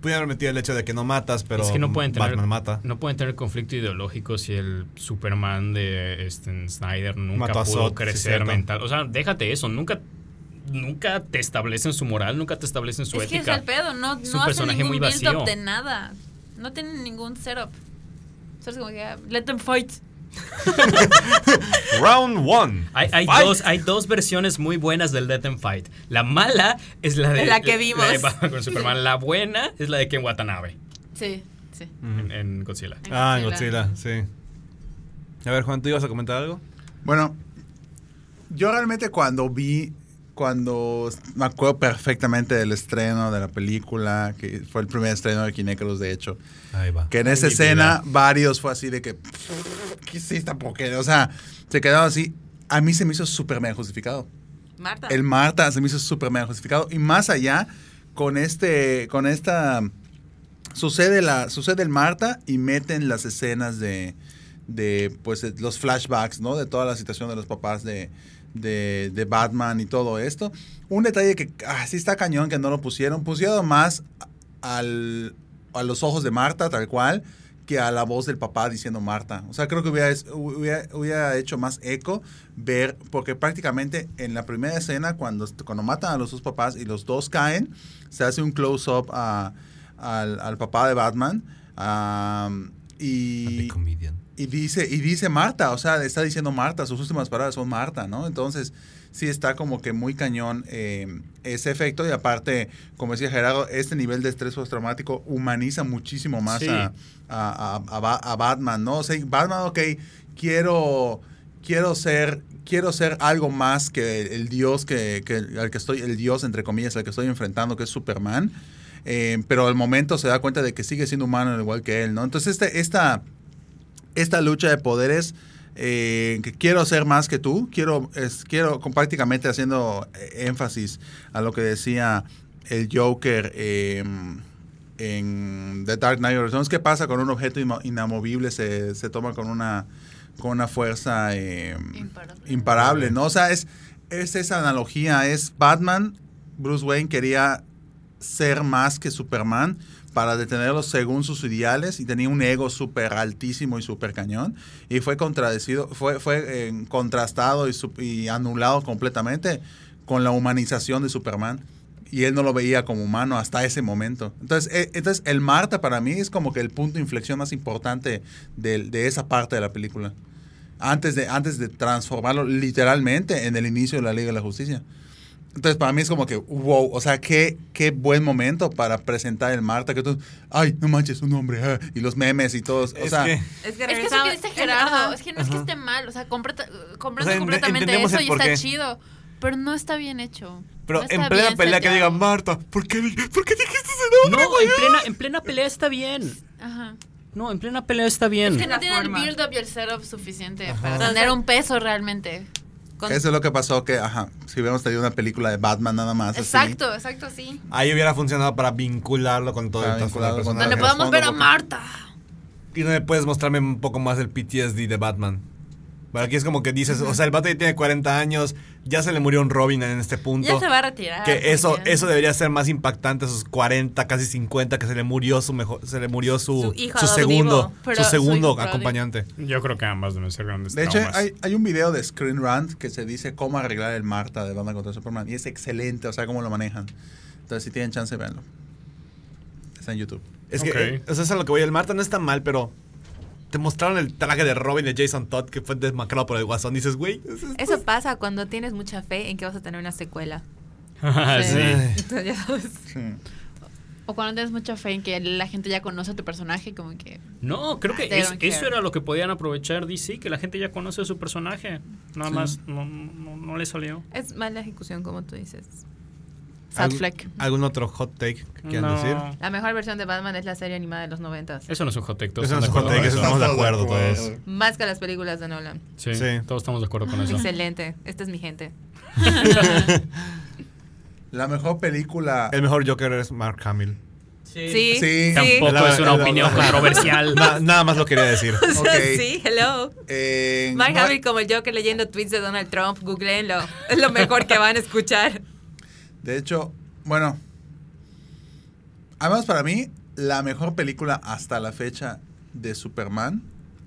B: Pudieron haber metido el hecho de que no matas, pero
C: es que no pueden tener
B: Batman mata.
C: no pueden tener conflicto ideológico si el Superman de este, Snyder nunca
B: Mató a
C: pudo
B: Zod, sí,
C: crecer
B: cierto.
C: mental. O sea, déjate eso, nunca nunca te establecen su moral, nunca te establecen su
F: es que es
C: ética.
F: el pedo, no,
C: Es un
F: no hacen
C: personaje
F: ningún
C: muy vacío.
F: build-up de nada. No tienen ningún setup. Solo es como que, ah, let them fight.
B: Round one.
C: Hay, hay
B: Fight.
C: dos, hay dos versiones muy buenas del Death and Fight. La mala es la de
D: La que vimos.
C: la de Batman con Superman. La buena es la de Ken Watanabe
F: Sí, sí.
C: en, en Godzilla.
B: Ah, en Godzilla, sí. A ver, Juan, ¿tú ibas a comentar algo?
E: Bueno, yo realmente cuando vi, cuando me acuerdo perfectamente del estreno de la película, que fue el primer estreno de Kinecros, de hecho,
B: Ahí va.
E: que en esa
C: mi
E: escena varios fue así de que, ¿qué es esta porquería? O sea, se quedaron así. A mí se me hizo súper mega justificado.
D: Marta.
E: El Marta se me hizo súper mega justificado. Y más allá, con este, con esta, sucede la, sucede el Marta y meten las escenas de, de, pues, de los flashbacks, ¿no? De toda la situación de los papás de, de, de Batman y todo esto. Un detalle que ah, sí está cañón que no lo pusieron. Pusieron más al, a los ojos de Marta, tal cual, que a la voz del papá diciendo Marta. O sea, creo que hubiera, es- hubiera, hubiera hecho más eco ver, porque prácticamente en la primera escena, cuando, cuando matan a los dos papás y los dos caen, se hace un close-up a- al, al papá de Batman. am, y,
B: comedian.
E: y dice, y dice Marta, o sea, está diciendo Marta, sus últimas palabras son Marta, ¿no? Entonces, sí está como que muy cañón eh, ese efecto. Y aparte, como decía Gerardo, este nivel de estrés postraumático humaniza muchísimo más
C: Sí.
E: a, a- a- a Ba- a Batman, ¿no? O sea, Batman, ok, quiero, quiero ser. Quiero ser algo más que el dios que, que al que estoy, el dios entre comillas, al que estoy enfrentando, que es Superman. Eh, pero al momento se da cuenta de que sigue siendo humano al igual que él, ¿no? Entonces, este, esta, esta lucha de poderes eh, que quiero ser más que tú, quiero, es, quiero con- prácticamente haciendo eh, énfasis a lo que decía el Joker eh, en The Dark Knight Returns, ¿qué pasa con un objeto imo- inamovible? Se, se toma con una, con una fuerza eh,
F: Imparable.
E: imparable, ¿no? O sea, es, es esa analogía, es Batman, Bruce Wayne quería ser más que Superman para detenerlo según sus ideales y tenía un ego súper altísimo y súper cañón y fue contradecido, fue, fue eh, contrastado y, sup- y anulado completamente con la humanización de Superman. Y él no lo veía como humano hasta ese momento. Entonces, eh, entonces el Marta para mí es como que el punto de inflexión más importante del- de, esa parte de la película. Antes de, antes de transformarlo literalmente en el inicio de la Liga de la Justicia. Entonces, para mí es como que, wow, o sea, qué, qué buen momento para presentar el Marta. Que tú, ay, no manches, un hombre, ah", y los memes y todos. O
B: Es
E: sea,
B: que-
D: Es que
F: Es que eso
D: regresaba.
F: que dice Gerardo,
D: Ajá.
F: es que no es que
B: Ajá.
F: esté mal, o sea, completa- comprendo
B: O sea, ent-
F: completamente
B: entendemos
F: eso
B: el
F: y
B: por
F: está
B: qué.
F: chido, pero no está bien hecho.
B: Pero
F: No está
B: en plena
F: bien
B: pelea que
F: seteado.
B: digan, Marta, ¿por qué, ¿por qué dijiste ese
C: No,
B: nombre?
C: en plena, en plena pelea está bien. Mm.
F: Ajá.
C: No, en plena pelea está bien.
F: Es que no
D: La
F: tiene el
D: forma.
F: build up y el setup suficiente para
D: Entonces-
F: tener un peso realmente.
D: Con-
E: eso es lo que pasó, que, ajá, si hubiéramos tenido una película de Batman nada más. así,
F: Exacto, exacto, sí.
B: Ahí hubiera funcionado para vincularlo con todo
E: Para
B: el trasfondo del
E: vincularlo con-
F: Donde
E: en
B: personaje.
E: el
F: podamos ver a
E: fondo,
F: Marta.
B: Y no me puedes mostrarme un poco más del PTSD de Batman. Pero aquí es como que dices, o sea, el Batman tiene 40 años, ya se le murió un Robin en este punto.
F: Ya se va a retirar.
B: Que eso,
F: también.
B: eso debería ser más impactante, esos 40, casi 50, que se le murió su mejor, se le murió su,
D: Su hijo
B: su segundo,
D: adoptivo.
F: Pero
B: su
F: su
B: segundo
F: hijo adoptivo.
B: acompañante.
C: Yo creo que ambas deben ser
B: Pues,
C: grandes
E: De hecho,
C: traumas.
E: hay, hay un video de Screen Rant que se dice cómo arreglar el Marta de Banda contra Superman. Y es excelente, o sea, cómo lo manejan. Entonces, si tienen chance, véanlo. Está en YouTube.
B: Es
C: Ok.
B: que, eh, o sea, eso es a lo que voy. El Marta no está mal, pero te mostraron el traje de Robin de Jason Todd que fue desmacrado por el guasón. Dices, güey, es- es-
D: Eso pasa cuando tienes mucha fe en que vas a tener una secuela.
C: sí.
D: Entonces, ya sabes.
F: O cuando tienes mucha fe en que la gente ya conoce a tu personaje, como que.
C: No, creo que
F: Ah, They
C: es-
F: don't care.
C: eso era lo que podían aprovechar DC, que la gente ya conoce a su personaje. Nada más no, no, no le salió.
D: Es mala ejecución, como tú dices.
F: Sad
B: ¿Algún-
F: fleck.
B: ¿Algún otro hot take que quieran
C: No.
B: decir?
D: La mejor versión de Batman es la serie animada de los noventas.
C: Eso no es un hot take. todos
B: Eso no es
C: están
B: hot
C: de
B: take,
C: acuerdo
B: eso estamos
C: con
B: de
I: Estamos de
B: acuerdo pues.
I: acuerdo.
B: todos.
D: Más que las películas de Nolan.
C: Sí,
B: Sí.
C: todos estamos de acuerdo con eso.
D: Excelente. Esta es mi gente.
E: La mejor película.
B: El mejor Joker es Mark Hamill.
G: Sí.
D: Sí.
E: Sí.
C: Tampoco
B: La-
C: es una
B: la-
C: opinión
B: la-
C: controversial.
B: Na- nada más lo quería decir.
D: O sea,
E: Ok.
D: Sí, hello.
E: eh,
D: Mark
E: no-
D: Hamill como el Joker leyendo tweets de Donald Trump, googleenlo. Es lo mejor que van a escuchar.
E: De hecho, bueno. Además, para mí, la mejor película hasta la fecha de Superman,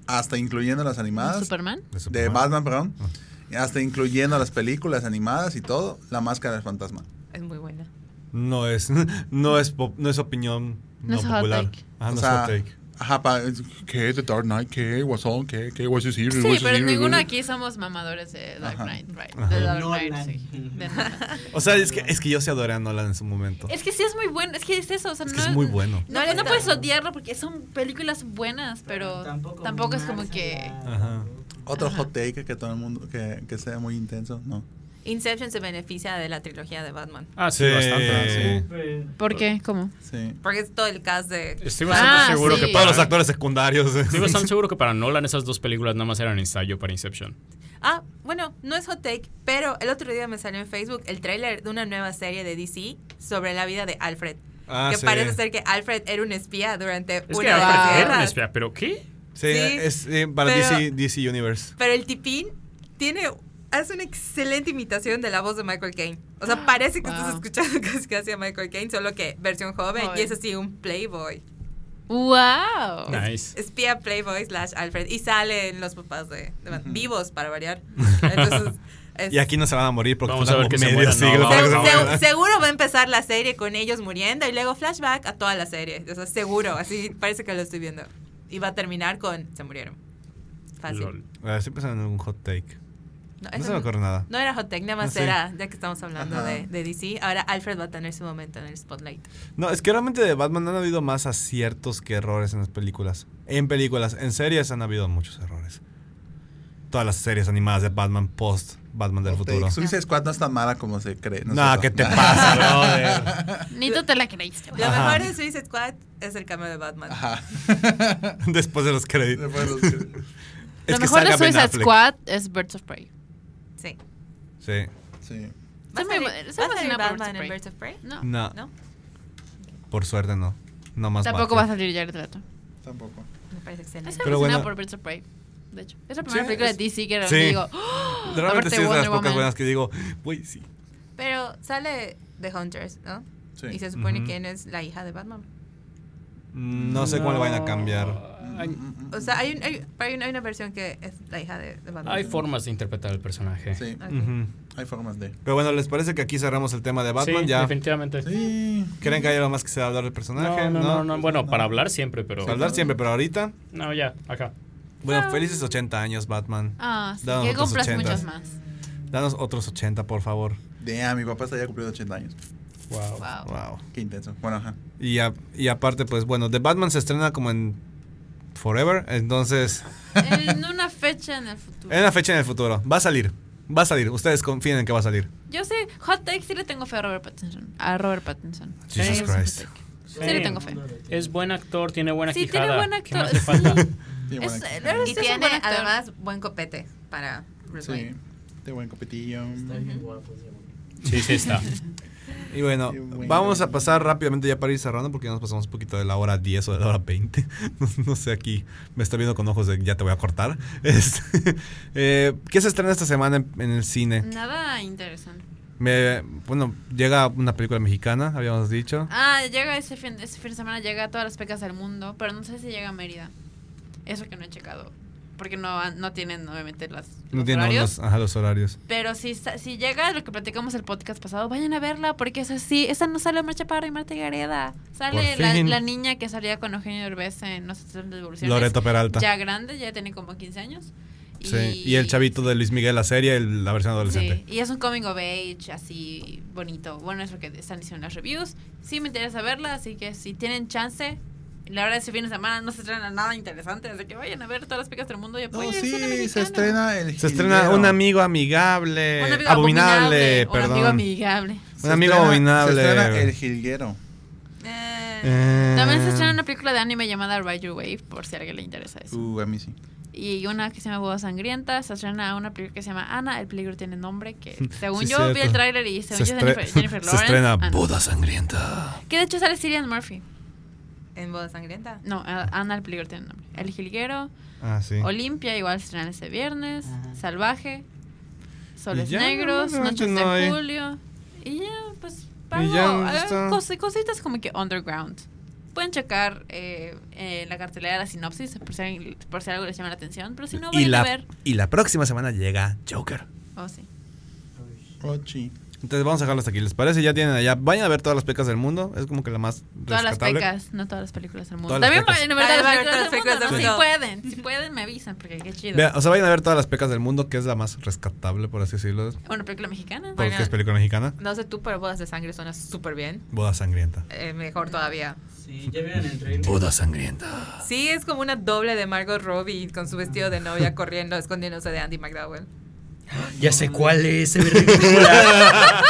E: hasta incluyendo las animadas,
F: Superman.
E: de Batman, perdón,
B: Ah.
E: y hasta incluyendo las películas animadas y todo, La Máscara del Fantasma.
D: Es muy buena.
B: No es, no es, pop- no es opinión
F: No
B: no,
F: es hot
B: popular.
F: take.
B: Ah, no
E: O
B: es
E: sea,
B: hot take.
E: Ajá, pa- ¿qué? The Dark Knight, ¿qué? Guasón, ¿qué? ¿Qué? What's this here?
F: Sí,
E: What's this
F: pero
E: here?
F: ninguno aquí somos mamadores de Dark
E: Ajá.
F: Knight, right?
B: Ajá.
F: De Dark
G: Nolan.
F: Knight, sí. De Nolan.
B: O sea, es que, es que yo se adoré a Nolan en su momento.
F: Es que sí es muy bueno, es que es eso, o sea,
B: Es que
F: no
B: es muy bueno.
F: No, no
D: No, no.
F: puedes odiarlo porque son películas buenas, pero tampoco, es
G: muy
F: como
G: mal,
F: que...
B: Ajá.
E: Otro hot take que todo el mundo, que, que sea muy intenso, no.
D: Inception se beneficia de la trilogía de Batman.
C: Ah, sí, bastante.
B: Sí.
G: Pues,
F: ¿Por qué? ¿Cómo?
E: Sí.
D: Porque es todo el cast de...
C: Estoy bastante
F: Ah,
C: seguro
F: sí.
C: que para,
B: Todos los actores secundarios.
C: Estoy bastante seguro que para Nolan esas dos películas nada más eran ensayo para Inception.
D: Ah, bueno, no es hot take, pero el otro día me salió en Facebook el tráiler de una nueva serie de DC sobre la vida de Alfred.
B: Ah,
D: que
B: sí.
D: parece ser que Alfred era un espía durante
C: Es que
D: una de
C: Alfred
D: las
C: era un
D: guerras.
C: espía, pero ¿qué?
B: Sí,
D: Sí,
B: es eh, para
D: pero-
B: DC, DC Universe.
D: Pero el tipín tiene hace una excelente imitación de la voz de Michael Caine. O sea, parece que estás
F: Wow.
D: escuchando casi casi a Michael Caine, solo que versión joven
F: Joven.
D: y es así un playboy.
F: ¡Wow!
C: Nice.
D: Espía playboy slash Alfred y salen los papás de, de Batman, vivos para variar. Entonces, es-
B: Y aquí no se van a morir porque
C: Vamos a
B: faltan como
C: ver que se
B: medio
C: mueran, no,
B: siglo
C: vamos
B: para
D: se-
B: que se
D: se-
B: mueran.
D: seguro va a empezar la serie con ellos muriendo y luego flashback a toda la serie. O sea, seguro, así parece que lo estoy viendo. Y va a terminar con se murieron. Fácil.
C: Lol.
B: A ver, estoy pensando Ah, en un hot take. No
D: No, eso
B: se me
D: no-
B: ocurre nada.
D: No era hot take, nada más
B: Ah, sí.
D: era, ya que estamos hablando
E: Ajá.
D: de, de DC, ahora Alfred va a tener su momento en el spotlight.
B: No, es que realmente de Batman han habido más aciertos que errores en las películas. En películas, en series han habido muchos errores. Todas las series animadas de Batman post Batman del
E: Hot take.
B: futuro.
E: Suicide Squad no es tan mala como se cree. No, es
B: Nah,
E: cierto.
B: ¿qué te
E: Nah.
B: pasa, brother?
F: Ni tú te la creíste. güey.
D: Lo
B: Ajá.
D: mejor de Suicide Squad es el cameo de Batman.
E: Ajá.
B: Después de los créditos.
E: Después los que-
B: Es
F: Lo
B: que
F: mejor de
B: salga Ben
F: Suicide
B: Affleck.
F: Squad es Birds of Prey.
D: Sí.
B: Sí.
E: sí.
D: ¿Va
F: Soy
D: a
F: muy
D: salir-
F: bu- soy
D: va a
F: muy
D: salir
F: buena por Birds of
D: Batman en
F: Prey.
D: Birds of Prey?
F: No.
B: No,
D: No,
B: por suerte no. No más
F: Tampoco va a
B: Batman.
F: salir Jared Leto.
E: Tampoco.
D: me parece excelente.
F: Estoy Pero
B: Pero bueno.
F: por Birds of Prey. De hecho, es la primera
B: Sí,
F: película
B: es-
F: de DC que era
B: sí.
F: digo. ¡oh!
B: Realmente
F: Aparte
B: sí es de las
F: Wonder
B: pocas
F: Woman.
B: buenas que digo, güey, sí.
D: Pero sale The Hunters, ¿no?
E: Sí.
D: Y se supone
B: Ujú.
D: que no es la hija de Batman.
B: No sé cómo lo van a cambiar.
H: hay,
D: O sea, hay, un- hay, hay una- hay una versión que es la hija de, de Batman.
H: hay formas de interpretar el personaje.
E: Sí,
D: Ok.
B: Ujú.
E: hay formas de.
B: Pero bueno, ¿les parece que aquí cerramos el tema de Batman?
C: Sí,
B: ya.
C: definitivamente.
E: Sí.
B: ¿Creen que hay algo más que se va a hablar del personaje?
C: No, no, no, no, bueno,
E: no.
C: para hablar siempre, pero...
B: Para hablar siempre, pero ahorita.
C: No, ya, acá.
B: Bueno, felices 80 años, Batman.
F: Ah, sí,
B: Danos
F: que
B: otros
F: compras
B: 80.
F: muchos más.
B: Danos otros 80, por favor.
E: Damn, mi papá está ya cumpliendo 80 años.
C: Wow.
F: Wow.
B: Wow.
E: Qué intenso. Bueno, ajá.
B: Y, a- y aparte, pues bueno, The Batman se estrena como en Forever. Entonces,
F: en una fecha en el futuro.
B: en la fecha en el futuro. Va a salir. Va a salir. Ustedes confíen en que va a salir.
F: Yo sí, hot take sí le tengo fe a Robert Pattinson. A Robert Pattinson.
B: Jesus
F: Sí, es
B: Christ.
F: un hot take. Sí, le tengo fe.
C: Es buen actor, tiene buena
F: Sí,
C: quijada.
F: tiene buen
C: ¿Qué más
F: actor.
C: le falta?
F: sí.
E: Tiene
F: Es-
E: buena-
F: la verdad
D: Y
F: es que es un
D: tiene
F: buen actor.
D: además Este buen copete para Bruce
E: Sí.
D: Wayne.
E: De buen copetillo.
G: Está bien guapo, sí.
C: Sí, sí está.
B: Y bueno,
E: Qué bueno.
B: vamos a pasar rápidamente ya para ir cerrando porque ya nos pasamos un poquito de la hora 10 o de la hora 20. No, no sé, aquí me está viendo con ojos de ya te voy a cortar. Este, eh, ¿Qué se estrena esta semana en, en el cine?
F: Nada interesante.
B: Me, bueno, llega una película mexicana, habíamos dicho.
F: Ah, llega ese fin, ese fin de semana, llega a todas las pecas del mundo, pero no sé si llega a Mérida. Eso que no he checado. Porque no, no tienen, obviamente, las,
B: No
F: los
B: tiene aún
F: horarios.
B: los, ajá, los horarios.
F: Pero si, sa- si llega lo que platicamos el podcast pasado, vayan a verla, porque esa sí, esa no sale Omar Chaparro y Marta Gareda. Sale
B: Por
F: la,
B: fin.
F: la niña que salía con Eugenio Derbez en No sé de evoluciones.
B: Loreto Peralta.
F: Ya grande, ya tiene como 15 años.
B: Sí, Y el chavito de Luis Miguel, la serie, el- la versión adolescente.
F: Sí, y es un coming of age así bonito. Bueno, es lo que están diciendo las reviews. Sí me interesa verla, así que si tienen chance, la verdad ese fin de semana no se estrena nada interesante, así que vayan a ver todas las pecas del mundo y
E: No,
F: apoyen el
E: sí,
F: cine
E: se
F: mexicano.
E: estrena el.
B: Se estrena
E: jilguero.
B: un amigo amigable,
F: Un amigo
B: abominable,
F: abominable, Un amigo
B: perdón.
F: amigable.
E: Se
B: un amigo
E: estrena-
B: abominable.
E: Se estrena el jilguero.
D: Eh,
B: Eh,
F: También se estrena una película de anime llamada Ride Your Wave, por si a alguien le interesa eso.
E: Uh, a mí sí.
F: Y una que se llama Boda Sangrienta. Se estrena una película que se llama Ana, El peligro tiene nombre. Que según
B: Sí,
F: yo vi
B: cierto.
F: el tráiler y
B: se,
F: según yo es
B: estre-
F: Jennifer, Jennifer
B: se
F: Lawrence. Ah,
B: estrena
F: Ana.
B: Boda Sangrienta.
F: Que de hecho sale Cillian Murphy.
D: en Boda Sangrienta.
F: No, a- Ana, El peligro tiene nombre. El jilguero.
B: Ah, sí.
F: Olimpia, igual se estrena este viernes.
G: Ajá.
F: Salvaje. Soles
B: Y ya,
F: Negros.
B: no, no,
F: Noches
B: no hay.
F: de Julio. Y ya, pues,
B: Y ya,
F: algo,
B: ya está.
F: eh, cosi- cositas como que underground. Pueden checar eh, eh, la cartelera de la sinopsis por si, alguien- por si algo les llama la atención. Pero si no,
B: y,
F: vayan a
B: la,
F: ver.
B: y la próxima semana llega Joker.
F: Oh, sí.
E: Ochi.
B: Entonces vamos a dejarlo hasta aquí. ¿Les parece? Ya tienen allá. Vayan a ver todas las pecas del mundo. Es como que la más
F: Todas las
B: rescatable.
F: pecas, no todas las películas del mundo.
B: Todas las
F: También
B: pecas.
F: vayan a ver todas
D: Vayan a ver
F: las películas del
D: todas las
F: mundo. Si
D: películas
F: pueden, si pueden, me avisan, porque qué chido.
B: Vean, o sea, vayan a ver todas las pecas del mundo, que es la más rescatable, por así decirlo.
F: Una película mexicana.
B: Porque
D: Vayan.
B: es película mexicana.
D: No sé tú, pero Bodas de Sangre suena súper bien.
B: Boda sangrienta.
D: Eh, mejor todavía.
G: Sí, ya vieron el trailer.
B: sangrienta.
D: Sí, es como una doble de Margot Robbie con su vestido de novia corriendo, escondiéndose de Andy McDowell.
C: Ya sé cuál es, se ve ridícula.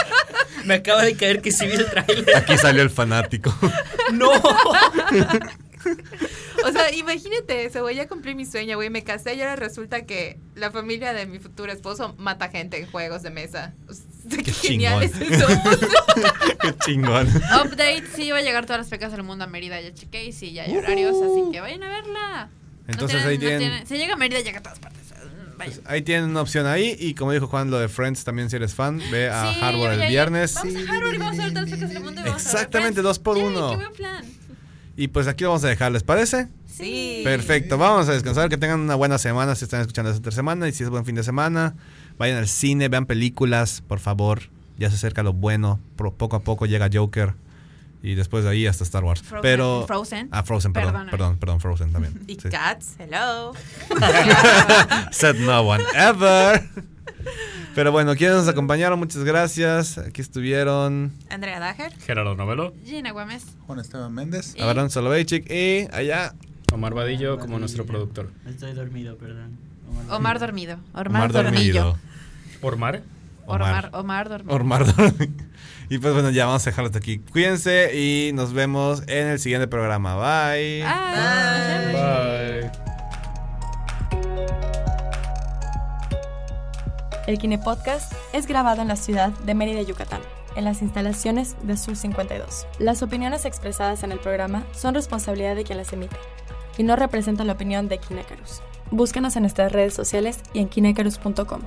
C: Me acaba de caer que sí vi el tráiler.
B: Aquí salió el fanático.
C: ¡No!
D: O sea, imagínate eso, güey. Ya cumplí mi sueño, güey. Me casé y ahora resulta que la familia de mi futuro esposo mata gente en juegos de mesa. O sea,
B: Qué
D: Qué genial es
B: chingón.
D: eso.
B: Qué chingón.
F: Update, sí, va a llegar todas las pecas del mundo a Mérida. Ya chequé y sí, ya hay horarios, así que vayan a verla. No
B: Entonces
F: tienen-
B: ahí
F: no
B: tienen.
F: tienen- si llega a Mérida, llega a todas partes. Vayan.
B: pues, ahí tienen una opción ahí. Y como dijo Juan, lo de Friends también, si eres fan, ve Pues, a
F: Sí,
B: Hardware el
F: oye,
B: viernes.
F: Vamos a Harvard y vamos a ver todas las pecas del mundo. Y vamos a ver
B: Exactamente,
F: Friends.
B: dos por
F: Yay,
B: uno.
F: ¡Qué buen plan!
B: Y pues aquí lo vamos a dejar, ¿les parece?
D: Sí.
B: Perfecto, vamos a descansar, que tengan una buena semana si están escuchando esta semana y si es buen fin de semana, vayan al cine, vean películas, por favor, ya se acerca lo bueno, pro- poco a poco llega Joker y después de ahí hasta Star Wars.
F: Frozen.
B: Pero
F: Frozen.
B: Ah, Frozen, perdón,
F: Perdóname.
B: perdón, perdón, Frozen también.
D: Y
B: Sí.
D: Cats, hello.
B: Said no one ever. Pero bueno, quienes nos acompañaron, muchas gracias. Aquí estuvieron
D: Andrea Dager.
C: Gerardo Novelo,
F: Gina Gómez.
E: Juan Esteban Méndez.
F: Y-
B: Abraham Soloveitchik y allá
C: Omar Vadillo como nuestro productor.
G: Estoy dormido, perdón.
F: Omar Dormido. Omar,
B: Omar
F: Dormillo.
B: Dormido.
C: Ormar.
F: Omar, Omar Dormido.
B: Ormar Y pues bueno, ya vamos a dejarlo hasta aquí. Cuídense y nos vemos en el siguiente programa. Bye.
F: Ah,
D: Bye.
C: Bye.
A: El Kine Podcast es grabado en la ciudad de Mérida, Yucatán, en las instalaciones de Sur 52. Las opiniones expresadas en el programa son responsabilidad de quien las emite y no representan la opinión de Kinecarus. Búscanos en nuestras redes sociales y en kinecarus.com.